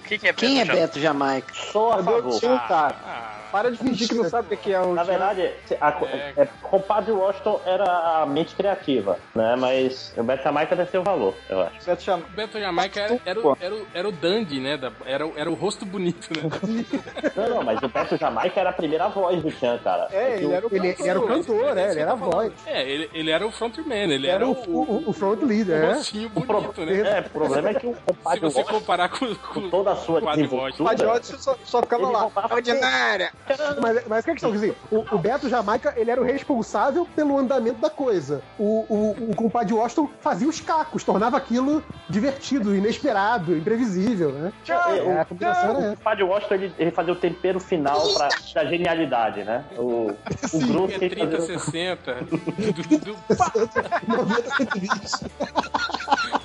S5: O que, que é
S9: Quem é
S5: Beto?
S9: Beto Jamaica?
S2: Sou
S5: tá
S2: a
S6: Cadê o
S2: favor.
S6: tio, cara?
S3: Ah,
S6: Para de fingir que não sabe o que que é o
S2: Na
S6: tio.
S2: verdade, a, a,
S3: É,
S2: é, compadre Washington era a mente criativa, né? Mas o Beto Jamaica deve ter o valor, eu acho.
S6: Beto chama.
S3: O Beto Jamaica era, era, o- era, o- era o dandy, né? da- era, o- era o rosto bonito, né?
S2: Não, não, mas o Beto Jamaica era a primeira voz do Chan, cara.
S6: É, ele era o
S8: Ele, ele era o cantor,
S3: É
S8: é,
S3: isso
S8: ele
S3: que eu
S8: era a
S3: tô falando.
S8: voz.
S3: É, ele, ele era o frontman, ele
S8: Ele
S3: era,
S8: era o,
S3: o,
S8: o, o front
S3: o
S8: leader, né?
S3: rostinho
S2: O pro-
S3: bonito, né?
S2: é, o problema é que o
S3: Se
S2: compadre
S3: você
S2: Washington,
S3: comparar com, com
S2: com toda a sua
S3: com o Advote.
S6: O
S2: desenvoltura,
S6: Adiotes só, só ficava
S2: ele
S6: lá.
S2: roubava
S6: Ordinária!
S8: Mas, mas que é a questão? Quer dizer, o, o Beto Jamaica ele era o responsável pelo andamento da coisa. O, o, o compadre Washington fazia os cacos, tornava aquilo divertido, inesperado, imprevisível, né? É, a combinação era
S2: O
S8: essa.
S2: Padre Washington ele, ele fazia o tempero final pra, da genialidade, né? O, o grosso que
S3: É
S2: ele
S3: 30,
S2: fazia.
S3: 60. du- du- du- du- pá.
S8: 90 120.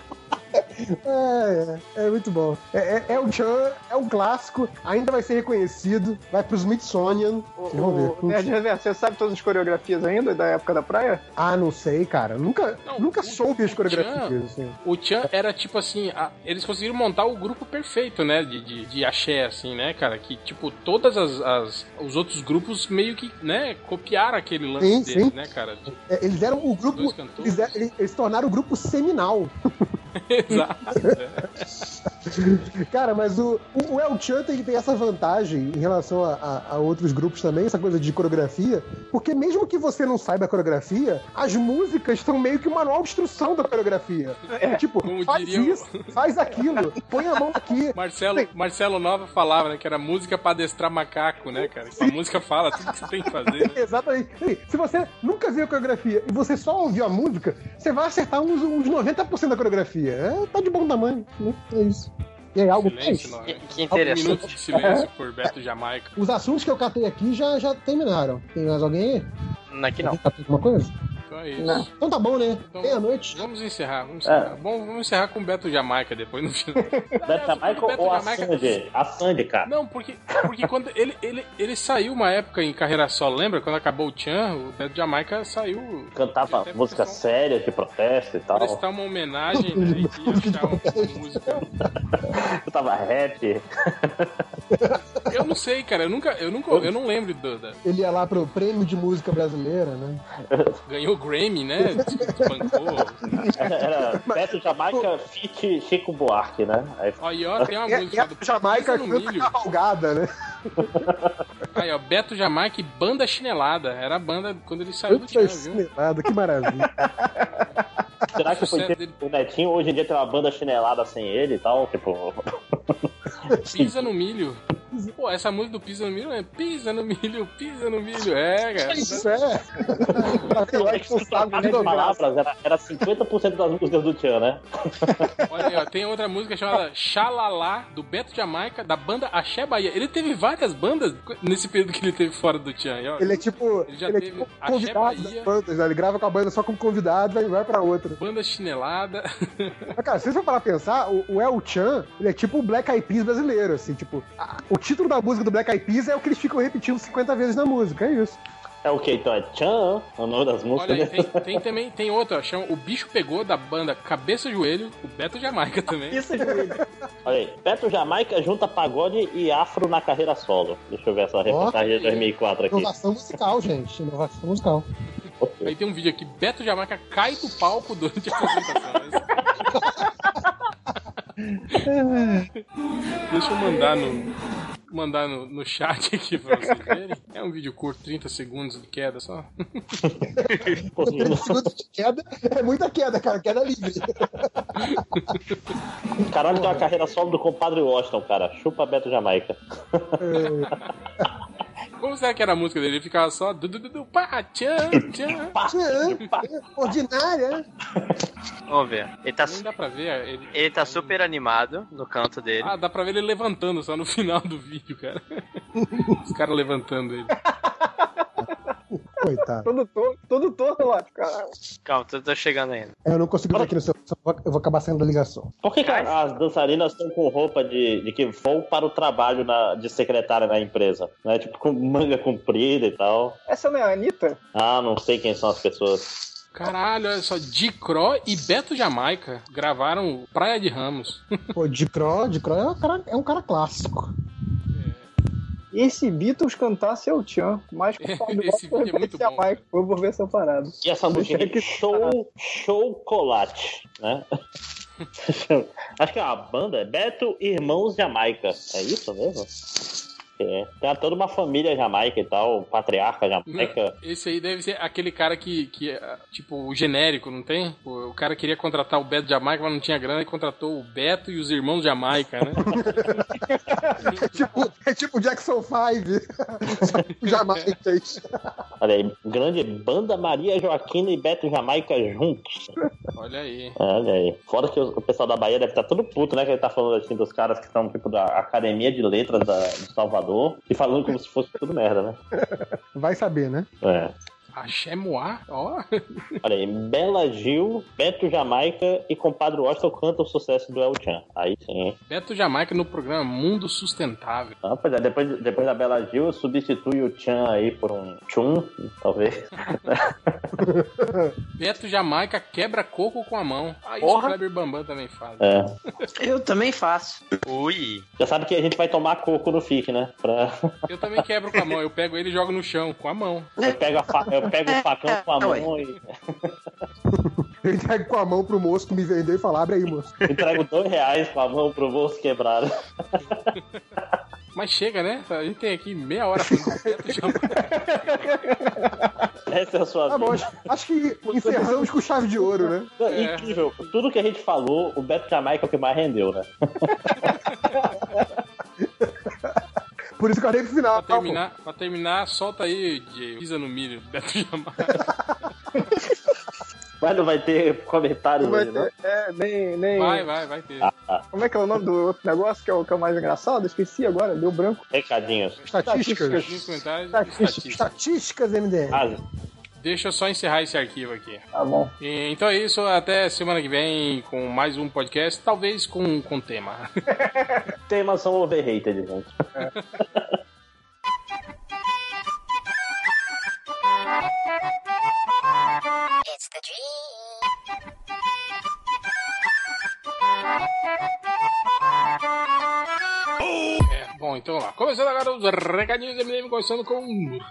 S8: É, é, é muito bom. É, é, é o Chan, é um clássico, ainda vai ser reconhecido, vai pro Smithsonian.
S6: O,
S8: Vocês vão ver.
S6: o Nerd Reverso, você sabe todas as coreografias ainda da época da praia?
S8: Ah, não sei, cara. Nunca,
S3: Não,
S8: nunca
S3: o-
S8: soube as
S3: o
S8: coreografias. Assim.
S3: O Chan era tipo assim, a- eles conseguiram montar o grupo perfeito, né? De, de, de axé, assim, né, cara? Que, tipo, todas as, as- os outros grupos meio que, né, copiaram aquele lance
S8: Sim,
S3: deles,
S8: sim.
S3: né, cara? De-
S8: É, eles eram o grupo.
S3: Dois cantores.
S8: Eles, eram- eles- eles se tornaram o grupo seminal.
S3: Exato. né?
S8: Cara, mas o, o, o El Chan tem, tem essa vantagem em relação a, a- a outros grupos também, essa coisa de coreografia, porque mesmo que você não saiba a coreografia, as músicas são meio que o manual de instrução da coreografia. É, tipo,
S3: Como
S8: faz
S3: diria o-
S8: isso, faz aquilo, põe a mão aqui.
S3: Marcelo, Marcelo Nova falava, né, que era música pra adestrar macaco, né, cara? A música fala tudo que você tem que fazer, né?
S8: Exatamente. Assim, Se você nunca viu a coreografia e você só ouviu a música, você vai acertar uns, uns 90% da coreografia. É, tá de bom tamanho. Né? É isso. E aí, algo
S3: Silêncio,
S8: mais?
S3: Nova.
S5: Que, que
S3: Um
S5: interessante.
S3: minuto de silêncio por Beto Jamaica.
S8: Os assuntos que eu catei aqui já, já terminaram. Tem mais alguém aí?
S5: Aqui não.
S8: Catou alguma coisa?
S3: Então é isso.
S9: Não.
S8: Então tá bom, né?
S3: Então-
S8: Meia-noite.
S3: Vamos encerrar, vamos encerrar. Bom, vamos encerrar com o Beto Jamaica depois no final.
S2: Beto Jamaica
S3: Beto
S2: ou a
S3: Jamaica-
S2: Sandy? A Sandy, cara.
S3: Não, porque, porque quando ele, ele, ele saiu uma época em carreira só, lembra? Quando acabou o Chan, o Beto Jamaica saiu
S2: Cantava
S3: Até
S2: música
S3: porque são-
S2: séria de protesto e tal.
S3: prestar uma homenagem né, e achar um uma música.
S2: Cantava rap.
S3: Eu não sei, cara. Eu nunca, eu nunca, eu não lembro do, da-
S8: Ele ia lá pro prêmio de música brasileira, né?
S3: ganhou o Grammy, né? Desbancou.
S2: Era Beto Jamaica feat Chico Buarque, né? Aí
S3: Aí, ó, tem uma
S8: É,
S3: música
S8: é
S3: do
S8: Jamaica
S3: Pisa no
S8: canta
S3: milho.
S8: cavalgada, né?
S3: Aí, ó, Beto Jamaica e Banda Chinelada. Era a banda quando ele saiu do Chan,
S8: Puta
S3: viu?
S8: chinelada, que maravilha.
S2: Será que foi
S3: Sucesso
S2: ter
S3: dele.
S2: o Netinho tipo, hoje em dia tem uma banda chinelada sem ele e tal? Tipo.
S3: Pisa no milho. Pô, essa música do Pisa no Milho é Pisa no Milho, Pisa no Milho. É, cara.
S8: Isso é. Eu acho que não sabe
S2: Sabe
S8: nem
S2: de
S8: dobrar.
S2: palavras, era, era 50% das músicas do Tchan, né?
S3: Olha aí, ó, tem outra música chamada Xalala, do Beto Jamaica, da banda Axé Bahia. Ele teve várias bandas nesse período que ele teve fora do Tchan. e ó,
S8: Ele é tipo,
S3: Ele
S8: ele,
S3: já
S8: é
S3: teve
S8: tipo
S3: Axé
S8: convidado
S3: Bahia.
S8: das bandas, né? Ele grava com a banda só como convidado, vai, vai pra outra.
S3: Banda chinelada.
S8: Mas, cara, se você for parar pra pensar, o, o El Chan, ele é tipo o Black Eyed Peas brasileiro, assim, tipo, a- o título da música do Black Eyed Peas é o que eles ficam repetindo 50 vezes na música, é isso.
S2: É o que então? É Tchan, é o nome das
S3: Olha
S2: músicas.
S3: aí,
S2: né?
S3: tem, tem também, tem outra, ó, chama O Bicho Pegou, da banda Cabeça e Joelho, o Beto Jamaica também.
S6: Isso, Juízo.
S2: Olha aí. Beto Jamaica junta pagode e afro na carreira solo. Deixa eu ver essa reportagem de 2004 aqui.
S8: Inovação musical, gente. Inovação musical.
S3: Aí tem um vídeo aqui, Beto Jamaica cai do palco durante a apresentação. Deixa eu mandar no mandar no, no chat aqui pra vocês verem. É um vídeo curto, 30 segundos de queda só.
S2: Pô,
S8: Um segundo de queda é muita queda, cara. Queda livre.
S2: Caralho, tem uma carreira solo do compadre Washington, cara. Chupa Beto Jamaica.
S3: Como será que era a música dele? Ele ficava só du, du, du, du, pá, tchan, tchan.
S8: É, Ordinária.
S5: Vamos ver. Ele tá,
S3: Nem dá pra ver ele.
S5: ele tá super animado no canto dele.
S3: Ah, dá pra ver ele levantando só no final do vídeo, cara. Os caras levantando ele.
S8: Coitado.
S6: Todo torto, todo torto, Lopes, cara.
S5: Calma, tô, tô chegando ainda.
S8: É, Eu não consigo ver aqui no seu. só vou- Eu vou acabar saindo da ligação.
S2: Por que, que as dançarinas estão com roupa de, de que vão para o trabalho na- de secretária na empresa? Né? Tipo, com manga comprida e tal.
S6: Essa não é a Anitta?
S2: Ah, não sei quem são as pessoas.
S3: Caralho, olha só, Dicró e Beto Jamaica gravaram Praia de Ramos.
S8: Pô, de Cro, de Cro é um cara, é um cara clássico.
S6: E se Beatles cantar seu Tchan, mas com
S3: Esse vídeo é muito bom,
S6: Eu vou ver essa parada.
S2: E essa música
S6: Deixa
S2: aqui, Show, Chocolate, né? Acho que é uma banda, é Beto Irmãos Jamaica. É isso mesmo? É. Tem toda uma família jamaica e tal, o patriarca jamaica.
S3: Esse aí deve ser aquele cara que, que é, tipo, o genérico, não tem? O o cara queria contratar o Beto Jamaica, mas não tinha grana e contratou o Beto e os irmãos Jamaica, né?
S8: Tipo, é tipo Jackson 5. Jamais fez.
S2: Olha aí, grande banda Maria Joaquina e Beto Jamaica juntos. É,
S3: Olha aí.
S2: Olha aí. Fora que o o pessoal da Bahia deve estar todo puto, né? Que ele tá falando assim dos caras que são tipo da Academia de Letras da, de Salvador e falando como se fosse tudo merda, né?
S8: Vai saber, né?
S2: É.
S3: Axé Moá, ó.
S2: Olha aí, Bela Gil, Beto Jamaica e Compadre Washington cantam o sucesso do El Chan. Aí sim, hein?
S3: Beto Jamaica no programa Mundo Sustentável.
S2: Ah, pois é, depois, depois da Bela Gil, substitui o Chan aí por um Chun, talvez.
S3: Beto Jamaica quebra coco com a mão. Ah, isso
S5: Porra.
S3: o Kleber Bambam também faz.
S2: É.
S9: Eu também faço.
S5: Ui.
S2: Já sabe que a gente vai tomar coco no FIC, né? Pra...
S3: Eu também quebro com a mão, eu pego ele e jogo no chão, com a mão.
S2: Eu, pego a fa- eu pego o facão com a mão e
S8: Eu entrego tá com a mão pro moço que me vendeu e falo, abre aí, moço.
S2: entrego dois reais com a mão pro bolso quebrado.
S3: Mas chega, né? A gente tem aqui meia hora falando do Beto Jamaica.
S2: Essa é a sua
S8: Tá bom,
S2: vida.
S8: acho, acho que encerramos com chave de ouro, né?
S3: É.
S2: Incrível. Tudo que a gente falou, o Beto Jamaica é o que mais rendeu, né?
S8: Por isso que eu dei pro final.
S3: Pra terminar, pra terminar, solta aí, Diego. Pisa no milho, Beto Jamaica.
S2: Mas não vai ter comentário
S6: Não vai
S2: hoje, né?
S6: ter- É, nem, nem.
S3: Vai, vai, vai ter.
S6: Como é que é o nome do outro negócio que é o que é o mais engraçado? Esqueci agora, deu branco.
S2: Recadinhos.
S8: Estatísticas.
S3: Nos comentários, estatística.
S8: Estatísticas, MDM.
S2: Ah,
S3: Deixa eu só encerrar esse arquivo aqui.
S6: Tá bom.
S3: E, Então é isso, até semana que vem com mais um podcast, talvez com, com tema.
S2: temas são overrated, gente.
S10: It's the dream.
S3: É, bom, então vamos lá. Começando agora os recadinhos do MDM, começando com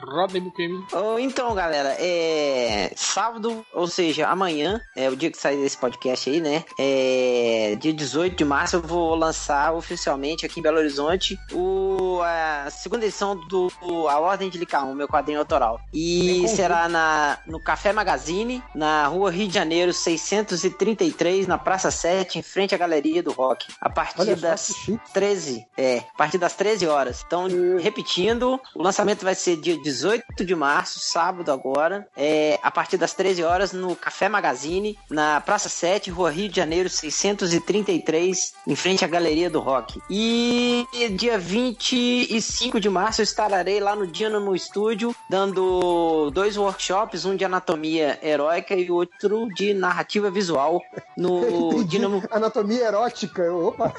S3: Rodney Bukemi.
S9: Ou então, galera, é. Sábado, ou seja, amanhã, é o dia que sair desse podcast aí, né? É. Dia 18 de março eu vou lançar oficialmente aqui em Belo Horizonte o, a segunda edição do A Ordem de Licaon, meu quadrinho autoral. E será na, no Café Magazine, na rua Rio de Janeiro 633, na Praça 7, em frente à Galeria do Rock. A partir
S8: Olha só que
S9: das
S8: chique.
S9: 13, é, a partir das 13 13 horas. Então, repetindo, o lançamento vai ser dia 18 de março, sábado agora, é, a partir das 13 horas, no Café Magazine, na Praça 7, Rua Rio de Janeiro, 633, em frente à Galeria do Rock. E dia 25 de março, eu estarei lá no Dynamo Studio, dando dois workshops, um de anatomia heróica e outro de narrativa visual no
S8: Entendi.
S9: Dynamo...
S8: Anatomia erótica. Opa,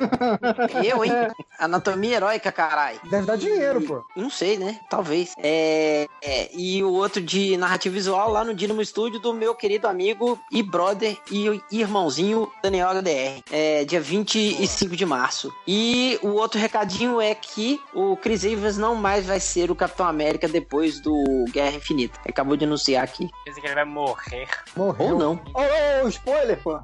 S9: Eu, hein? Anatomia heróica, carai.
S8: deve dar dinheiro, pô.
S9: Não sei, né? Talvez. É, é, e o outro de narrativa visual lá no Dinamo Studio do meu querido amigo e brother e irmãozinho Daniel HDR. É, dia 25 de março. E o outro recadinho é que o Chris Evans não mais vai ser o Capitão América depois do Guerra Infinita. Acabou de anunciar aqui. Então,
S5: Dizem que ele vai morrer.
S8: Morreu.
S9: Ou não.
S6: Ô, ô, ô, spoiler, pô.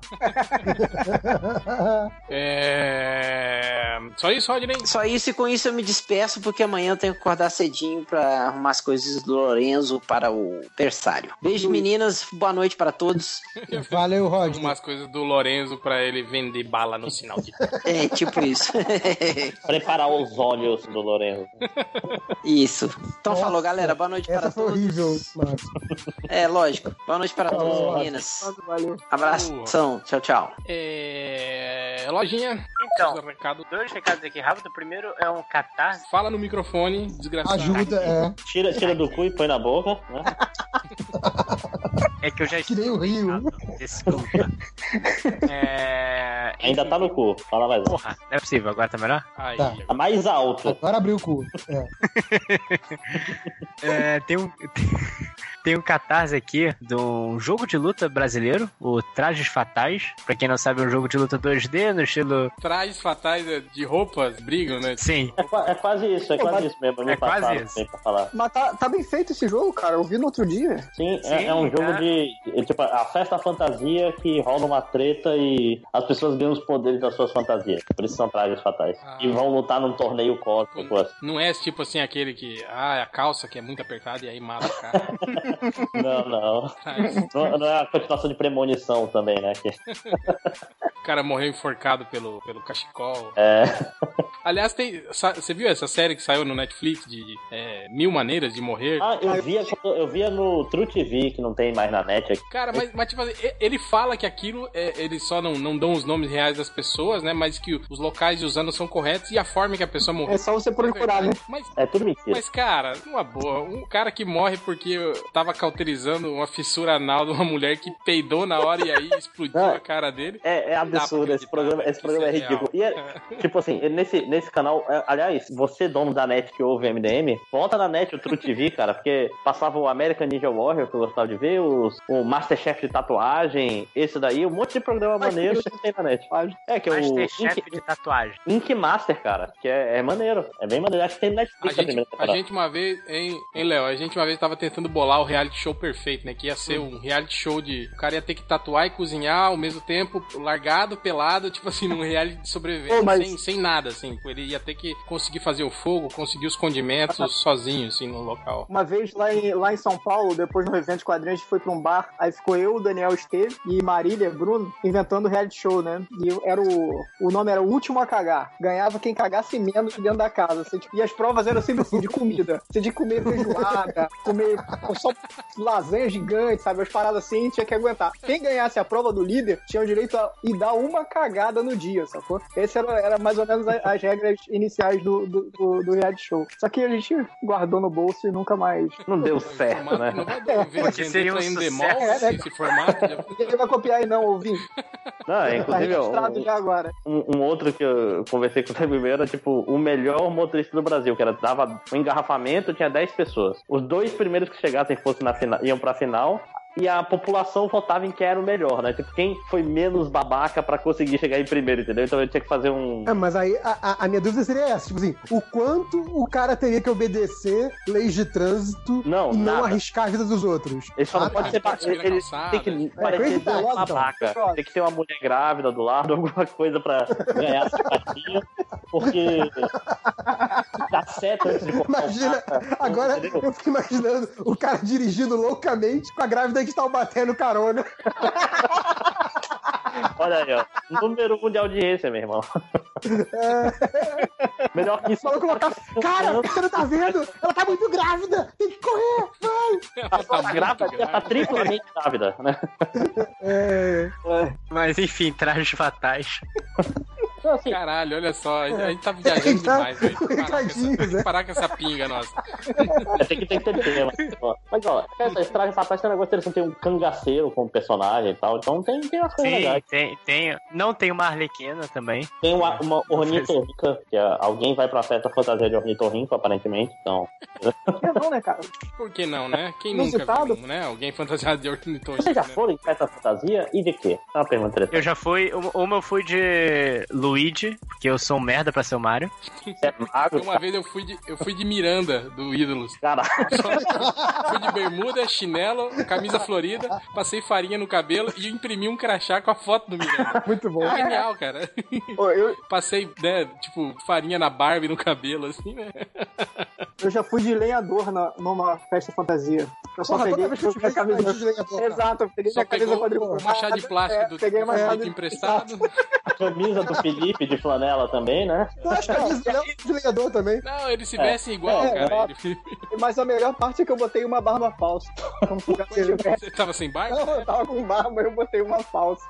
S3: É... Só isso, Rodney?
S9: Só isso e com isso eu me despeço porque amanhã eu tenho que acordar cedinho pra arrumar as coisas do Lorenzo para o berçário. Beijo, meninas. Boa noite para todos.
S8: Valeu, Rod.
S3: Umas coisas do Lorenzo pra ele vender bala no sinal de
S9: É tipo isso.
S2: Preparar os olhos do Lorenzo.
S9: Isso. Então
S8: Nossa,
S9: falou, galera. Boa noite para
S8: Essa foi
S9: todos.
S8: horrível, mano.
S9: É, lógico. Boa noite para todos,
S8: Falou.
S9: meninas.
S6: Valeu.
S9: Abração. Tchau, tchau.
S3: É... Lojinha,
S5: Então,
S3: seu recado.
S5: dois recados aqui rápido. O primeiro é um catarse.
S3: Fala no microfone, desgraçado.
S8: Ajuda, é.
S2: Tira, tira do cu e põe na boca, né?
S5: É que eu já
S8: Que nem o né? Rio.
S5: Desculpa. é...
S2: Ainda tá no cu. Fala mais alto.
S5: Porra, não é possível, agora tá melhor?
S3: Aí,
S8: Tá.
S2: Tá mais alto.
S8: Agora abriu o cu. É.
S5: É, tem um. Tem um catarse aqui de um jogo de luta brasileiro, o Trajes Fatais. Pra quem não sabe, é um jogo de luta 2D no estilo.
S3: Trajes fatais é, de roupas brigam, né?
S5: Sim,
S2: É, qua- é quase isso, é
S6: Pô,
S2: quase
S6: mas-
S2: isso mesmo. Me
S5: é quase
S2: passaram
S5: isso.
S2: também Pra falar.
S6: Mas tá, tá bem feito esse jogo, cara. Eu vi no outro dia.
S2: Sim,
S5: Sim,
S2: é, é um jogo
S5: é.
S2: de. é tipo, a festa fantasia que rola uma treta e as pessoas ganham os poderes das suas fantasias. Por isso são trajes fatais.
S3: Ah.
S2: E vão lutar num torneio cósmico. assim.
S3: Não é tipo assim aquele que. Ah, é a calça que é muito apertada e aí mata o cara.
S2: assim. Não, não.
S3: Mas
S2: não. Não é a continuação de premonição também, né? Que,
S3: o cara morreu enforcado pelo, pelo cachecol.
S2: é,
S3: Aliás, tem, sa- você viu essa série que saiu no Netflix de é, Mil Maneiras de Morrer?
S2: Ah, eu via, quando- eu via no True TV, que não tem mais na net aqui.
S3: Cara, mas, mas tipo assim, e- ele fala que aquilo, é, eles só não, não dão os nomes reais das pessoas, né? Mas que os locais e os anos são corretos e a forma que a pessoa morreu.
S6: É só você procurar, né?
S3: Mas,
S2: É tudo mentira.
S3: mas, cara, uma boa. Um cara que morre porque tava cauterizando uma fissura anal de uma mulher que peidou na hora e aí explodiu
S2: Não.
S3: a cara dele.
S2: É, é
S3: Não dá pra
S2: absurdo, esse
S3: acreditar,
S2: programa,
S3: velho,
S2: esse
S3: que
S2: programa é
S3: isso é real.
S2: ridículo. E é, tipo assim, nesse, nesse canal, é, aliás, você, dono da net que ouve MDM, volta na net o True TV, cara, porque passava o American Ninja Warrior, que eu gostava de ver, os, o Masterchef de tatuagem, esse daí, um monte de programa maneiro que não tem na net. É, que é o
S5: Masterchef
S2: Ink,
S5: de tatuagem.
S2: Ink Master, cara, que é, é maneiro, é bem maneiro. Acho que tem
S3: A
S2: Netflix na
S3: gente,
S2: primeira
S3: a
S2: temporada.
S3: gente uma vez, hein, hein, Léo? A gente uma vez tava tentando bolar o reality show perfeito, né? Que ia ser um reality show de. O cara ia ter que tatuar e cozinhar ao mesmo tempo, largado, pelado, tipo assim, num reality de sobrevivência,
S6: Pô, mas-
S3: sem, sem nada, assim. Ele ia ter que conseguir fazer o fogo, conseguir os condimentos sozinho, assim, no local.
S6: Uma vez lá em, lá em São Paulo, depois do evento de quadrinhos, a gente foi pra um bar. Aí ficou eu, o Daniel Esteve e Marília, Bruno, inventando reality show, né? E eu era o. O nome era o último a cagar. Ganhava quem cagasse menos dentro da casa. assim, tipo, e as provas eram sempre assim, de comida. Você tinha que comer feijoada, comer só lasanha gigante, sabe? As paradas assim, tinha que aguentar. Quem ganhasse a prova do líder tinha o direito a ir dar uma cagada no dia, sacou? Essa era, era mais ou menos a- as regras iniciais do, do, do, do reality show. Só que a gente guardou no bolso e nunca mais
S2: Não deu certo, né?
S3: Não vai dar um ver-
S5: Porque seria um
S3: entra em
S5: sucesso.
S3: demol,
S6: É, né?
S3: esse, esse formato. já-
S6: Ninguém vai copiar aí não, ouvinte.
S2: Não, é,
S6: Tá
S2: inclusive,
S6: registrado
S2: um-
S6: já agora.
S2: um, um outro que eu conversei com o Sérgio Ribeiro era tipo o melhor motorista do Brasil, que era dava um engarrafamento, tinha 10 pessoas. Os dois primeiros que chegassem fossem na final, iam pra final. E a população votava em quem era o melhor, né? Tipo, quem foi menos babaca pra conseguir chegar em primeiro, entendeu? Então ele tinha que fazer um.
S8: É, mas aí a, a- a minha dúvida seria essa: tipo assim, o quanto o cara teria que obedecer leis de trânsito
S2: Não,
S8: e não
S2: nada.
S8: arriscar a vida dos outros?
S2: Ele só não
S8: Ah, É,
S2: pode ser.
S3: tá.
S2: ba- Ele, ele tem
S3: né?
S2: que
S8: coisa
S2: parecer um
S8: idosa, então.
S2: babaca. Tem que ter uma mulher grávida do lado, alguma coisa pra ganhar a simpatia. Porque. Dá seta antes de cortar o
S8: Imagina, agora
S2: entendeu?
S8: eu fico imaginando o cara dirigindo loucamente com a grávida que está batendo carona.
S2: Olha aí, ó. Número um de audiência, meu irmão. Melhor que isso.
S8: Falou colocar. Cara, você não tá vendo? Ela tá muito grávida! Tem que correr! Vai!
S3: Ela tá muito
S2: Grávida, tá
S3: grávida.
S2: triplamente grávida, né?
S8: É.
S5: Mas enfim, trajes fatais.
S2: Então, assim, Então,
S3: Caralho, olha só, a gente- a gente tá viajando
S8: Tá,
S3: demais, velho. Tem que parar com essa-
S8: coitadinhos,
S3: tem
S8: né?
S3: que Parar com essa pinga nossa.
S2: Tem que, tem que ter tema. ó. Mas, ó, é essa estraga fatais tem um negócio interessante. Tem um cangaceiro como personagem e tal. Então tem, tem umas coisas
S5: Sim,
S2: legais.
S5: tem, tem. Não tem uma Arlequina também.
S2: Tem uma, uma ornitorrinca, que é- alguém vai pra festa fantasia de ornitorrinco, aparentemente. Então,
S6: Por que não, né, cara?
S3: Por que não, né? Quem nunca
S6: Inusitado.
S3: viu, né? Alguém fantasiado de ornitorrinco,
S2: vocês já
S3: né?
S2: foram em festa fantasia e de quê? É uma pergunta interessante.
S5: Eu já fui. um- Uma eu fui de Luigi, porque eu sou um merda pra ser o Mario.
S2: Você é
S5: Ah,
S2: magro,
S3: Uma vez eu fui de, eu fui de Miranda, do Ídolos.
S2: cara.
S3: Fui de bermuda, chinelo, camisa florida, passei farinha no cabelo e imprimi um crachá com a foto do Miranda.
S8: é Muito bom.
S3: Genial, cara.
S6: Pô, eu,
S3: Passei, né, tipo, farinha na Barbie no cabelo, assim, né?
S6: eu já fui de lenhador na, numa festa fantasia. Eu só
S8: Porra, toda
S6: peguei
S8: vez que eu te
S6: minha
S8: vejo,
S6: camisa-
S8: eu te vejo, porra.
S6: Exato, eu peguei
S3: Só
S6: minha camisa
S3: pegou
S6: quadriculada.
S3: o Um machado de plástico
S6: É,
S3: do
S6: peguei
S3: do
S6: uma
S3: Felipe emprestado.
S2: A camisa do Felipe de flanela também, né?
S8: Eu acho que a Liz Léo é desligador também.
S3: Não, eles se vestem igual,
S6: É,
S3: cara.
S6: ó.
S3: Ele-
S6: Mas a melhor parte é que eu botei uma barba falsa. Como se eu tivesse-
S3: Você tava sem barba?
S6: Não, eu tava com barba, eu botei uma falsa.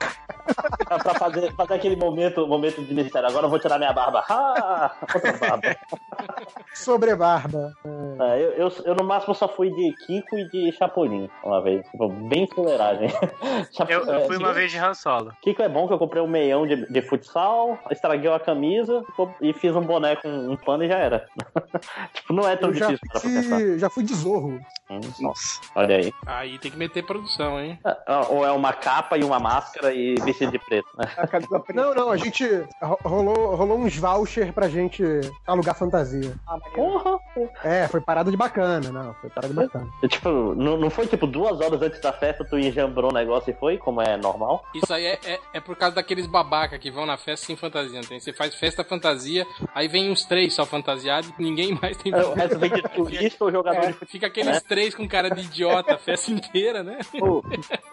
S2: Pra, pra fazer, fazer aquele momento, momento de ministério. Agora eu vou tirar minha barba. Ah, outra barba.
S8: Sobrebarba.
S2: É, eu, eu, eu, no máximo só fui de Kiko e de Chapolin uma vez. Tipo, bem fuleiragem. Chapo-
S5: Eu, eu
S2: é,
S5: fui uma vez de Han Solo.
S2: Kiko é bom que eu comprei um meião de, de futsal, estraguei a camisa co- e fiz um boné com um pano e já era. tipo, não é tão
S8: Eu já,
S2: difícil para pra pensar.
S8: fui, já fui de zorro.
S2: Hum, nossa, olha aí.
S3: Aí tem que meter produção, hein?
S2: Ah, Ou é uma capa e uma máscara e vestido de preto, né?
S6: A camisa preta.
S8: Não, não, a gente ro- rolou, rolou uns voucher pra gente alugar fantasia.
S6: Ah, maneiro.
S2: Porra!
S8: É, foi parada de bacana, não, foi parada de bacana.
S2: E, Tipo, não, não foi tipo duas horas antes da festa tu enjambrou o negócio e foi, como é normal?
S3: Isso aí é, é, é por causa daqueles babaca que vão na festa sem fantasia, não tem? Você faz festa fantasia, aí vem uns três só fantasiados, ninguém mais tem
S2: O resto vem de turista ou jogador
S6: é,
S2: de
S3: Fica aqueles três com cara de idiota a festa inteira, né?
S6: Pô,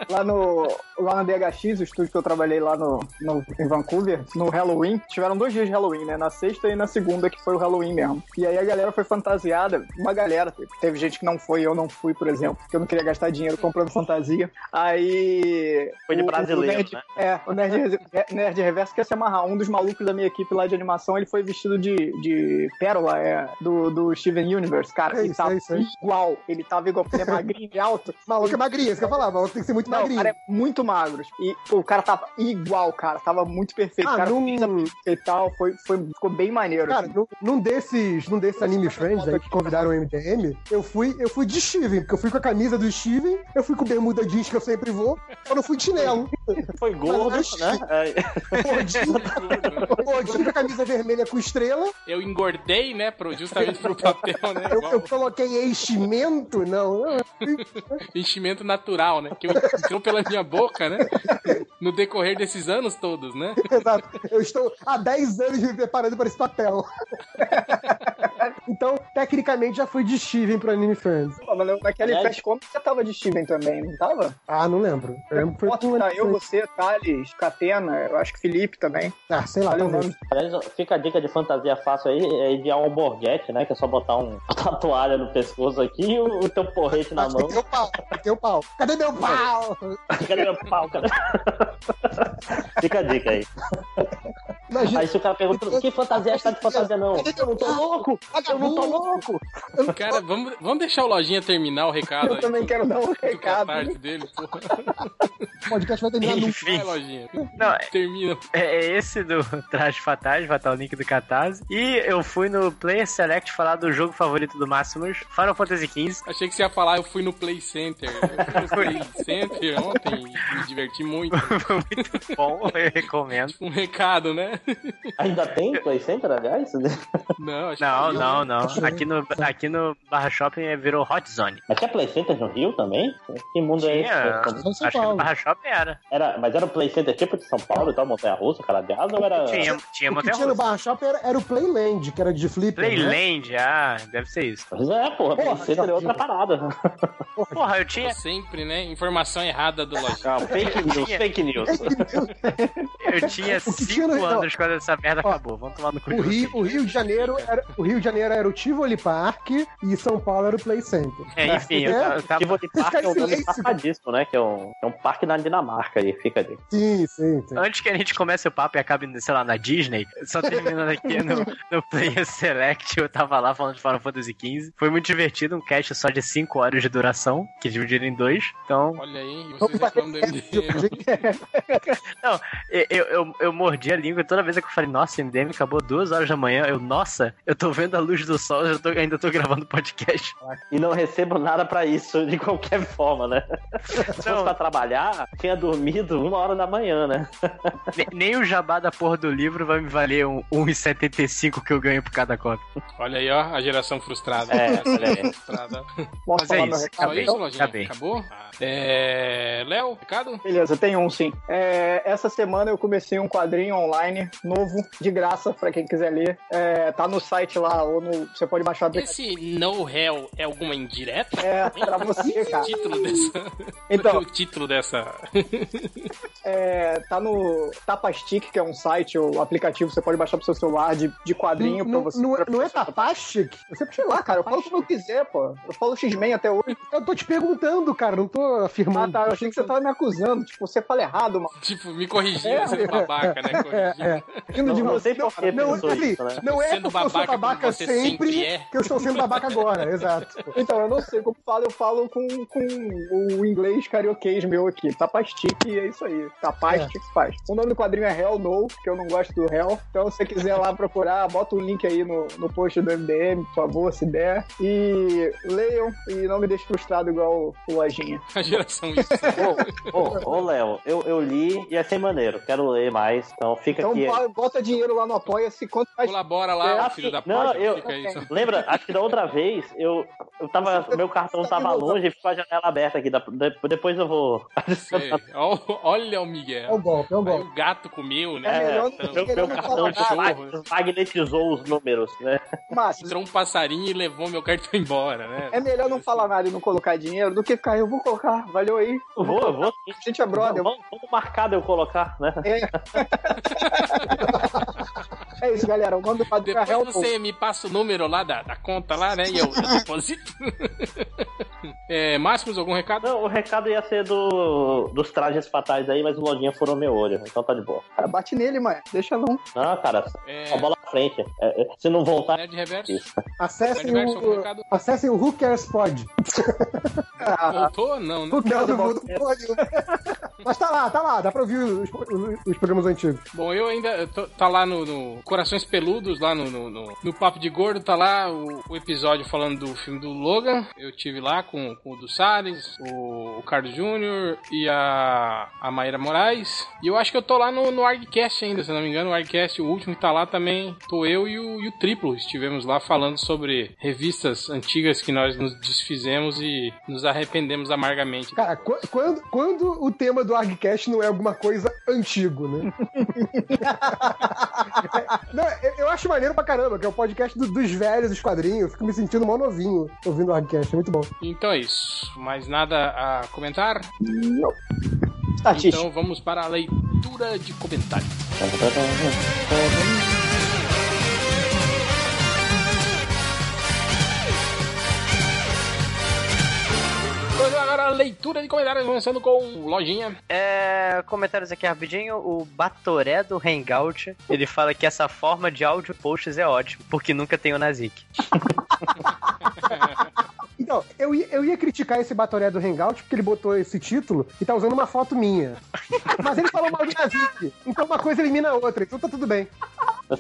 S6: lá no lá na DHX, o estúdio que eu trabalhei lá no, no- em Vancouver, no Halloween, tiveram dois dias de Halloween, né? Na sexta e na segunda, que foi o Halloween mesmo. E aí a galera foi fantasiada, uma galera, teve- teve gente que não foi, eu não fui, por exemplo, porque eu não queria gastar dinheiro comprando fantasia. Aí.
S2: Foi de
S6: o- o
S2: brasileiro,
S6: nerd-
S2: né?
S6: É, o Nerd, Re- Nerd Reverso quer se amarrar. Um dos malucos da minha equipe lá de animação, ele foi vestido de, de Pérola, é, do, do Steven Universe, cara.
S8: É
S6: ele
S8: isso,
S6: tava
S8: é isso, é isso.
S6: igual. Ele tava igual, porque ele é magrinho e alto.
S8: Maluco é magrinho, isso que eu falava, maluco tem que ser muito
S6: Não, o
S8: magrinho.
S6: cara é muito magro. E pô, o cara tava igual, cara. Tava muito perfeito.
S8: Ah,
S6: cara,
S8: num-
S6: e tal. Foi, foi, ficou bem maneiro.
S8: Cara, num, num desses, num desses anime friends aí que convidaram o MDM, eu fui, eu fui de Steven, porque eu fui com a camisa do Steven, eu fui com bermuda jeans que eu sempre vou, eu não fui de chinelo.
S2: Foi gordo,
S8: Mas-
S2: né? É,
S8: Gordinho, gordinho com a camisa vermelha com estrela,
S3: Eu engordei, né? Pro, justamente pro papel, né?
S8: eu,
S3: Igual
S8: eu coloquei enchimento, não, não,
S3: enchimento natural, né? Que eu- entrou pela minha boca, né? No decorrer desses anos todos, né?
S8: Exato. Eu estou há 10 anos me preparando para esse papel. então, tecnicamente, já fui de Steven pro Anime Friends.
S6: Pô, mas naquela
S2: Aliás-
S6: festa como você tava de Steven também, não tava?
S8: Ah, não lembro. Eu lembro que foi
S6: Foto
S8: pro
S6: tá
S8: Anime
S6: eu,
S8: Friends.
S6: você, Thales, Catena, eu acho que Felipe também.
S8: Ah, sei lá,
S6: Olha o
S8: talvez.
S6: nome.
S2: aliás, fica a dica de fantasia fácil aí, é enviar um alborguete, né? Que é só botar um, botar uma toalha no pescoço aqui e o, o teu porrete na
S8: Mas tem
S2: mão.
S8: teu pau, tem teu pau. Cadê meu pau?
S2: Cadê meu pau, cara? fica a dica aí.
S8: Imagina,
S2: Aí se o cara pergunta, que fantasia é essa de fantasia não?
S8: cadê meu pau?
S2: louco! Eu não tô louco!
S3: Cara, vamos, vamos deixar o Lojinha terminar o recado
S6: Eu
S3: aí
S6: também
S3: do-
S6: quero dar um
S3: do
S6: recado.
S3: catarte dele, porra.
S8: O podcast vai terminar num.
S5: Enfim.
S3: Vai, Lojinha.
S5: Não, é,
S3: Termina.
S5: é esse do Traje Fatais, vai estar o link do Catarse. E eu fui no Player Select falar do jogo favorito do Máximos, Final Fantasy XV.
S3: Achei que você ia falar, eu fui no Play Center. Eu fui no Play Center ontem e me diverti muito.
S5: Foi muito bom, eu recomendo.
S3: Um recado, né?
S2: Ainda tem Play Center, né? aliás?
S3: Não, acho
S5: Não,
S3: que
S5: não, não. Aqui no, aqui no Barra Shopping é- virou Hot Zone.
S2: Mas tinha Play Center no Rio também? Que mundo é
S5: Tinha.
S2: esse?
S8: Só em São
S5: Acho que no
S8: Paulo.
S5: Barra Shopping era.
S2: Era, mas era o Play Center tipo de São Paulo e tal, Montanha Russa, Caradeado, ou era.
S5: Tinha, tinha
S8: É. O que tinha
S5: Montanha
S8: no
S5: Russa.
S8: Barra Shop era, era o Playland, que era de flipper. né?
S5: Playland, ah, deve ser isso.
S2: Mas é, porra, Play
S8: Porra,
S2: Center é
S8: Jorginho.
S2: outra parada.
S5: Porra, eu tinha,
S3: Sempre, né? Informação errada do lojista.
S2: Não, fake news,
S5: Tinha.
S2: fake news.
S5: eu tinha
S8: O que tinha
S5: cinco
S8: no-
S5: anos quando essa merda
S8: Ó,
S5: acabou. Vamos tomar no cu.
S8: O Rio, o Rio de Janeiro era o Rio de Janeiro era o Tivoli Park e São Paulo era o Play Center.
S5: É, enfim, eu tava- eu tava.
S2: Tivoli Park é
S8: Fica
S2: um
S8: em
S2: nome
S8: silêncio.
S2: safadíssimo, né? Que é um, é um parque na Dinamarca ali, fica ali.
S8: Sim, sim, sim.
S5: Antes que a gente comece o papo e acabe, sei lá, na Disney, só terminando aqui no, no Player Select, eu tava lá falando de Final Fantasy XV. Foi muito divertido, um cast só de 5 horas de duração, que dividiram em dois. Então,
S3: Olha aí,
S8: Vamos
S3: vocês
S8: bater
S3: reclamam do
S8: recorde,
S3: MDM.
S8: gente.
S5: eu, eu, eu, eu mordi a língua toda vez que eu falei, nossa, MDM acabou duas horas da manhã. Eu, nossa, eu tô vendo a luz do sol, eu tô, ainda tô gravando podcast.
S2: E não recebo nada pra isso, de qualquer forma, né? Se fosse pra trabalhar, tinha dormido uma hora da manhã, né?
S5: Ne- Nem o jabá da porra do livro vai me valer um 1,75 que eu ganho por cada cópia.
S3: Olha aí, ó, a geração frustrada.
S2: É,
S3: A geração
S2: olha aí. Tá
S3: frustrada.
S6: Posso
S5: Mas é
S6: falar meu
S5: isso.
S6: recado?
S3: Só
S6: Então,
S5: Acabei,
S3: isso, Lojinha?
S5: acabei.
S3: Acabou? É... Léo, recado?
S6: Beleza, tem um sim. É, essa semana eu comecei um quadrinho online novo, de graça, pra quem quiser ler. É, tá no site lá, ou no, você pode baixar do
S3: Esse No Hell é alguma indireta?
S6: É, pra você,
S8: Ah,
S3: O
S6: cara.
S3: título dessa...
S6: Então,
S3: O título dessa...
S6: é, tá no Tapastick, que é um site ou aplicativo, você pode baixar pro seu celular de, de quadrinho pra
S8: Não,
S6: você.
S8: não, é-
S6: pra
S8: não é
S6: pessoa-
S8: Tapastic? Você
S6: Sei lá, cara, eu falo como eu quiser, pô. Eu falo X-Men até hoje.
S8: Eu tô te perguntando, cara, não tô
S6: Ah,
S8: afirmando.
S6: tá, eu achei que você tava me acusando. Tipo, você fala errado, mano.
S3: Tipo, me
S8: É,
S3: corrigindo, sendo babaca, né? Corrigindo.
S8: Indo de
S2: Não, não
S8: você.
S2: sei por que
S8: Não,
S2: pensou
S8: ele-
S2: isso, né?
S8: Não é
S3: Sendo
S8: porque eu sou
S3: babaca como
S8: babaca
S3: você sempre
S8: sempre
S3: é.
S8: que eu estou sendo babaca agora, exato.
S6: Então, eu não sei como fala, eu falo com, com o inglês carioquês meu aqui. Tapastique, é isso aí. Tapastique faz. O nome do quadrinho é Hell No, que eu não gosto do Hell. Então, se você quiser lá procurar, bota o link aí no, no post do MDM, por favor, se der. E leiam e não me deixe frustrado igual o Lojinha.
S3: A geração Y.
S2: Ô, ô, ô, Léo, eu, eu li e achei maneiro. Quero ler mais, então fica
S6: Então,
S2: aqui.
S6: bo- bota dinheiro lá no Apoia-se, quanto mais
S3: Colabora lá,
S2: Ah,
S3: o filho da
S2: sim. Não,
S3: puta.
S2: eu-
S3: Fica aí. só.
S2: Lembra? Acho que da outra vez eu, eu tava. Meu cartão tava longe e ficou a janela aberta aqui. da- de- Depois eu vou.
S3: Sei. Ó- Olha o
S8: É um
S3: Miguel.
S8: golpe, é um
S3: Aí
S8: golpe.
S3: o gato comeu, né?
S6: É melhor
S3: Então,
S2: Meu, meu cartão de
S3: cachorro.
S2: magnetizou os números, né?
S6: Márcio,
S3: Entrou um passarinho e levou meu cartão embora, né?
S6: É melhor não falar nada e não colocar dinheiro do que ficar, eu vou colocar, valeu aí.
S2: Eu vou, eu vou. sim.
S6: A gente é brother.
S2: Vamos, vamos marcar de eu colocar, né?
S6: É isso, galera. O nome do quadrinho é
S3: Depois
S6: Hell No.
S3: você me passa o número lá da, da conta lá, né? E eu, eu deposito. é, Máximos, algum recado?
S2: Não, o recado ia ser do, dos trajes fatais aí, mas o Lojinha furou meu olho, então tá de boa.
S6: Cara, bate nele, mano. Deixa não.
S2: Não, cara,
S3: É,
S2: só bola pra frente. É, é, se não voltar,
S3: Nerd Reverso.
S8: Acessem
S3: Nerd Reverso, algum
S8: o,
S3: recado?
S8: acessem o Who Cares Pod.
S3: Voltou ou não, né?
S8: Who Cares Pod. né? Mas tá lá, tá lá, dá pra ouvir os, os programas antigos.
S3: Bom, eu ainda. eu tô- tá lá no, no Corações Peludos, lá no, no, no- no Papo de Gordo, tá lá o, o episódio falando do filme do Logan. Eu tive lá com, com o do Salles, o, o Carlos Júnior e a, a Maíra Moraes. E eu acho que eu tô lá no, no Argcast ainda, se não me engano. O Argcast, o último que tá lá também, tô eu e o, e o Triplo. Estivemos lá falando sobre revistas antigas que nós nos desfizemos e nos arrependemos amargamente.
S8: Cara, qu- quando, quando o tema do ArgCast não é alguma coisa antigo, né? não, eu, eu acho maneiro pra caramba, que é o podcast do- dos velhos, dos quadrinhos. Eu fico me sentindo mó novinho ouvindo o ArgCast, é muito bom.
S3: Então é isso. Mais nada a comentar?
S6: Estatística.
S3: Então vamos para a leitura de comentários. Vamos agora a leitura de comentários, começando com o Lojinha.
S5: É, comentários aqui rapidinho. O Batoré do Hangout, ele fala que essa forma de áudio posts é ótimo, porque nunca tem o Nazik.
S8: Então, eu, ia- eu ia criticar esse Batoré do Hangout, porque ele botou esse título e tá usando uma foto minha. Mas ele falou mal do Nazik. Então uma coisa elimina a outra, então tá tudo bem.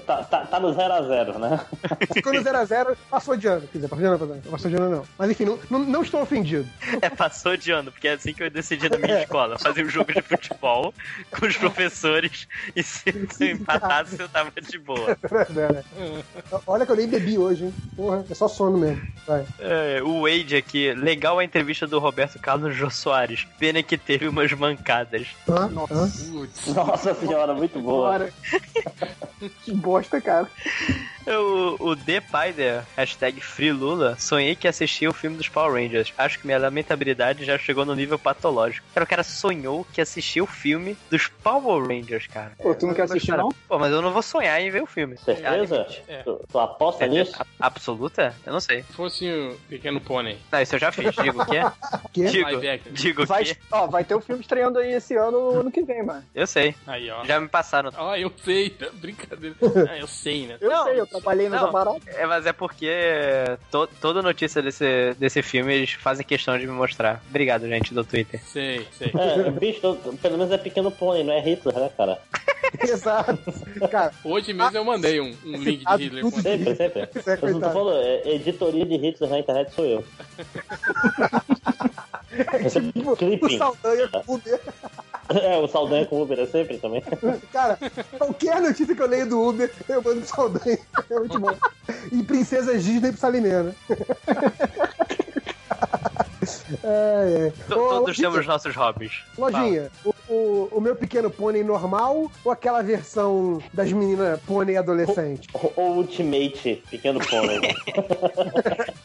S2: Tá, tá, tá no 0 a 0 né?
S8: Ficou no 0x0, passou de ano. Quer dizer, passou de ano, passou de ano, passou de ano não. Mas enfim, não, não, não estou ofendido.
S5: É, passou de ano, porque é assim que eu decidi na minha escola. Fazer um jogo de futebol com os professores e se, se eu empatasse eu tava de boa.
S8: Olha que eu nem bebi hoje, hein? Porra, é só sono mesmo. Vai.
S5: É, o Wade aqui, legal a entrevista do Roberto Carlos Jô Soares. Pena que teve umas mancadas.
S8: Hã? Hã?
S3: Putz.
S2: Nossa senhora, muito boa.
S6: Bora. que bosta, cara.
S5: O, o The Pider, hashtag FreeLula, sonhei que assistia o filme dos Power Rangers. Acho que minha lamentabilidade já chegou no nível patológico. Cara, o cara sonhou que assistia o filme dos Power Rangers, cara.
S6: Pô, tu não quer assistir,
S5: Cara,
S6: não?
S5: Pô, mas eu não vou sonhar em ver o filme.
S2: Certeza?
S3: É.
S2: Tu, tu aposta
S5: É, é,
S2: nisso?
S5: a- absoluta? Eu não sei.
S3: Se fosse o Pequeno Pônei.
S5: Não, isso eu já fiz. Digo o quê?
S8: Quê?
S5: Digo,
S3: Live action.
S5: digo o
S6: Vai,
S5: quê?
S6: ó, vai ter o filme estreando aí esse ano, ano que vem, mano.
S5: Eu sei.
S3: Aí, ó.
S5: Já me passaram.
S3: Ah, eu sei, tá? brincadeira. Ah, eu sei, né?
S6: Eu
S5: Não,
S6: sei, eu trabalhei nessa
S5: não.
S6: parada.
S5: É, mas é porque to- toda notícia desse, desse filme eles fazem questão de me mostrar. Obrigado, gente, do Twitter.
S3: Sei, sei.
S2: É, bicho, tu- pelo menos é pequeno pônei, não é Hitler, né, cara?
S8: Exato. Cara,
S3: Hoje mesmo eu mandei um, um link de Hitler.
S8: tudo
S3: com-
S2: Sempre, sempre.
S8: Isso é
S2: Eu não tô
S8: coitado.
S2: falando, é, editoria de Hitler na internet sou eu. É sempre
S8: o
S2: clipping.
S8: Saldanha com o Uber.
S2: É, o Saldanha com o Uber é sempre também.
S8: Cara, qualquer notícia que eu leio do Uber, eu mando pro Saldanha. É muito bom. E Princesa Disney pro Salimena. É, é.
S5: To-
S8: Ô,
S5: todos
S8: Lojinha,
S5: temos nossos hobbies.
S8: Lojinha, o, o- o meu pequeno pônei normal ou aquela versão das meninas pônei adolescente?
S2: Ou- Ou Ultimate, pequeno pônei.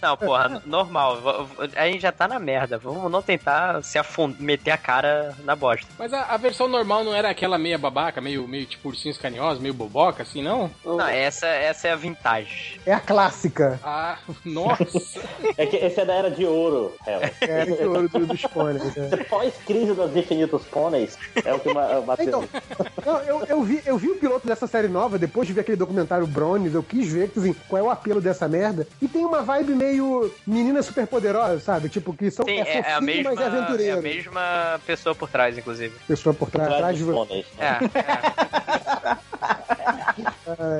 S5: Não, porra, normal. V- v- A gente já tá na merda. Vamos não tentar se afundar, meter a cara na bosta.
S3: Mas a, a versão normal não era aquela meia babaca, meio, meio tipo ursinhos carinhosos, meio boboca, assim, não?
S5: Não, essa, essa é a vintage.
S8: É a clássica.
S3: Ah, nossa.
S2: É que esse é da era de ouro, Hel.
S8: É, esse ouro do- dos pôneis. né?
S2: Pós-crise dos infinitos pôneis, é o que ma- bateu.
S8: Então, não, eu, eu, vi, eu vi o piloto dessa série nova, depois de ver aquele documentário Bronies, eu quis ver assim, qual é o apelo dessa merda. E tem uma vibe meio menina superpoderosa, sabe? Tipo, que são
S5: Sim,
S8: é
S5: é, é a
S8: fofinho,
S5: mesma,
S8: mas é
S5: é,
S8: aventureiro.
S5: a mesma pessoa por trás, inclusive.
S8: Pessoa por trás,
S2: Atrás
S8: atrás de
S2: dos
S8: você.
S2: pôneis.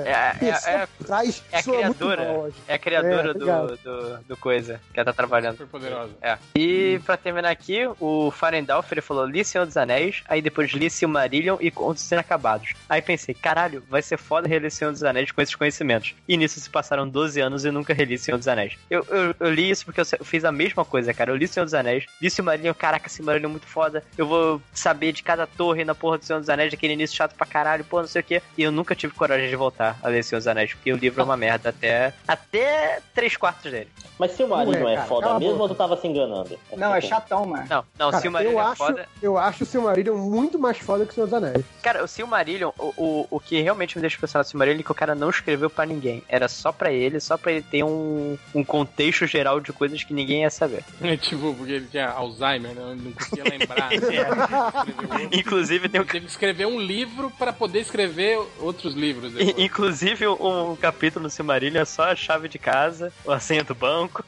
S5: É, é. É, é, é,
S8: Pessoa por trás,
S5: é a
S8: soa muito
S5: criadora.
S8: mal, acho.
S5: é a criadora
S8: É,
S5: do,
S8: obrigado.
S5: do, do coisa que ela tá trabalhando.
S3: Super poderosa.
S5: É. E pra terminar aqui, o Farendalf ele falou li Senhor dos Anéis, aí depois li Silmarillion e Contos Inacabados. Aí pensei, caralho, vai ser foda reler Senhor dos Anéis com esses conhecimentos. E nisso se passaram 12 anos e nunca reli Senhor dos Anéis. Eu, eu, eu li isso porque eu se- eu fiz a mesma coisa, cara. Eu li Senhor dos Anéis, li Silmarillion, caraca, Silmarillion é muito foda. Eu vou saber de cada torre na porra do Senhor dos Anéis, daquele início chato pra caralho, pô, não sei o quê. E eu nunca tive coragem de voltar a ler Senhor dos Anéis, porque o livro é uma merda até, até 3 quartos dele.
S2: Mas se o marido
S8: Não
S2: não
S8: é,
S2: é,
S8: cara,
S2: foda
S8: cala a
S2: mesmo
S8: boca.
S2: ou tu tava se enganando?
S6: Não, é chatão, mano.
S5: Não, não,
S8: Cara, eu,
S5: Silmarillion é
S8: acho,
S5: foda.
S8: eu acho o Silmarillion muito mais foda que o Senhor dos Anéis.
S5: Cara, o Silmarillion, o, o, o que realmente me deixa pensar no Silmarillion é que o cara não escreveu pra ninguém. Era só pra ele, só pra ele ter um, um contexto geral de coisas que ninguém ia saber.
S3: É, tipo, porque ele tinha Alzheimer, né? Ele não conseguia lembrar.
S5: É.
S3: né? Escreveu outro.
S5: Inclusive, tem um,
S3: Ele teve que escrever um livro pra poder escrever outros livros. depois.
S5: i- inclusive um capítulo no Silmarillion é só a chave de casa, o senha do banco.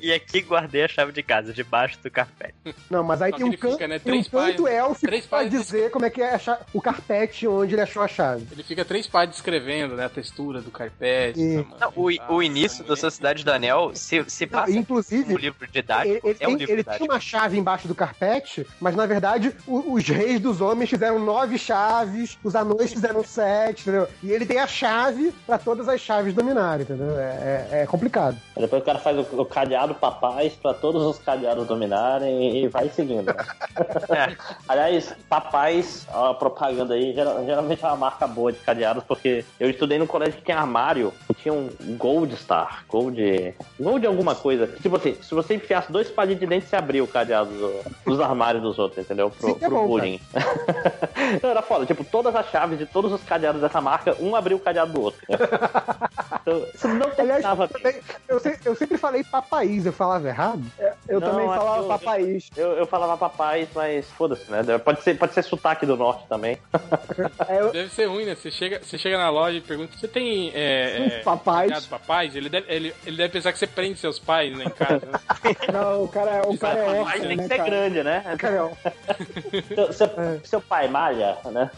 S5: e aqui guardei a chave de casa, debaixo do carpete.
S8: Não, mas aí
S3: Só que
S8: tem um,
S3: ele
S8: can...
S3: fica, né,
S8: tem um
S3: três
S8: canto
S3: páginas-
S8: élfico
S3: três
S8: pra
S3: páginas-
S8: dizer como é que é a cha- o carpete onde ele achou a chave.
S3: Ele fica três partes escrevendo, né? A textura do carpete. né?
S8: E-
S3: tamanho,
S5: Não, o, i-
S3: tal,
S5: o início da
S3: tamanho.
S5: Sociedade do Anel se, se
S8: Não,
S5: passa
S8: inclusive,
S5: um livro didático,
S8: Ele, ele
S5: é um
S8: tem,
S5: livro
S8: ele
S5: didático.
S8: tinha uma chave embaixo do carpete, mas na verdade o- os reis dos homens fizeram nove chaves, os anões fizeram sete, entendeu? E ele tem a chave pra todas as chaves dominarem, entendeu? É, é- é complicado.
S2: Aí Depois o cara faz o, o cadeado papais pra todos os cadeados dominarem e, e vai seguindo. né? Aliás, papais, a propaganda aí, geral- geralmente é uma marca boa de cadeados, porque eu estudei no colégio que tinha armário, e tinha um Gold Star, Gold. Gold alguma coisa. Tipo assim, se você enfiasse dois palitos de dente, você abria o cadeado do- dos armários dos outros, entendeu? Pro,
S8: Sim, que é
S2: pro
S8: bom,
S2: bullying. Não, era foda. Tipo, todas as chaves de todos os cadeados dessa marca, um abriu o cadeado do outro. Então, isso não
S8: Aliás,
S2: terminava bem.
S8: também, eu, se- eu sempre falei papaís, eu falava errado?
S6: É, Eu
S2: Não,
S6: também
S2: acho
S6: falava
S2: que eu-
S6: papaís.
S2: Eu, eu falava papais, mas foda-se, né? Pode ser, pode ser sotaque do norte também.
S6: É, eu-
S3: Deve ser ruim, né? Você chega, você chega na loja e pergunta: Você tem. É, é,
S6: papais.
S3: criado papais? Ele deve, ele, ele deve pensar que você prende seus pais, né? Em casa. né?
S6: Não, o cara, o cara é
S2: Mas
S6: órfão,
S2: tem que
S6: né,
S2: ser
S6: cara?
S2: grande, né?
S6: O cara é órfão.
S2: Seu, seu- seu pai malha, né?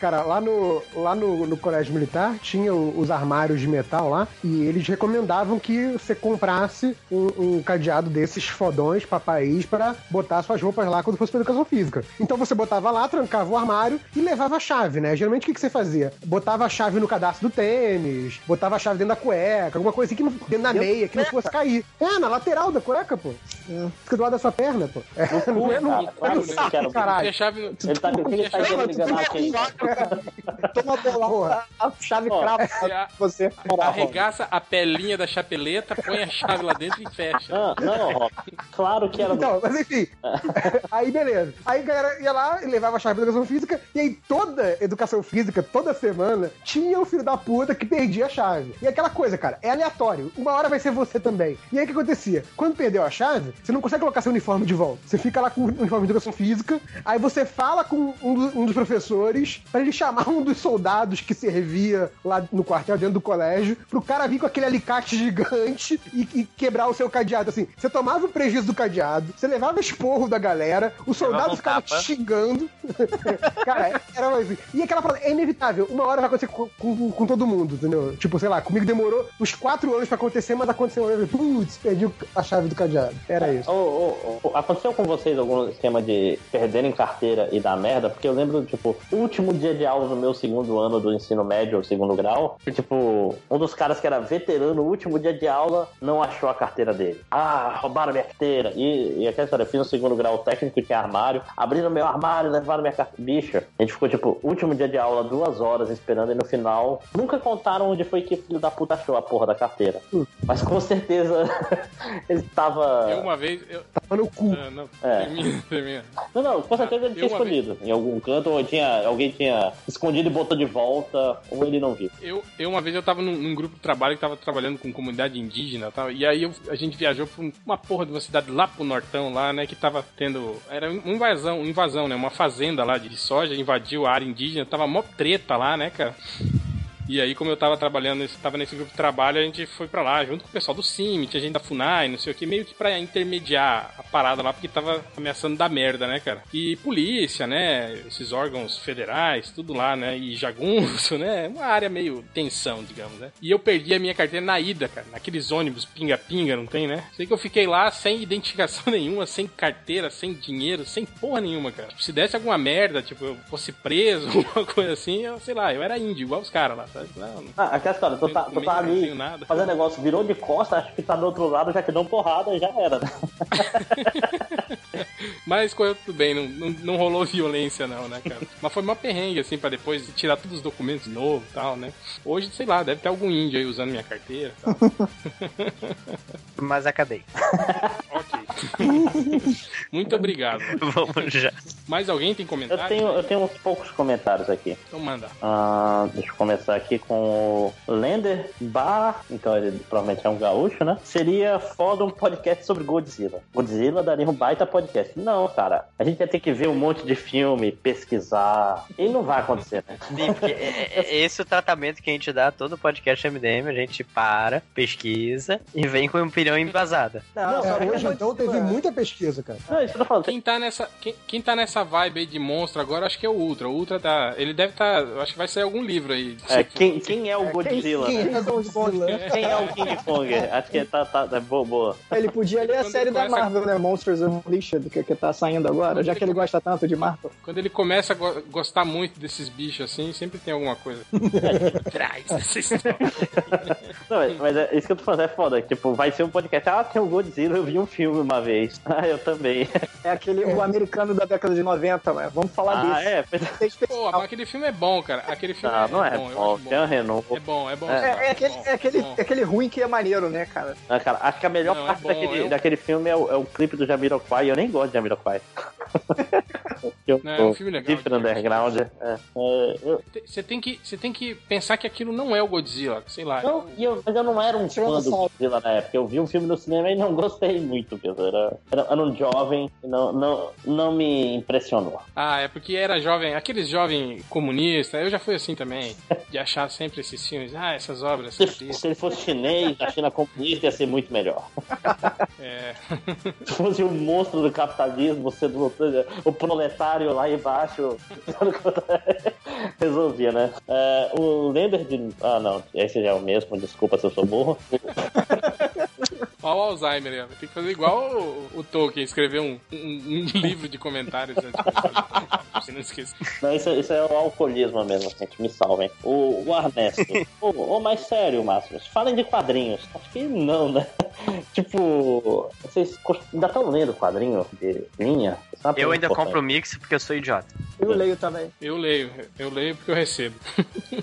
S8: Cara, lá no, lá no, no colégio militar tinha o- os armários de metal lá e eles recomendavam que você comprasse um, um cadeado desses fodões papais pra botar suas roupas lá quando fosse pra educação física. Então você botava lá, trancava o armário e levava a chave, né? Geralmente o que, que você fazia? Botava a chave no cadastro do tênis, botava a chave dentro da cueca, alguma coisa assim que não, dentro da meia, que não fosse cair. É, na lateral da cueca, pô. Fica do lado da sua perna, pô. É, não é no,
S2: cara.
S8: é no
S2: É. Claro que
S8: saco,
S2: quero-
S8: caralho.
S3: Tem a chave no-
S2: Ele tá com o que ele tá querendo enganar aqui.
S6: Toma bolada, a chave
S2: Ó, tá
S6: crava
S3: você a-
S6: você.
S3: Arregaça a pelinha da chapeleta, põe a chave lá dentro e fecha.
S2: Não, "Ah, não, Rob. Claro que era do
S8: Então, mas enfim. aí beleza. Aí a galera ia lá e levava a chave da educação física. E aí toda educação física, toda semana, tinha o filho da puta que perdia a chave. E aquela coisa, cara, é aleatório. Uma hora vai ser você também. E aí o que acontecia? Quando perdeu a chave, você não consegue colocar seu uniforme de volta. Você fica lá com o uniforme de educação física. Aí você fala com um, do- um dos professores pra ele chamar um dos soldados que servia lá no quartel, dentro do colégio, pro cara vir com aquele alicate gigante e, e quebrar o seu cadeado. Assim, você tomava o prejuízo do cadeado, você levava esporro da galera, o soldado
S5: um
S8: ficava
S5: tapa.
S8: te xingando. cara, era uma... E aquela parada, é inevitável. Uma hora vai acontecer com, com- com todo mundo, entendeu? Tipo, sei lá, comigo demorou uns quatro anos pra acontecer, mas aconteceu uma vez. Putz, perdi o- a chave do cadeado. Era isso.
S2: Ô, ô, ô, aconteceu com vocês algum esquema de perderem carteira e dar merda? Porque eu lembro, tipo, o último dia de aula do meu segundo ano do ensino médio, ou segundo grau, que, tipo, um dos caras que era veterano, o último dia de aula, não achou a carteira dele. Ah, roubaram minha carteira. E, e aquela história, eu fiz o segundo grau técnico, tinha armário, abriram meu armário, levaram minha carteira. Bicha, a gente ficou, tipo, último dia de aula, duas horas esperando, e no final, nunca contaram onde foi que o filho da puta achou a porra da carteira. Mas com certeza, ele tava...
S3: Eu uma vez. Eu,
S8: Tava no cu.
S3: ah, não,
S2: Ah. É.
S3: termina, termina.
S2: Não, não, com certeza
S3: Eu
S2: ele tinha
S3: Ah, uma vez-
S2: escondido em algum canto, ou tinha, alguém tinha escondido e botou de volta, ou ele não viu.
S3: Eu, eu uma vez eu tava num, num grupo de trabalho que tava trabalhando com comunidade indígena e tal. E aí eu- a gente viajou pra um- uma porra de uma cidade lá pro nortão, lá, né? Que tava tendo. Era uma invasão, uma invasão, né? Uma fazenda lá de soja, invadiu a área indígena, tava mó treta lá, né, cara? E aí, como eu tava trabalhando, nesse- tava nesse grupo de trabalho, a gente foi pra lá, junto com o pessoal do CIMI, tinha gente da FUNAI, não sei o que, meio que pra intermediar a parada lá, porque tava ameaçando dar merda, né, cara? E polícia, né, esses órgãos federais, tudo lá, né, e jagunço, né, uma área meio tensão, digamos, né? E eu perdi a minha carteira na ida, cara, naqueles ônibus pinga-pinga, não tem, né? Sei que eu fiquei lá sem identificação nenhuma, sem carteira, sem dinheiro, sem porra nenhuma, cara. Tipo, se desse alguma merda, tipo, eu fosse preso, alguma coisa assim, eu sei lá, eu era índio, igual os caras lá, sabe? Não, não
S2: Ah, aquela história, tu
S3: tenho
S2: tá, tu
S3: documento,
S2: tá
S3: não tenho
S2: ali
S3: nada.
S2: fazendo negócio, virou de costa, acho que tá do outro lado, já te dão porrada e já era.
S3: Mas correu tudo bem, não, não, não rolou violência não, né, cara? Mas foi mó perrengue, assim, pra depois tirar todos os documentos de novo e tal, né? Hoje, sei lá, deve ter algum índio aí usando minha carteira e tal.
S5: Mas acabei.
S3: ok. Muito obrigado.
S5: Vamos já.
S3: Mais alguém tem comentário?
S2: Eu tenho, eu tenho uns poucos comentários aqui.
S3: Então manda.
S2: Ah, deixa eu começar aqui com o Lender Bar. Então ele provavelmente é um gaúcho, né? Seria foda um podcast sobre Godzilla. Godzilla daria um baita podcast. Não, cara. A gente ia ter que ver um monte de filme, pesquisar. E não vai acontecer, né?
S5: Sim, porque é- é- esse é o tratamento que a gente dá a todo podcast MDM. A gente para, pesquisa e vem com uma opinião embasada.
S8: Não,
S6: só
S8: é,
S6: que
S8: hoje
S6: eu vou
S8: então teve
S6: dizer,
S8: muita pesquisa, cara.
S2: Não, isso que eu tô falando.
S3: Quem tá nessa, quem, quem tá nessa vibe aí de monstro agora, acho que é o Ultra. O Ultra tá. Ele deve tá. eu Acho que vai sair algum livro aí.
S2: É, quem, quem é o Godzilla?
S8: Quem
S2: né?
S8: é Godzilla?
S2: Quem é o King Kong? Acho que tá, tá, tá boa, boa.
S6: Ele podia ler a
S3: Quando
S6: série
S3: ele
S6: da
S3: começa-
S6: Marvel, né? Monsters Unleashed, que, que tá saindo agora, já que ele gosta tanto de Marvel.
S3: Quando ele começa a go- gostar muito desses bichos assim, sempre tem alguma coisa por trás dessa história.
S2: Não, mas- mas é, isso que eu tô falando é foda. Tipo, vai ser um podcast. Ah, tem o Godzilla, eu vi um filme uma uma vez. Ah, eu também.
S6: É aquele o americano da década de 90, mas vamos falar
S2: Ah,
S6: desse.
S2: é?
S6: É especial.
S3: Pô, mas aquele filme é bom, cara. Aquele filme
S2: Não,
S3: é
S2: não é
S3: bom. eu
S2: bom.
S3: acho
S2: Tem a Renault.
S3: É bom, é bom.
S2: É.
S3: cara,
S6: É, é aquele,
S3: bom,
S6: é, aquele,
S3: bom.
S6: é aquele ruim que é maneiro, né, cara?
S2: Ah, cara, acho que a melhor
S3: Não, é
S2: parte
S3: bom,
S2: daquele,
S3: eu-
S2: daquele filme é o, é o clipe do Jamiroquai. Eu nem gosto de Jamiroquai. eu,
S3: Não, é um filme legal,
S2: Deep Underground. é. É, eu-
S3: Te- Você tem, que, você tem que pensar que aquilo não é o Godzilla, sei lá.
S2: não, e eu- mas eu não era um fã do Godzilla na época. Eu vi um filme no cinema e não gostei muito. quer dizer, Era, era, era um jovem e não, não, não me impressionou.
S3: Ah, é porque era jovem, aqueles jovem comunista, eu já fui assim também, de achar sempre esses filmes, ah, essas obras.
S2: Se,
S3: simplistas,
S2: se ele fosse chinês, a China comunista ia ser muito melhor.
S3: É.
S2: Se fosse um monstro do capitalismo, sendo o proletário lá embaixo, resolvia, né? É, o Lender de. Ah, não, esse já é o mesmo, desculpa se eu sou burro.
S3: Olha o Alzheimer, aí, ó. tem que fazer igual o, o Tolkien, escrever um, um- um livro de comentários antes de fazer. Você não esqueça.
S2: Não, isso, isso é o alcoolismo mesmo, gente, me salvem. O, o Arnesto. Ô, ô, mas sério, Márcio, falem de quadrinhos. Acho que não, né? Tipo, vocês cost- ainda estão lendo quadrinho de linha? Isso é uma
S5: Eu
S2: pergunta
S5: ainda
S2: importante.
S5: compro o mix porque eu sou idiota.
S6: Eu leio também.
S3: Eu leio, eu leio porque eu recebo.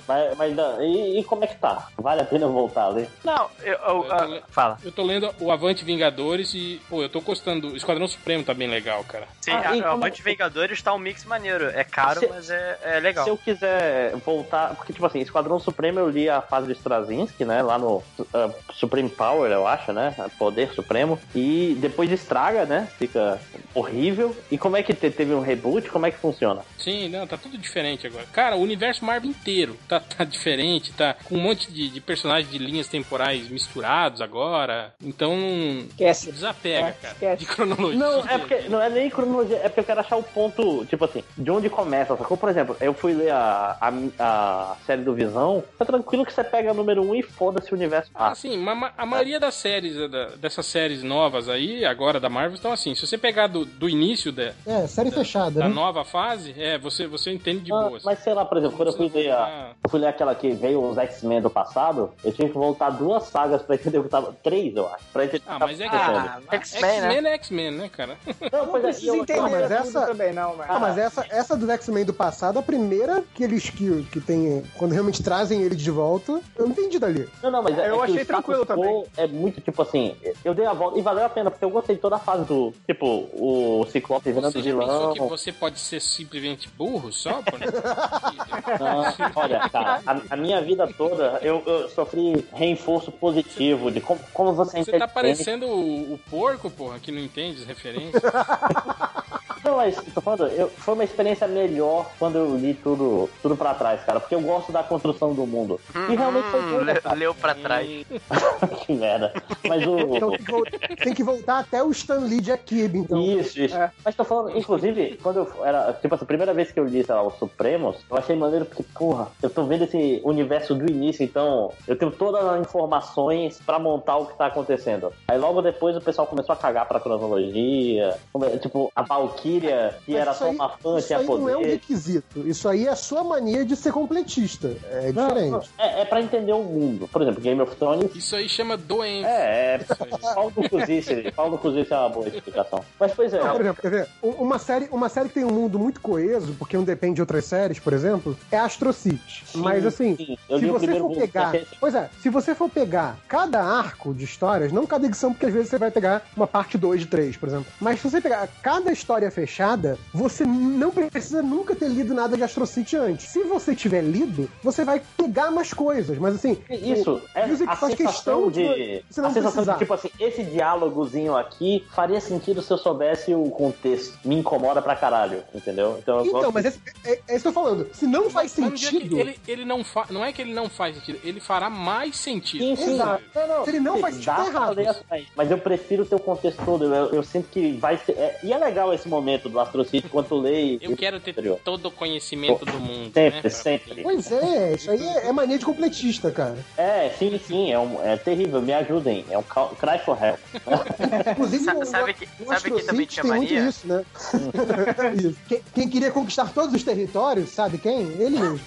S2: Mas, mas ainda- e, e como é que tá? Vale a pena voltar a ler?
S5: Não, eu, eu-
S3: Eu tô le-
S5: ah, fala.
S3: Eu tô lendo o Avante Vingadores e, pô, eu tô gostando. O Esquadrão Supremo tá bem legal, cara.
S5: Sim,
S2: Ah,
S5: a-
S2: e
S5: a
S2: como-
S5: Avante Vingadores tá um mix maneiro. É caro,
S2: Se-
S5: mas é, é legal.
S2: Se eu quiser voltar, porque tipo assim, Esquadrão Supremo eu li a fase do Straczynski, né? Lá no ah, Supreme Power, eu acho, né? Poder Supremo. E depois estraga, né? Fica horrível. E como é que te- teve um reboot? Como é que funciona?
S3: Sim, não, tá tudo diferente agora. Cara, o universo Marvel inteiro tá, tá diferente, tá com um monte de, de personagens de linhas temporais misturados agora. Então,
S6: Esquece.
S3: desapega,
S6: É,
S3: cara,
S6: esquece.
S3: de cronologia.
S2: Não, é porque não é nem cronologia, é porque eu quero achar o ponto, tipo assim, de onde começa, sacou? Por exemplo, eu fui ler a, a, a série do Visão, tá tranquilo que você pega o número 1 um e foda-se o universo.
S3: Ah, sim, ma- ma- a maioria das séries, eh, da- dessas séries novas aí, agora da Marvel, estão assim. Se você pegar do, do início da,
S8: É, série fechada,
S3: da
S8: né?
S3: nova fase, é, você, você entende de
S2: Ah,
S3: boa. Ah. assim.
S2: mas sei lá, por exemplo, quando eu fui ler a, Eu fui ler aquela que veio os X-Men do passado, eu tinha que voltar duas sagas pra entender o que tava. Três, eu acho. Pra entender o
S3: Ah,
S2: que
S3: mas é que-
S2: tava acontecendo.
S6: Ah,
S5: X-Men, né?
S3: X-Men é X-Men, né, cara?
S2: não,
S6: não precisa entender
S8: não, mas
S6: tudo
S8: essa-
S6: também, não, mano.
S8: Ah, mas essa, essa do X-Men do passado, a primeira que eles que, que tem. Quando realmente trazem ele de volta, eu não entendi dali.
S2: Não, não, mas é-
S6: Eu
S2: é que
S6: achei
S2: o status
S6: tranquilo
S2: quo
S6: também.
S2: É muito tipo assim, eu dei a volta e valeu a pena, porque eu gostei de toda a fase do. Tipo, o Ciclope virando
S3: Você já
S2: vilão.
S3: pensou que você pode ser simplesmente burro só? Por...
S2: Não, Ah, olha, cara, a, a minha vida toda eu, eu sofri reforço positivo de como, como você é
S3: Você tá
S2: inteligente.
S3: parecendo o, o porco, porra, que não entende as referências.
S2: Não, mas tô falando, eu- foi uma experiência melhor quando eu li tudo, tudo pra trás, cara, porque eu gosto da construção do mundo. E realmente foi
S5: Hum,
S2: tudo.
S5: le- leu pra trás.
S2: que merda. Mas
S8: Então
S2: o.
S8: tem que, vol- tem que voltar até o Stan Lee de Akib, então.
S2: Isso, isso.
S6: É.
S2: Mas tô falando, inclusive, quando eu era. Tipo, essa primeira vez que eu li, sei lá, os Supremos, eu achei maneiro porque, porra, eu tô vendo esse universo do início, então eu tenho todas as informações pra montar o que tá acontecendo. Aí logo depois o pessoal começou a cagar pra cronologia. come- Tipo, a Valkyria, que
S8: Mas
S2: era
S8: isso
S2: só
S8: aí-
S2: uma fã,
S8: Isso
S2: tinha
S8: aí não é um
S2: poder.
S8: requisito. Isso aí é a sua mania de ser completista. É
S2: Não,
S8: diferente.
S2: não, é, é pra entender o mundo. Por exemplo, Game of Thrones
S3: Isso aí chama doença.
S2: É, é.
S3: Isso aí.
S2: Paulo do Cusice, Paulo do Cusice é uma boa explicação. Mas pois é,
S8: Não, por exemplo, quer ver? Um- Uma série, uma série que tem um mundo muito coeso, porque não depende de outras séries, por exemplo, é Astro City.
S2: Sim,
S8: Mas assim,
S2: sim. Eu
S8: se
S2: li o
S8: você
S2: primeiro
S8: for
S2: volume,
S8: pegar.
S2: porque esse-
S8: Pois é, se você for pegar cada arco de histórias, não cada edição, porque às vezes você vai pegar uma parte 2 de 3, por exemplo. Mas se você pegar cada história fechada, você não precisa nunca ter lido nada de Astro City antes. Se você tiver lido, você vai pegar mais coisas. Mas assim,
S2: isso é
S8: Music
S2: a
S8: faz
S2: sensação
S8: questão
S2: de,
S8: de você não
S2: a sensação de
S8: precisar.
S2: tipo assim, esse diálogozinho aqui faria sentido se eu soubesse o contexto. Me incomoda pra caralho, entendeu? Então eu
S8: então,
S2: gosto.
S8: mas esse, é, é isso que eu tô falando. Se não faz
S3: Mas não diga que
S8: sentido.
S3: Ele, ele não, fa... não é que ele não faz sentido, ele fará mais sentido.
S2: Sim, sim.
S8: é Exato.
S2: Não, não, assim,
S8: Se ele não faz
S2: dá
S8: sentido, tá
S2: pra
S8: errado.
S2: ler essa aí. Mas eu prefiro ter o contexto todo. Eu, eu sinto que vai ser. é- e é legal esse momento lançamento do Astro City quanto leio.
S3: Eu quero ter todo o conhecimento do mundo.
S2: Sempre,
S3: né, pra-
S2: sempre.
S8: Pois é, isso aí é, é mania de completista, cara.
S2: É, sim, sim, é, um- é terrível, me ajudem. É um ca- cry for help.
S8: Inclusive,
S5: Sabe-
S8: o-
S5: sabe que-
S8: o
S5: sabe
S8: Astro
S5: que também
S8: City
S5: tinha
S8: tem muito
S5: mania?
S8: isso, né? Isso. Quem, quem queria conquistar todos os territórios, sabe quem? Ele mesmo.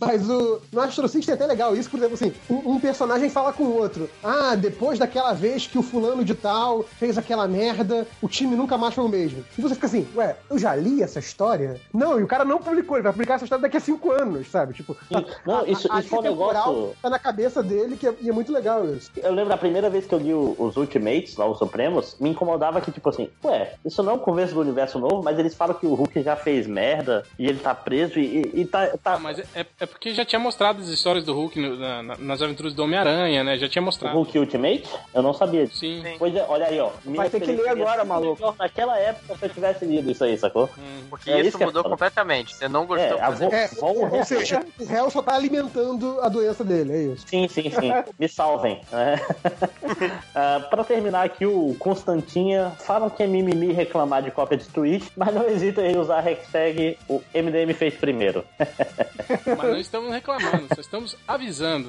S8: Mas o, no Astro City é até legal isso, por exemplo, assim, um, um personagem fala com o outro. Ah, depois daquela vez que o fulano de tal fez aquela merda, o time nunca mais foi o mesmo. E você fica assim, ué, eu já li essa história? Não, e o cara não publicou, ele vai publicar essa história daqui a cinco anos, sabe? Tipo,
S2: Sim. Não, isso,
S8: a
S2: isso foi um
S8: linha temporal
S2: negócio.
S8: tá na cabeça dele que é- e é muito legal isso.
S2: Eu lembro a primeira vez que eu li o- os Ultimates, lá, os Supremos, me incomodava que, tipo assim, ué, isso não é o começo do universo novo, mas eles falam que o Hulk já fez merda e ele tá preso e, e- e tá. tá-
S3: Ah, mas é, é porque já tinha mostrado as histórias do Hulk no- na- na- nas aventuras do Homem-Aranha, né? Já tinha
S2: O
S3: mostrado.
S2: Hulk Ultimate? Eu não sabia disso.
S3: Sim.
S5: Sim.
S2: Pois é, olha aí, ó. minha
S6: ter que ler
S2: experiência
S6: agora,
S2: ia ser
S6: maluco.
S2: melhor Naquela época, se eu tivesse lido isso aí, sacou?
S5: Porque
S2: É isso
S5: isso
S2: que eu
S5: mudou
S2: falo.
S5: completamente. Você não
S2: É,
S5: gostou. por
S2: a vo...
S5: exemplo.
S8: É,
S2: vou-
S8: ou seja, o réu só tá alimentando a doença dele, é isso.
S2: Sim, sim, sim. Me salvem. né? Ah, pra terminar aqui, o Constantinha. Falam que é mimimi reclamar de cópia de tweet, mas não hesita em usar a hashtag o MDM fez primeiro.
S3: Mas não estamos reclamando, só estamos avisando.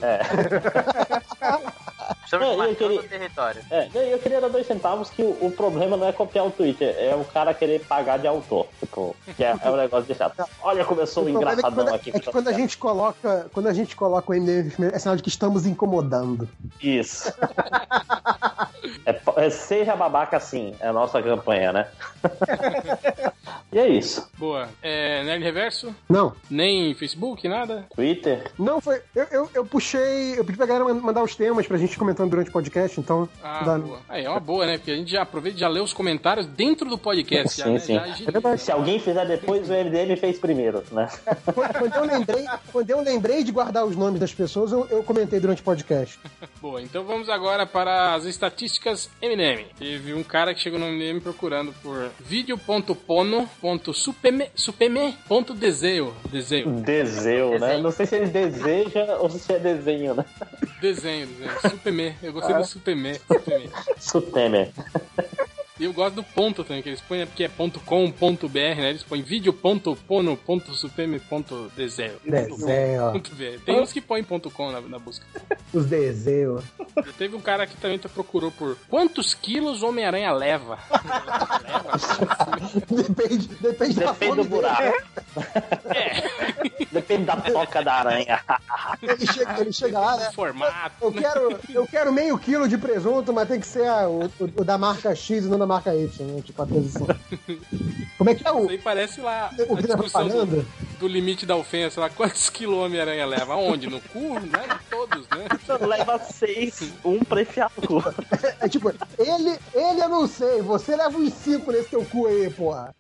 S5: Estamos
S2: É, e
S5: tá marcando
S2: aquele-
S5: o território.
S2: É, não, eu queria dar dois centavos que o, o problema não é copiar o Twitter, é o cara querer pagar de autor. Tipo, que é, é um negócio de chato. Olha como eu sou um
S8: O problema
S2: engraçadão
S8: é que quando,
S2: aqui.
S8: é que quando a gente coloca, quando a gente coloca o MDM primeiro, é sinal de que estamos incomodando.
S2: Isso. É po- é seja babaca assim, é a nossa campanha, né? e é isso.
S3: Boa. É, Nerd Reverso?
S8: Não,
S3: Nem Facebook, nada?
S2: Twitter,
S8: não foi. Eu, eu, eu puxei, eu pedi pra galera mandar os temas pra gente comentando durante o podcast, então.
S3: Ah,
S8: dá-
S3: boa. Aí, é uma boa, né? Porque a gente já aproveita e já lê os comentários dentro do podcast. já,
S2: Sim,
S3: né?
S2: sim. É
S3: Já agiliza.
S2: Então, se alguém fizer depois, o MDM fez primeiro, né?
S8: Quando, quando eu lembrei, quando eu lembrei de guardar os nomes das pessoas, eu, eu comentei durante o podcast.
S3: Boa, então vamos agora para as estatísticas M&M. Teve um cara que chegou no M&M procurando por vídeo.pono.supeme.desenho. Desenho,
S2: Desejo, né?
S5: Desenho.
S2: Não sei se ele deseja ou se é desenho, né?
S3: desenho, desenho. Supeme. Eu gostei do supeme. supeme.
S2: Sutemer.
S3: E eu gosto do ponto também, que eles põem, porque é ponto .com.br, né? Eles põem vídeo.pono.supeme.desenho.
S8: Desenho.
S3: Ponto .br. Tem uns que põem ponto .com na, na busca.
S8: Os desenhos.
S3: E teve um cara que também procurou por quantos quilos o Homem-Aranha leva?
S8: Depende, depende da
S2: Depende
S8: fome
S2: do buraco.
S8: dele. é,
S2: Depende da toca da aranha.
S8: Ele chega, ele chega lá, né?
S3: Formato.
S8: Eu quero, eu quero meio quilo de presunto, mas tem que ser a- o, o- o da marca X e não da marca Y, né? Tipo, a coisa assim. Como é que é o,
S3: Isso aí parece lá
S8: o
S3: a
S8: que tá
S3: discussão do,
S8: propaganda?
S3: do limite da ofensa lá. Quantos quilos o Homem-Aranha leva? Onde? No cu? Né? Em Todos, né?
S2: Então, Leva seis, um pra enfiar no cu.
S8: É tipo, ele, ele eu não sei, você leva uns cinco nesse teu cu aí, porra.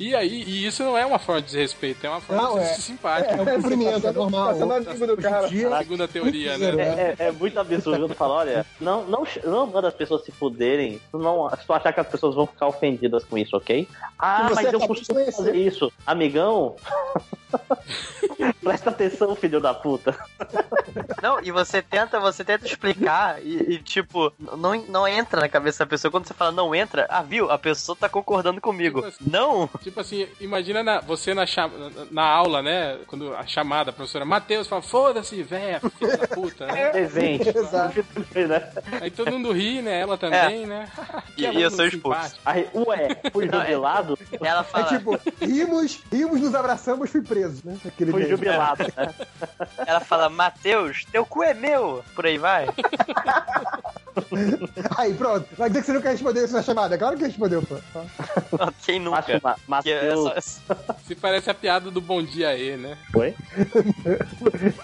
S3: E aí, e isso não é uma forma de desrespeito, é uma forma
S8: Não,
S3: de
S8: é.
S3: ser simpático.
S8: É um cumprimento,
S6: Tá
S8: é normal.
S6: sendo amigo do cara.
S8: Hoje em dia,
S3: Segundo a teoria, né?
S2: É, é- é muito absurdo tu falar, olha, não, não, ch- não manda as pessoas se fuderem, tu não, se tu achar que as pessoas vão ficar ofendidas com isso, ok? Ah,
S8: Que você
S2: mas eu
S8: acabou de
S2: costumo
S8: conhecer.
S2: fazer isso. Amigão, presta atenção, filho da puta.
S5: Não, e você tenta, você tenta explicar e, e, tipo, não, não entra na cabeça da pessoa. Quando você fala não entra, ah, viu? A pessoa tá concordando comigo.
S3: Tipo assim.
S5: Não!
S3: Tipo assim, imagina na- você na, cha- na- na aula, né? Quando a chamada, a professora Matheus fala, foda-se, véia, filho da puta. né?
S2: Presente.
S8: Exato.
S3: é,
S2: Né?
S3: Aí todo mundo ri, né? Ela também, né?
S5: É. E- e eu sou expulso.
S2: Aí, ué, fui
S5: Não, é-
S2: jubilado,
S5: Ela
S8: É
S5: fala,
S8: tipo, rimos, rimos, nos abraçamos, fui preso, né? Aquele
S2: fui
S8: mesmo.
S2: jubilado. né?
S5: ela fala, Matheus, teu cu é meu! Por aí vai.
S8: Aí, pronto. Vai dizer que você nunca respondeu isso na chamada. É Claro que respondeu, pô.
S5: Quem
S2: Macho,
S5: nunca?
S2: ma-
S5: Que é
S2: Matheus,
S5: só-
S3: Se parece a piada do Bom Dia E, né?
S2: foi?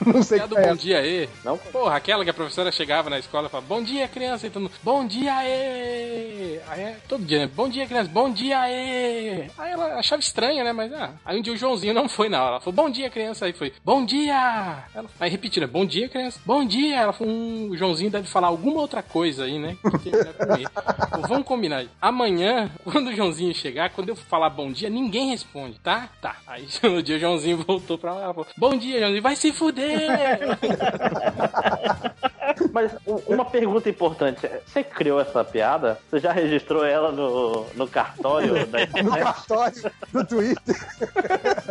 S8: Não sei
S3: Piada do
S8: o que é.
S3: Bom
S8: essa.
S3: Dia E.
S2: Não?
S3: Porra, aquela que a professora chegava na escola e falava, bom dia, criança, e todo mundo, bom dia, ê! Aí é todo dia, né? bom dia, criança, bom dia, ê! Aí ela achava estranha, né? Mas, ah, aí um dia o Joãozinho não foi na aula, ela falou, bom dia, criança, aí foi, bom dia! Ela- aí repetindo, bom dia, criança, bom dia! Ela falou, hum, o Joãozinho deve falar alguma outra coisa aí, né? Que tem a ver com ele. Falou, Vamos combinar, amanhã, quando o Joãozinho chegar, quando eu falar bom dia, ninguém responde, tá? Tá. Aí no dia o Joãozinho voltou pra lá, ela falou, bom dia, Joãozinho, vai se fuder!
S2: Mas u- uma pergunta importante. Você criou essa piada? Você já registrou ela no, no cartório da
S8: No
S2: internet?
S8: cartório, no Twitter.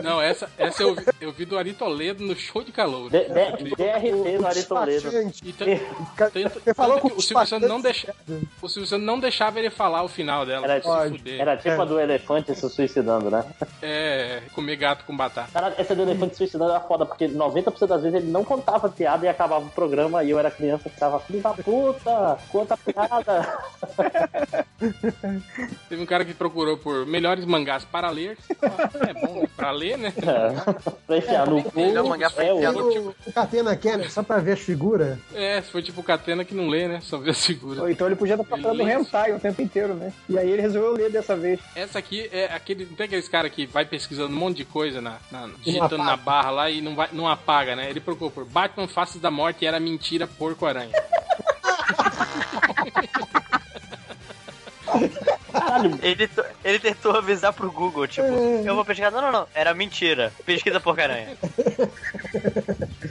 S3: Não, essa, essa eu, vi, eu vi do Ari Toledo no show de calor.
S2: D- D- DRT no Ari Toledo.
S8: Despachante.
S3: E tan- tanto-
S8: Você falou
S3: tanto
S8: com
S3: que
S8: o
S3: o Silvio Santos não
S8: despachante.
S3: deixa, o Silvio Santos não deixava ele falar o final dela.
S2: Era,
S3: pra se
S8: ódio,
S3: fuder.
S2: Era tipo a do elefante se suicidando, né?
S3: É, comer gato com batata.
S2: Cara, essa do elefante se suicidando era foda, porque 90% das vezes ele não contava piada e acabava o programa e eu era criança e ficava, filho da puta, conta piada.
S3: Teve um cara que procurou por melhores mangás para ler. Ah, É bom, né? Pra ler, né?
S2: É. pra enfiar no cu.
S3: Melhor
S2: mangá
S11: pra
S2: é
S11: enfiar
S2: o-
S3: no-
S8: O, o Catena Kenner, só pra ver as figuras.
S3: É, foi tipo o Catena que não lê, né? Só vê a figura.
S6: Ou então ele podia estar procurando
S3: Beleza.
S6: hentai o tempo inteiro, né? E aí ele resolveu ler dessa vez.
S3: Essa aqui é aquele. Não tem aqueles cara que vai pesquisando um monte de coisa na, na- digitando na
S8: apaga.
S3: barra lá e não, vai, não apaga, né? Ele procurou por Batman Faces da Morte e era mentira porco-aranha.
S5: Ele, t- ele tentou avisar pro Google, tipo, eu vou pesquisar. Não, não, não. Era mentira. Pesquisa porcaranha.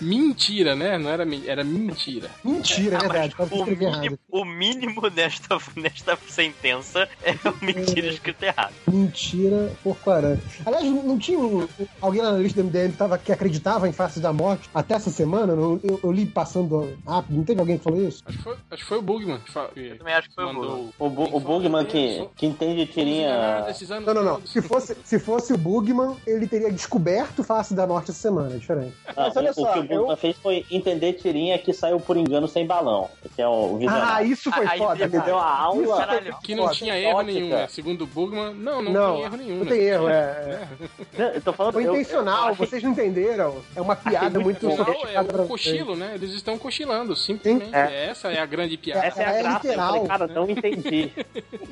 S3: mentira, né? Não era, men- era mentira.
S8: Mentira, é verdade. Tava
S5: O
S8: escrevendo
S5: mínimo, o
S8: errado.
S5: mínimo nesta, nesta sentença é o mentira escrito errado.
S8: Mentira, porco aranha. Aliás, não não tinha um- alguém lá na lista do MDM que, tava, que acreditava em Faces da Morte até essa semana? Eu, eu- eu li passando rápido. Não teve alguém que falou isso?
S3: Acho que foi, acho que foi o Bugman que, fa- que
S5: Eu também acho que foi o Google.
S3: mandou.
S2: O, Bu- o Bugman que, que entende tirinha.
S8: Não, não, não. Se fosse, se fosse o Bugman, ele teria descoberto Face da Morte essa semana, é diferente.
S2: Ah,
S6: Mas olha
S2: o, o
S6: só,
S2: que o Bugman fez foi entender tirinha que saiu por engano sem balão. Que é o
S8: Ah,
S2: visionário.
S8: isso foi
S5: Aí
S8: foda,
S2: Ele
S8: cara.
S2: deu a aula.
S5: Caralho.
S3: Que não
S8: Pô,
S3: tinha
S2: tem
S3: erro
S2: ótica.
S3: nenhum, né? Segundo o Bugman, não, não,
S8: Não,
S3: tem erro nenhum.
S8: não
S3: né?
S8: tem erro, é.
S2: Não, eu tô falando.
S8: Foi
S2: eu-
S8: intencional,
S2: eu achei-
S8: vocês não entenderam. É uma piada muito
S3: O final é
S8: sofisticada pra
S3: o
S8: vocês.
S3: cochilo, né? Eles estão cochilando, simplesmente. Essa é a grande piada.
S2: Essa é a
S8: É
S2: graça.
S8: literal.
S2: Eu falei, cara, não entendi.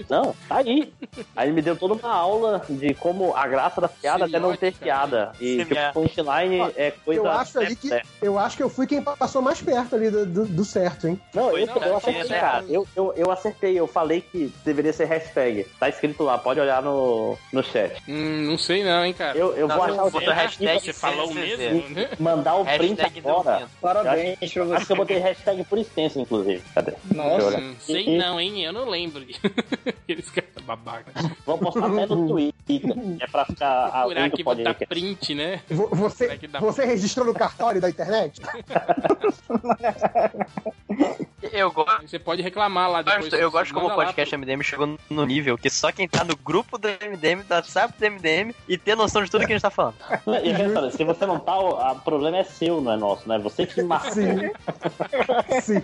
S2: não, tá aí. Aí ele me deu toda uma aula de como a graça da piada até não ter
S3: Semiótica,
S2: piada. E tipo,
S5: né? Semiótica.
S2: punchline é coisa.
S8: Eu acho, ali que,
S2: É.
S8: eu acho que eu fui quem passou mais perto ali do, do- do certo, hein?
S2: É, Não,
S5: Foi,
S2: eu,
S5: não, né?
S2: eu
S5: era
S2: acertei,
S5: certo.
S2: cara. Eu, eu, eu acertei, eu falei que deveria ser hashtag. Tá escrito lá, pode olhar no, no chat.
S3: Hum, não sei não, hein, cara.
S2: Eu, eu
S5: Não,
S2: vou
S5: não,
S2: achar o
S5: bota hashtag
S2: e-
S3: Você falou
S5: Sim,
S3: mesmo, né?
S2: e mandar o print
S5: Hashtag não
S2: agora.
S5: minto.
S6: Parabéns pra
S2: Acho que eu
S6: você.
S2: botei hashtag por extenso, inclusive. Cadê? Deixa eu
S6: Nossa.
S2: olhar.
S3: Hum, Sei não, hein? Eu não lembro. Aqueles caras babaca.
S2: Vou postar até no Twitter. É pra ficar a
S3: Procurar
S2: link
S3: aqui
S2: do
S3: botar
S2: podcast.
S3: print, né?
S8: Vo-
S3: Será
S8: Você,
S3: que dá-
S8: você registrou no cartório da internet?
S5: Eu gosto.
S3: Aí Você pode reclamar lá
S5: Eu
S3: depois.
S5: gosto, eu gosto como o
S3: Manda lá
S5: podcast MDM chegou no nível que só quem tá no grupo do MDM, do WhatsApp do MDM e ter noção de tudo que a gente tá falando.
S2: Não, e olha só, se você não tá, o a- o problema é seu, não é nosso, né? Você que marca.
S8: Sim. Sim.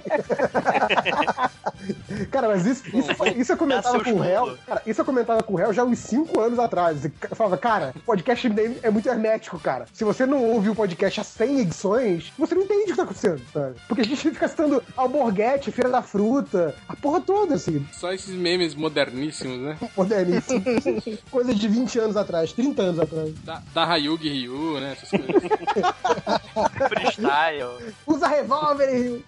S8: cara, mas isso, isso, foi- isso eu comentava
S5: Dá seus
S8: com o réu.
S5: pulos.
S8: Cara, isso eu comentava com o réu já uns 5 anos atrás. Eu falava, cara, o podcast MDM é muito hermético, cara. Se você não ouve o podcast há 100 edições, você não entende o que tá acontecendo, sabe? Porque a gente fica citando alborguete, feira da fruta, a porra toda, assim,
S5: é-
S3: Só esses memes moderníssimos, né?
S8: moderníssimo. Coisa de 20 anos atrás, 30 anos atrás.
S3: Da, da Hayug Ryu, né? Essas coisas.
S5: Freestyle.
S8: Usa revólver! e-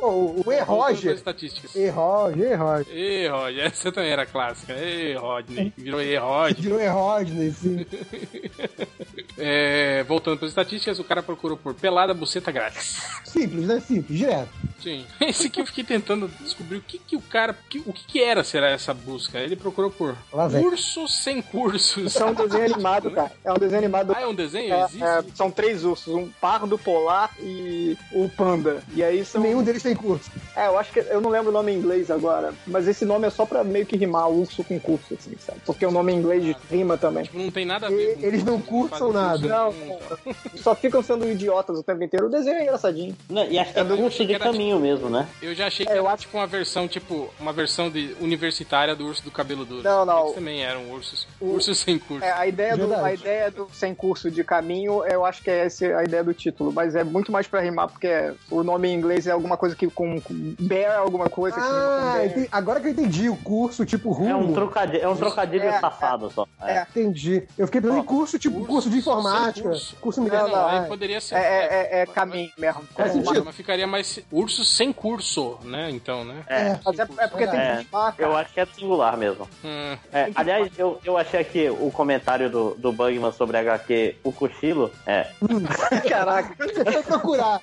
S8: Pô, o
S3: Todas as
S8: E. É Roger. É.
S3: Estatísticas.
S8: E. Roger, E. Roger.
S3: Ei, Roger, essa também era clássica. Ei, Rodney. Virou ei, Rodney.
S8: Virou E. Rodney, assim. sim.
S3: É, voltando para as estatísticas, o cara procurou por pelada buceta grátis.
S8: Simples, né? Simples, direto.
S3: Sim. Esse aqui eu fiquei tentando descobrir o que, que o cara. que- o que, que era, será, essa busca? Ele procurou por
S8: Lá vem.
S3: cursos sem cursos.
S6: Isso é um desenho animado, cara. É um desenho animado.
S3: Ah, é um desenho?
S6: É,
S3: Existe?
S6: é, são três ursos, um pardo polar e o panda. E aí são.
S8: Nenhum deles tem curso.
S6: É, eu acho que. Eu não lembro o nome em inglês agora, mas esse nome é só pra meio que rimar urso com curso, assim, sabe? Porque o nome em inglês rima também.
S3: Tipo, não tem nada a ver. com
S8: Eles não
S3: cursos,
S8: cursam
S3: fazem
S6: nada.
S3: curso,
S6: Não, Só ficam sendo idiotas o tempo inteiro. O desenho é engraçadinho.
S2: Não, E acho que é
S3: Eu não
S2: curso
S3: achei que
S2: de
S3: era
S2: caminho mesmo, né?
S3: Eu já achei que
S6: É, eu
S3: era
S6: acho-
S3: tipo uma versão, tipo, uma versão de universitária do urso do cabelo duro.
S6: Não, não.
S3: Eles também eram ursos. Ursos sem curso.
S6: É, a ideia, do,
S8: Verdade.
S6: a ideia do sem curso de caminho, eu acho que é essa a ideia do título, mas é muito mais pra rimar, porque o nome em inglês é alguma coisa que com, com bear, é alguma coisa que rima com
S8: Ah,
S6: bear.
S8: entendi. agora que eu entendi o curso, tipo rumo.
S2: É um trocadilho, é um trocadilho
S6: É,
S2: safado só. É.
S6: é.
S8: Entendi. Eu fiquei pensando em curso, tipo
S3: curso,
S8: curso, de informática,
S3: sem curso. É,
S8: curso
S3: Não, não,
S8: militar.
S3: aí poderia ser.
S6: É, é, é, é caminho mesmo.
S8: Faz
S3: É,
S8: sentido.
S3: mas ficaria mais urso curso sem curso, né? Então, né?
S8: É.
S6: Mas é, é porque
S7: tipo,
S6: tem
S2: É.
S6: que limpar, cara.
S2: Eu acho que é singular mesmo.
S3: Hum,
S2: É, aliás, eu, eu achei aqui o comentário do, do Bugman sobre HQ, o cochilo. É,
S8: Hum.
S6: Caraca.
S8: Foi procurar.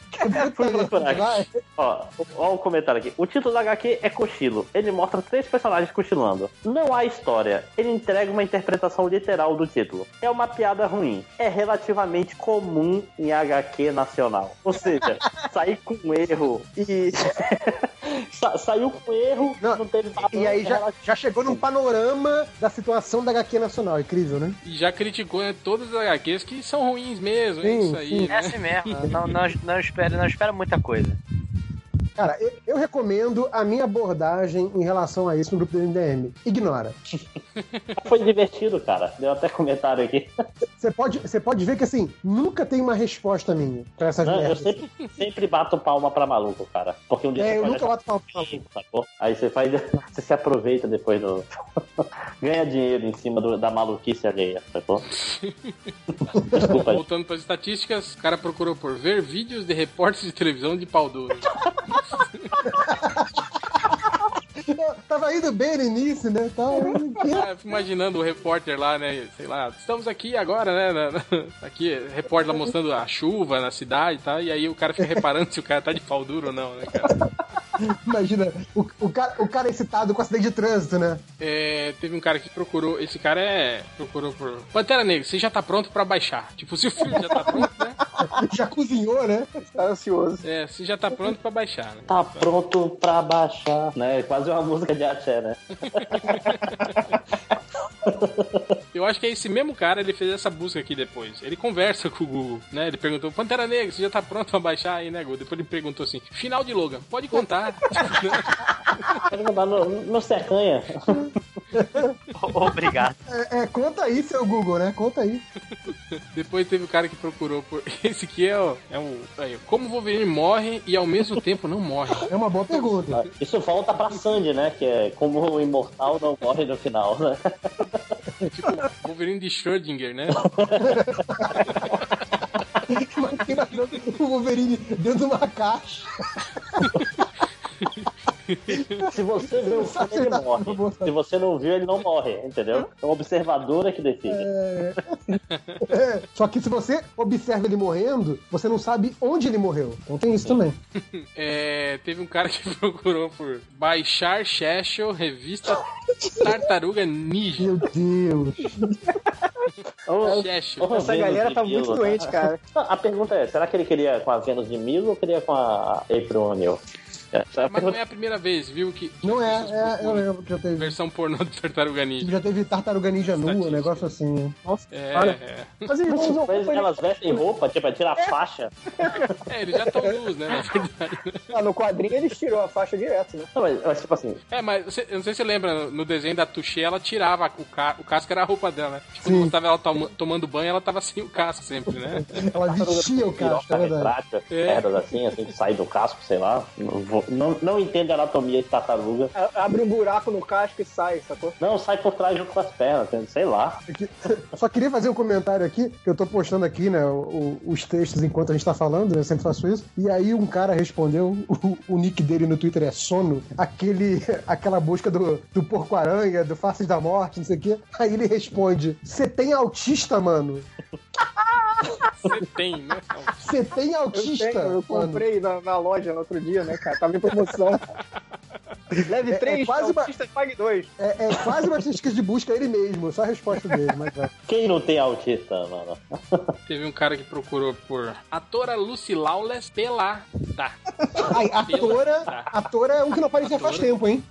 S2: fui procurar aqui.
S8: Vai.
S2: Ó, ó o comentário aqui. O título da HQ é Cochilo. Ele mostra três personagens cochilando. Não há história. Ele entrega uma interpretação literal do título. É uma piada ruim. É relativamente comum em HQ nacional. Ou seja, sair com erro e. Sa- saiu com erro, não,
S8: Não,
S2: teve
S8: E aí já, já chegou num panorama da situação da HQ Nacional. Incrível, né?
S3: E já criticou né, todas as HQs que são ruins mesmo, é
S8: Sim,
S3: isso aí,
S8: sim.
S5: É
S3: né?
S5: assim mesmo. Não, não, não, espera, não espera muita coisa.
S8: Cara, eu, eu recomendo a minha abordagem em relação a isso no grupo do MDM. Ignora.
S2: Foi divertido, cara. Deu até comentário aqui.
S8: Você pode, você pode ver que, assim, nunca tem uma resposta minha pra essas
S2: Não, eu
S8: merdas.
S2: sempre, sempre bato palma pra maluco, cara. Porque um dia
S8: É,
S2: você
S8: eu
S2: pode
S8: nunca
S2: achar
S8: bato palma pra
S2: maluco, sacou? Aí você faz. Você se aproveita depois do. Ganha dinheiro em cima do- da maluquice alheia, sacou? Desculpa aí.
S3: Voltando para as estatísticas, o cara procurou por ver vídeos de repórteres de televisão de pau duro.
S8: Eu tava indo bem no início, né? Tava...
S3: Ah, eu fico imaginando o repórter lá, né? Sei lá, estamos aqui agora, né? na- na- aqui, repórter lá mostrando a chuva na cidade e tal, e aí o cara fica reparando se o cara tá de pau duro ou não, né, cara?
S8: Imagina, o, o cara, o cara excitado com acidente de trânsito, né?
S3: É, teve um cara que procurou, esse cara é. procurou por. Pantera Negra, você já tá pronto pra baixar. Tipo, se o filme já tá pronto, né?
S8: Já cozinhou, né?
S6: Tá ansioso.
S3: É, você já tá pronto pra baixar, né?
S2: Tá pronto pra baixar, né? É Quase uma música de axé, né?
S3: Eu acho que é esse mesmo cara, ele fez essa busca aqui depois. Ele conversa com o Google, né? Ele perguntou, Pantera Negra, você já tá pronto pra baixar aí, né, Google? Depois ele perguntou assim, final de Logan, pode contar.
S2: Pode mandar no, no Sercanha.
S5: Obrigado.
S8: É, é, conta aí, seu Google, né? Conta aí.
S3: depois teve o cara que procurou por... Esse aqui é o... É o aí, como Wolverine morre e ao mesmo tempo não morre.
S8: É uma boa pergunta.
S2: Isso volta pra Sandy, né? Que é como o imortal não morre no final, né?
S3: Tipo, Wolverine de Schrödinger, né?
S8: Imagina o Wolverine dentro de uma caixa.
S2: Se você vê o filme, ele morre. Se você não viu, ele não morre, entendeu? É o observador é que decide.
S8: É, Só que se você observa ele morrendo, você não sabe onde ele morreu. Então tem isso também.
S3: É, teve um cara que procurou por baixar Shechel, revista Tartaruga Ninja.
S8: Meu Deus.
S2: Ô,
S3: Shechel.
S2: ô,
S6: Essa
S2: Vênus
S6: galera
S2: de
S6: tá muito
S2: Milo,
S6: doente,
S2: né?
S6: cara.
S2: A pergunta é, será que ele queria com a Vênus de Milo ou queria com a April O'Neil? Essa é a
S3: Mas não
S2: pergunta.
S3: é a primeira vez, viu, que...
S8: Não é,
S3: as pessoas
S8: é, eu
S3: procuram
S8: lembro que já teve.
S3: Versão pornô do Tartaruga Ninja.
S8: Já teve tartaruga ninja nua, um
S3: Estatística.
S8: negócio assim. né?
S3: É, é.
S6: Mas eles não usam
S2: Mas
S6: roupa nenhuma.
S2: elas vestem roupa, tipo, é tirar a faixa.
S3: É, eles já estão nus, né? Na verdade.
S6: Ah, no quadrinho eles tirou a faixa direto, né?
S2: Não, mas, mas, tipo assim,
S3: É, mas você- eu não sei se você lembra, no desenho da Tuxê, ela tirava o, ca, o casco, era a roupa dela, né? Tipo, quando tava ela toma- tomando banho, ela tava sem o casco sempre, né?
S8: Ela vestia o casco, é
S2: piroca
S8: verdade.
S2: retrátil,
S3: É.
S2: merdas assim, assim, que sai do casco, sei lá. Não, vou- não, não entende a anatomia de tartaruga.
S6: A- Abre um buraco no casco e sai, sacou?
S2: Não, sai por trás junto com as pernas, entende? sei lá.
S8: Aqui- Só queria fazer um comentário aqui, que eu tô postando aqui, né, o- o- os textos enquanto a gente tá falando, né, eu sempre faço isso. E aí um cara respondeu, o, o nick dele no Twitter é sono, aquele, aquela busca do, do porco-aranha, do Faces da Morte, não sei o quê. Aí ele responde, você tem autista, mano?
S3: Você tem, né?
S8: Você tem
S6: Eu
S8: autista?
S6: tenho, eu
S8: mano?"
S6: comprei na, na loja no outro dia, né, cara? Tava em promoção.
S8: É-
S6: Leve
S8: é
S6: 3,
S8: quase uma-
S6: autista pague 2.
S8: É, é quase uma estatística de busca ele mesmo, só a resposta dele. Mas, é.
S2: Quem não tem autista, mano?
S3: Teve um cara que procurou por atora Lucy Lawless pelada.
S8: Ai, atora, atora é um que não aparecia faz
S3: Atora.
S8: tempo, hein?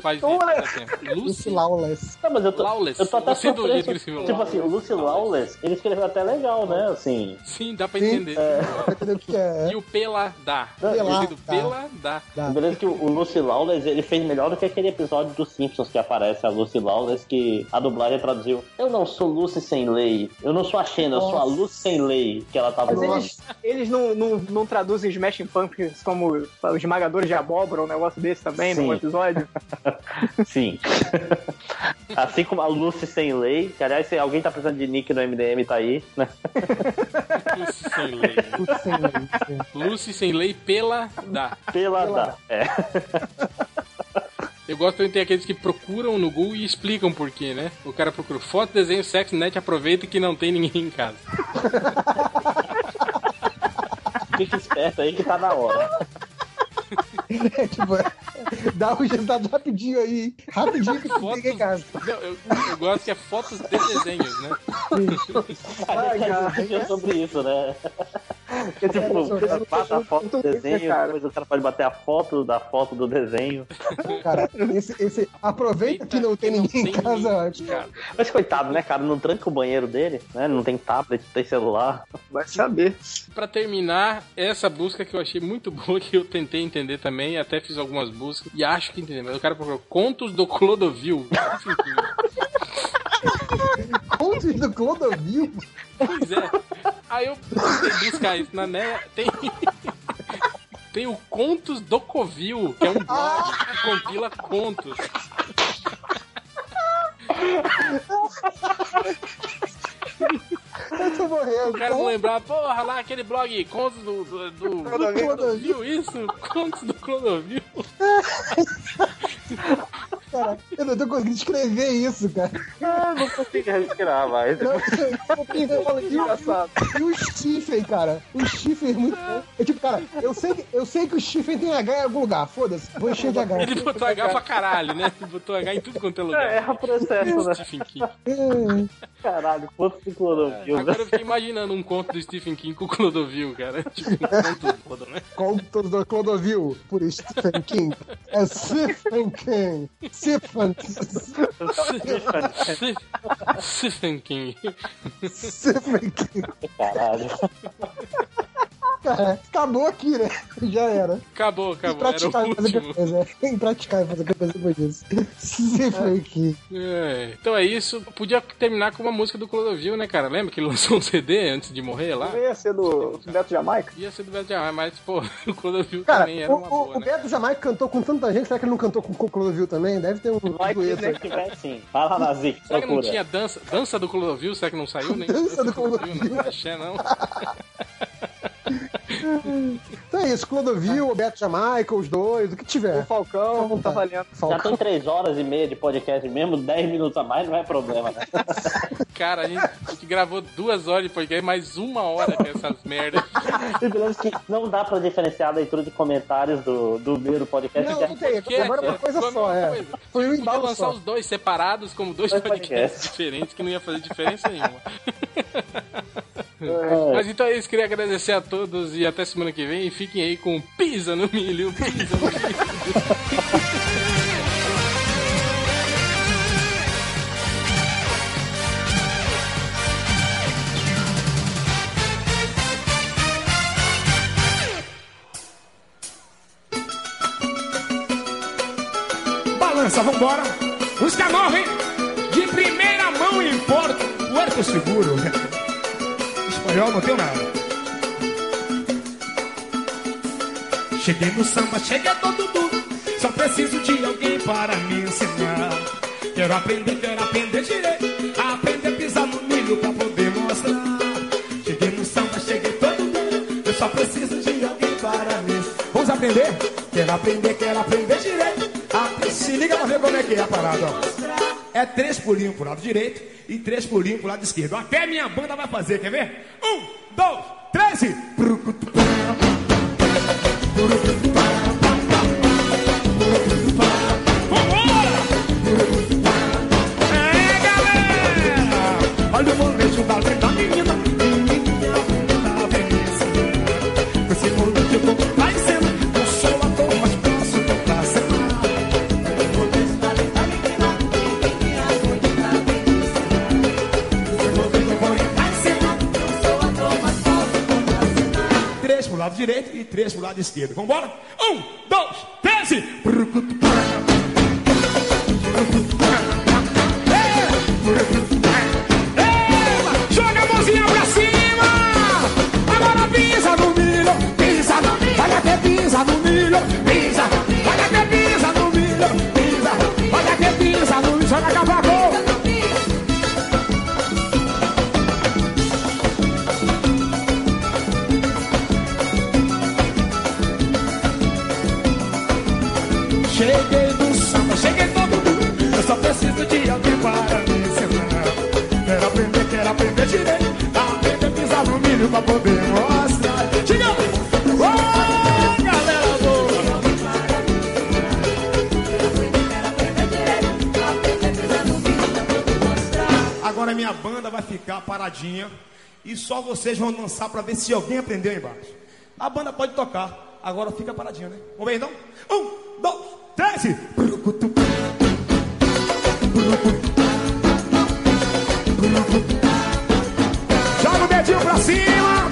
S3: Faz tempo, faz tempo.
S8: Lucy
S3: Lucy
S8: Lawless.
S2: Não, mas eu tô,
S3: Lawless.
S2: eu tô até
S3: Gostei do jeito
S2: surpreso.
S3: que ele escreveu
S2: Tipo assim, o Lucy Lawless, ele escreveu até legal, né? Assim,
S3: Sim, dá pra
S8: Sim,
S3: entender.
S8: Vai entender o que é.
S3: E o pelada.
S8: Pelada.
S3: Gostei do pelada.
S2: Beleza que o o Lucy Lawless, ele fez melhor do que aquele episódio dos Simpsons que aparece a Lucy Lawless, que a dublagem traduziu Eu não sou Lucy sem lei, eu não sou a Xena, eu sou a
S8: Nossa.
S2: Lucy sem lei, que ela tava
S6: Mas
S2: no
S6: eles, eles não, não, não traduzem Smashing Pumpkins como esmagadores de abóbora, um negócio desse também,
S2: Sim.
S6: num episódio.
S2: Sim. Assim como a Lucy sem lei, que aliás, se alguém tá precisando de nick no MDM, tá aí, né?
S3: Lucy sem lei. Lucy sem lei pela da.
S2: Pela da. É.
S3: Eu gosto também tem aqueles que procuram no Google e explicam por quê, né? O cara procura foto, desenho, sexo, net, aproveita que não tem ninguém em casa.
S2: Fica esperto aí que tá na hora.
S8: É, tipo, dá um resultado rapidinho aí, hein? rapidinho que tu
S3: Fotos-
S8: fica em casa.
S3: Não, eu, eu gosto que é fotos de desenhos, né?
S2: A gente já discutiu sobre isso, né? Porque, tipo,
S8: Eu tô- eu tô-
S2: bata a foto
S6: eu tô-
S2: do desenho,
S6: cara.
S2: depois o cara pode bater a foto da foto do desenho.
S8: Cara, esse, esse, aproveita que não tem ninguém em casa tipo, antes.
S3: cara.
S2: Mas coitado, né, cara? Não tranca o banheiro dele, né? Não tem tablet, não tem celular.
S6: Vai saber.
S3: Pra terminar, essa busca que eu achei muito boa, que eu tentei entender também, até fiz algumas buscas, e acho que entendi, mas o cara procurou contos do Clodovil.
S8: Contos do Clodovil.
S3: Pois é. Aí eu tentei buscar isso na net, tem... Tem o Contos do Covil, que é um blog que compila contos.
S8: Eu tô morrendo.
S3: O cara não lembrar, porra, lá aquele blog, Contos do, do, do
S8: Clodovil.
S3: Clodovil, isso? Contos do Clodovil.
S8: Cara, eu não tô conseguindo escrever isso, cara.
S2: Ah, não consigo respirar mais.
S8: Não, um e o Stephen, cara. O Stephen é muito bom. É tipo, cara, eu sei, que- eu sei que o Stephen tem H em algum lugar. Foda-se, vou encher de H.
S3: Ele botou H pra caralho, né? Ele botou H em tudo quanto é lugar.
S2: Erra o processo, né?
S3: Stephen King.
S8: Hum.
S2: Caralho, quanto de clorovil.
S3: Agora eu fiquei imaginando um conto do Stephen King com o Clodovil, cara. Tipo, um conto todo, né?
S8: Conto do Clodovil por Stephen King. É Stephen King. Stephen.
S3: Stephen King.
S8: Stephen King.
S2: Caralho.
S8: Cara, acabou aqui, né? Já era.
S3: Acabou, acabou. Era o
S8: Impraticável fazer qualquer
S3: último.
S8: coisa. É impraticável fazer qualquer coisa depois disso. Stephen King.
S3: É. Então é isso. Podia terminar com uma música do Clodovil, né, cara? Lembra que ele lançou um CD antes de morrer lá?
S6: Não ia ser do Beto Jamaica?
S3: Ia ser do Beto Jamaica, mas, pô, o Clodovil
S8: Cara,
S3: também
S8: o,
S3: era uma
S8: o-
S3: boa,
S8: o
S3: né?
S8: Beto Jamaica cantou com tanta gente, será que ele não cantou com o Clodovil também? Deve ter um
S2: Vai que
S8: dueto.
S2: se tiver sim. Fala, Nazik,
S3: Será que não
S2: procura.
S3: tinha dança? Dança do Clodovil? Será que não saiu né? nem?
S8: Dança do Clodovil.
S3: Não achei, não.
S8: Então é isso, Clodovil, o Beto Jamaica, os dois, o que tiver.
S6: O Falcão, não tá valendo.
S2: Já
S8: Falcão.
S2: tem três horas e meia de podcast mesmo, 10 minutos a mais não é problema, né?
S3: Cara, a gente, a gente gravou duas horas de podcast, mais uma hora com essas merdas.
S2: E pelo que não dá pra diferenciar a leitura de comentários do, do primeiro podcast.
S8: Não,
S2: que é
S8: não tem.
S3: Que é,
S8: Agora é uma
S3: que é,
S8: coisa
S3: foi a
S8: só,
S3: mesma
S8: é.
S3: coisa.
S8: Foi um
S3: Podia
S8: embalo
S3: lançar
S8: só.
S3: os dois separados como dois
S2: Dois
S3: podcasts
S2: podcasts.
S3: diferentes que não ia fazer diferença nenhuma.
S2: É.
S3: Mas então é isso, queria agradecer a todos e até semana que vem. E fiquem aí com Pisa no Milho, Pisa no Milho.
S11: Balança, vambora. Os morrem de primeira mão em Porto. Porto Seguro. Espanhol não tem nada. Cheguei no samba, chega todo mundo. Só preciso de alguém para me ensinar. Quero aprender, quero aprender direito. Aprender a pisar no milho pra poder mostrar. Cheguei no samba, cheguei todo mundo. Eu só preciso de alguém para me ensinar. Vamos aprender? Quero aprender, quero aprender direito. Apre- Se liga pra ver como é que é a parada. ó. É três pulinhos pro lado direito e três pulinhos pro lado esquerdo. Até minha banda vai fazer, quer ver? Um, dois, três e. Olha o molejo da da menina, menina da Veneza. Com esse tipo molejo eu tô parecendo, eu sou um a dor, mas posso tocar sem tipo um Três pro lado direito e três pro lado esquerdo. Vambora? Um, dois, três e. Eba! Joga a mãozinha pra cima! Agora pisa no milho, pisa, vai até pisa no milho, pisa, vai até pisa no milho, pisa.
S8: Cheguei no samba, cheguei todo mundo. Eu só preciso de alguém para me ensinar. Quero aprender, quero aprender direito. Aprender a pisar no milho pra poder mostrar. Chega! Ô, galera boa! Agora minha banda vai ficar paradinha e só vocês vão dançar pra ver se alguém aprendeu aí embaixo. A banda pode tocar, agora fica paradinha, né? Vamos ver então? Um, dois, três! e- Joga o dedinho pra cima!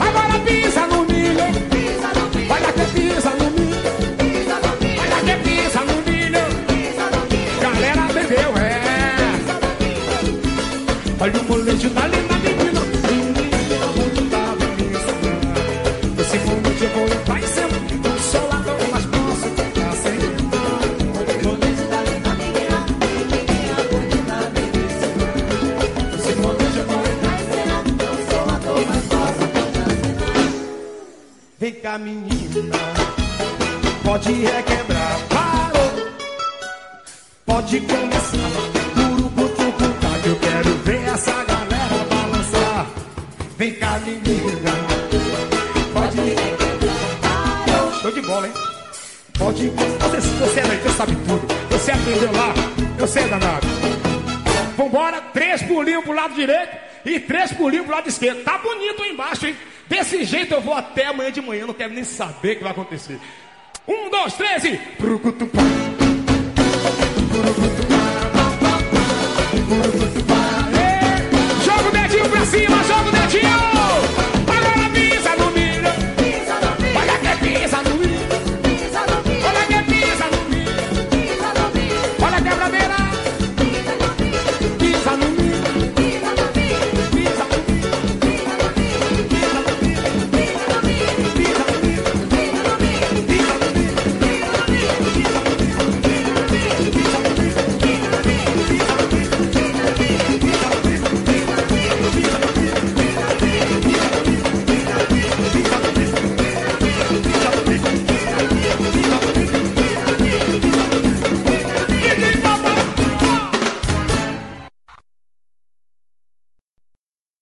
S8: Agora pisa no milho! Vai lá que pisa no milho! Vai lá que pisa no milho! Galera bebeu, é! Olha o molejo da linda menina Menina bonita, beleza Esse mundo de voo vai ser um Consolador, mas posso ficar sem Olha o molejo da linda menina Menina bonita, beleza Esse mundo de voo vai ser um Consolador, mas posso ficar sem Vem cá, menina Pode requebrar, parou Pode começar Tá, que eu quero ver essa galera balançar. Vem cá, menina. Pode me quebrar. Show de bola, hein? Pode. Você, você é daqui, sabe tudo. Você aprendeu lá. Eu sei danado. Vambora, três pulinhos pro lado direito e três pulinhos pro lado esquerdo. Tá bonito aí embaixo, hein? Desse jeito eu vou até amanhã de manhã, não quero nem saber o que vai acontecer. Um, dois, três e. Prucutupá. Joga o dedinho pra cima, joga o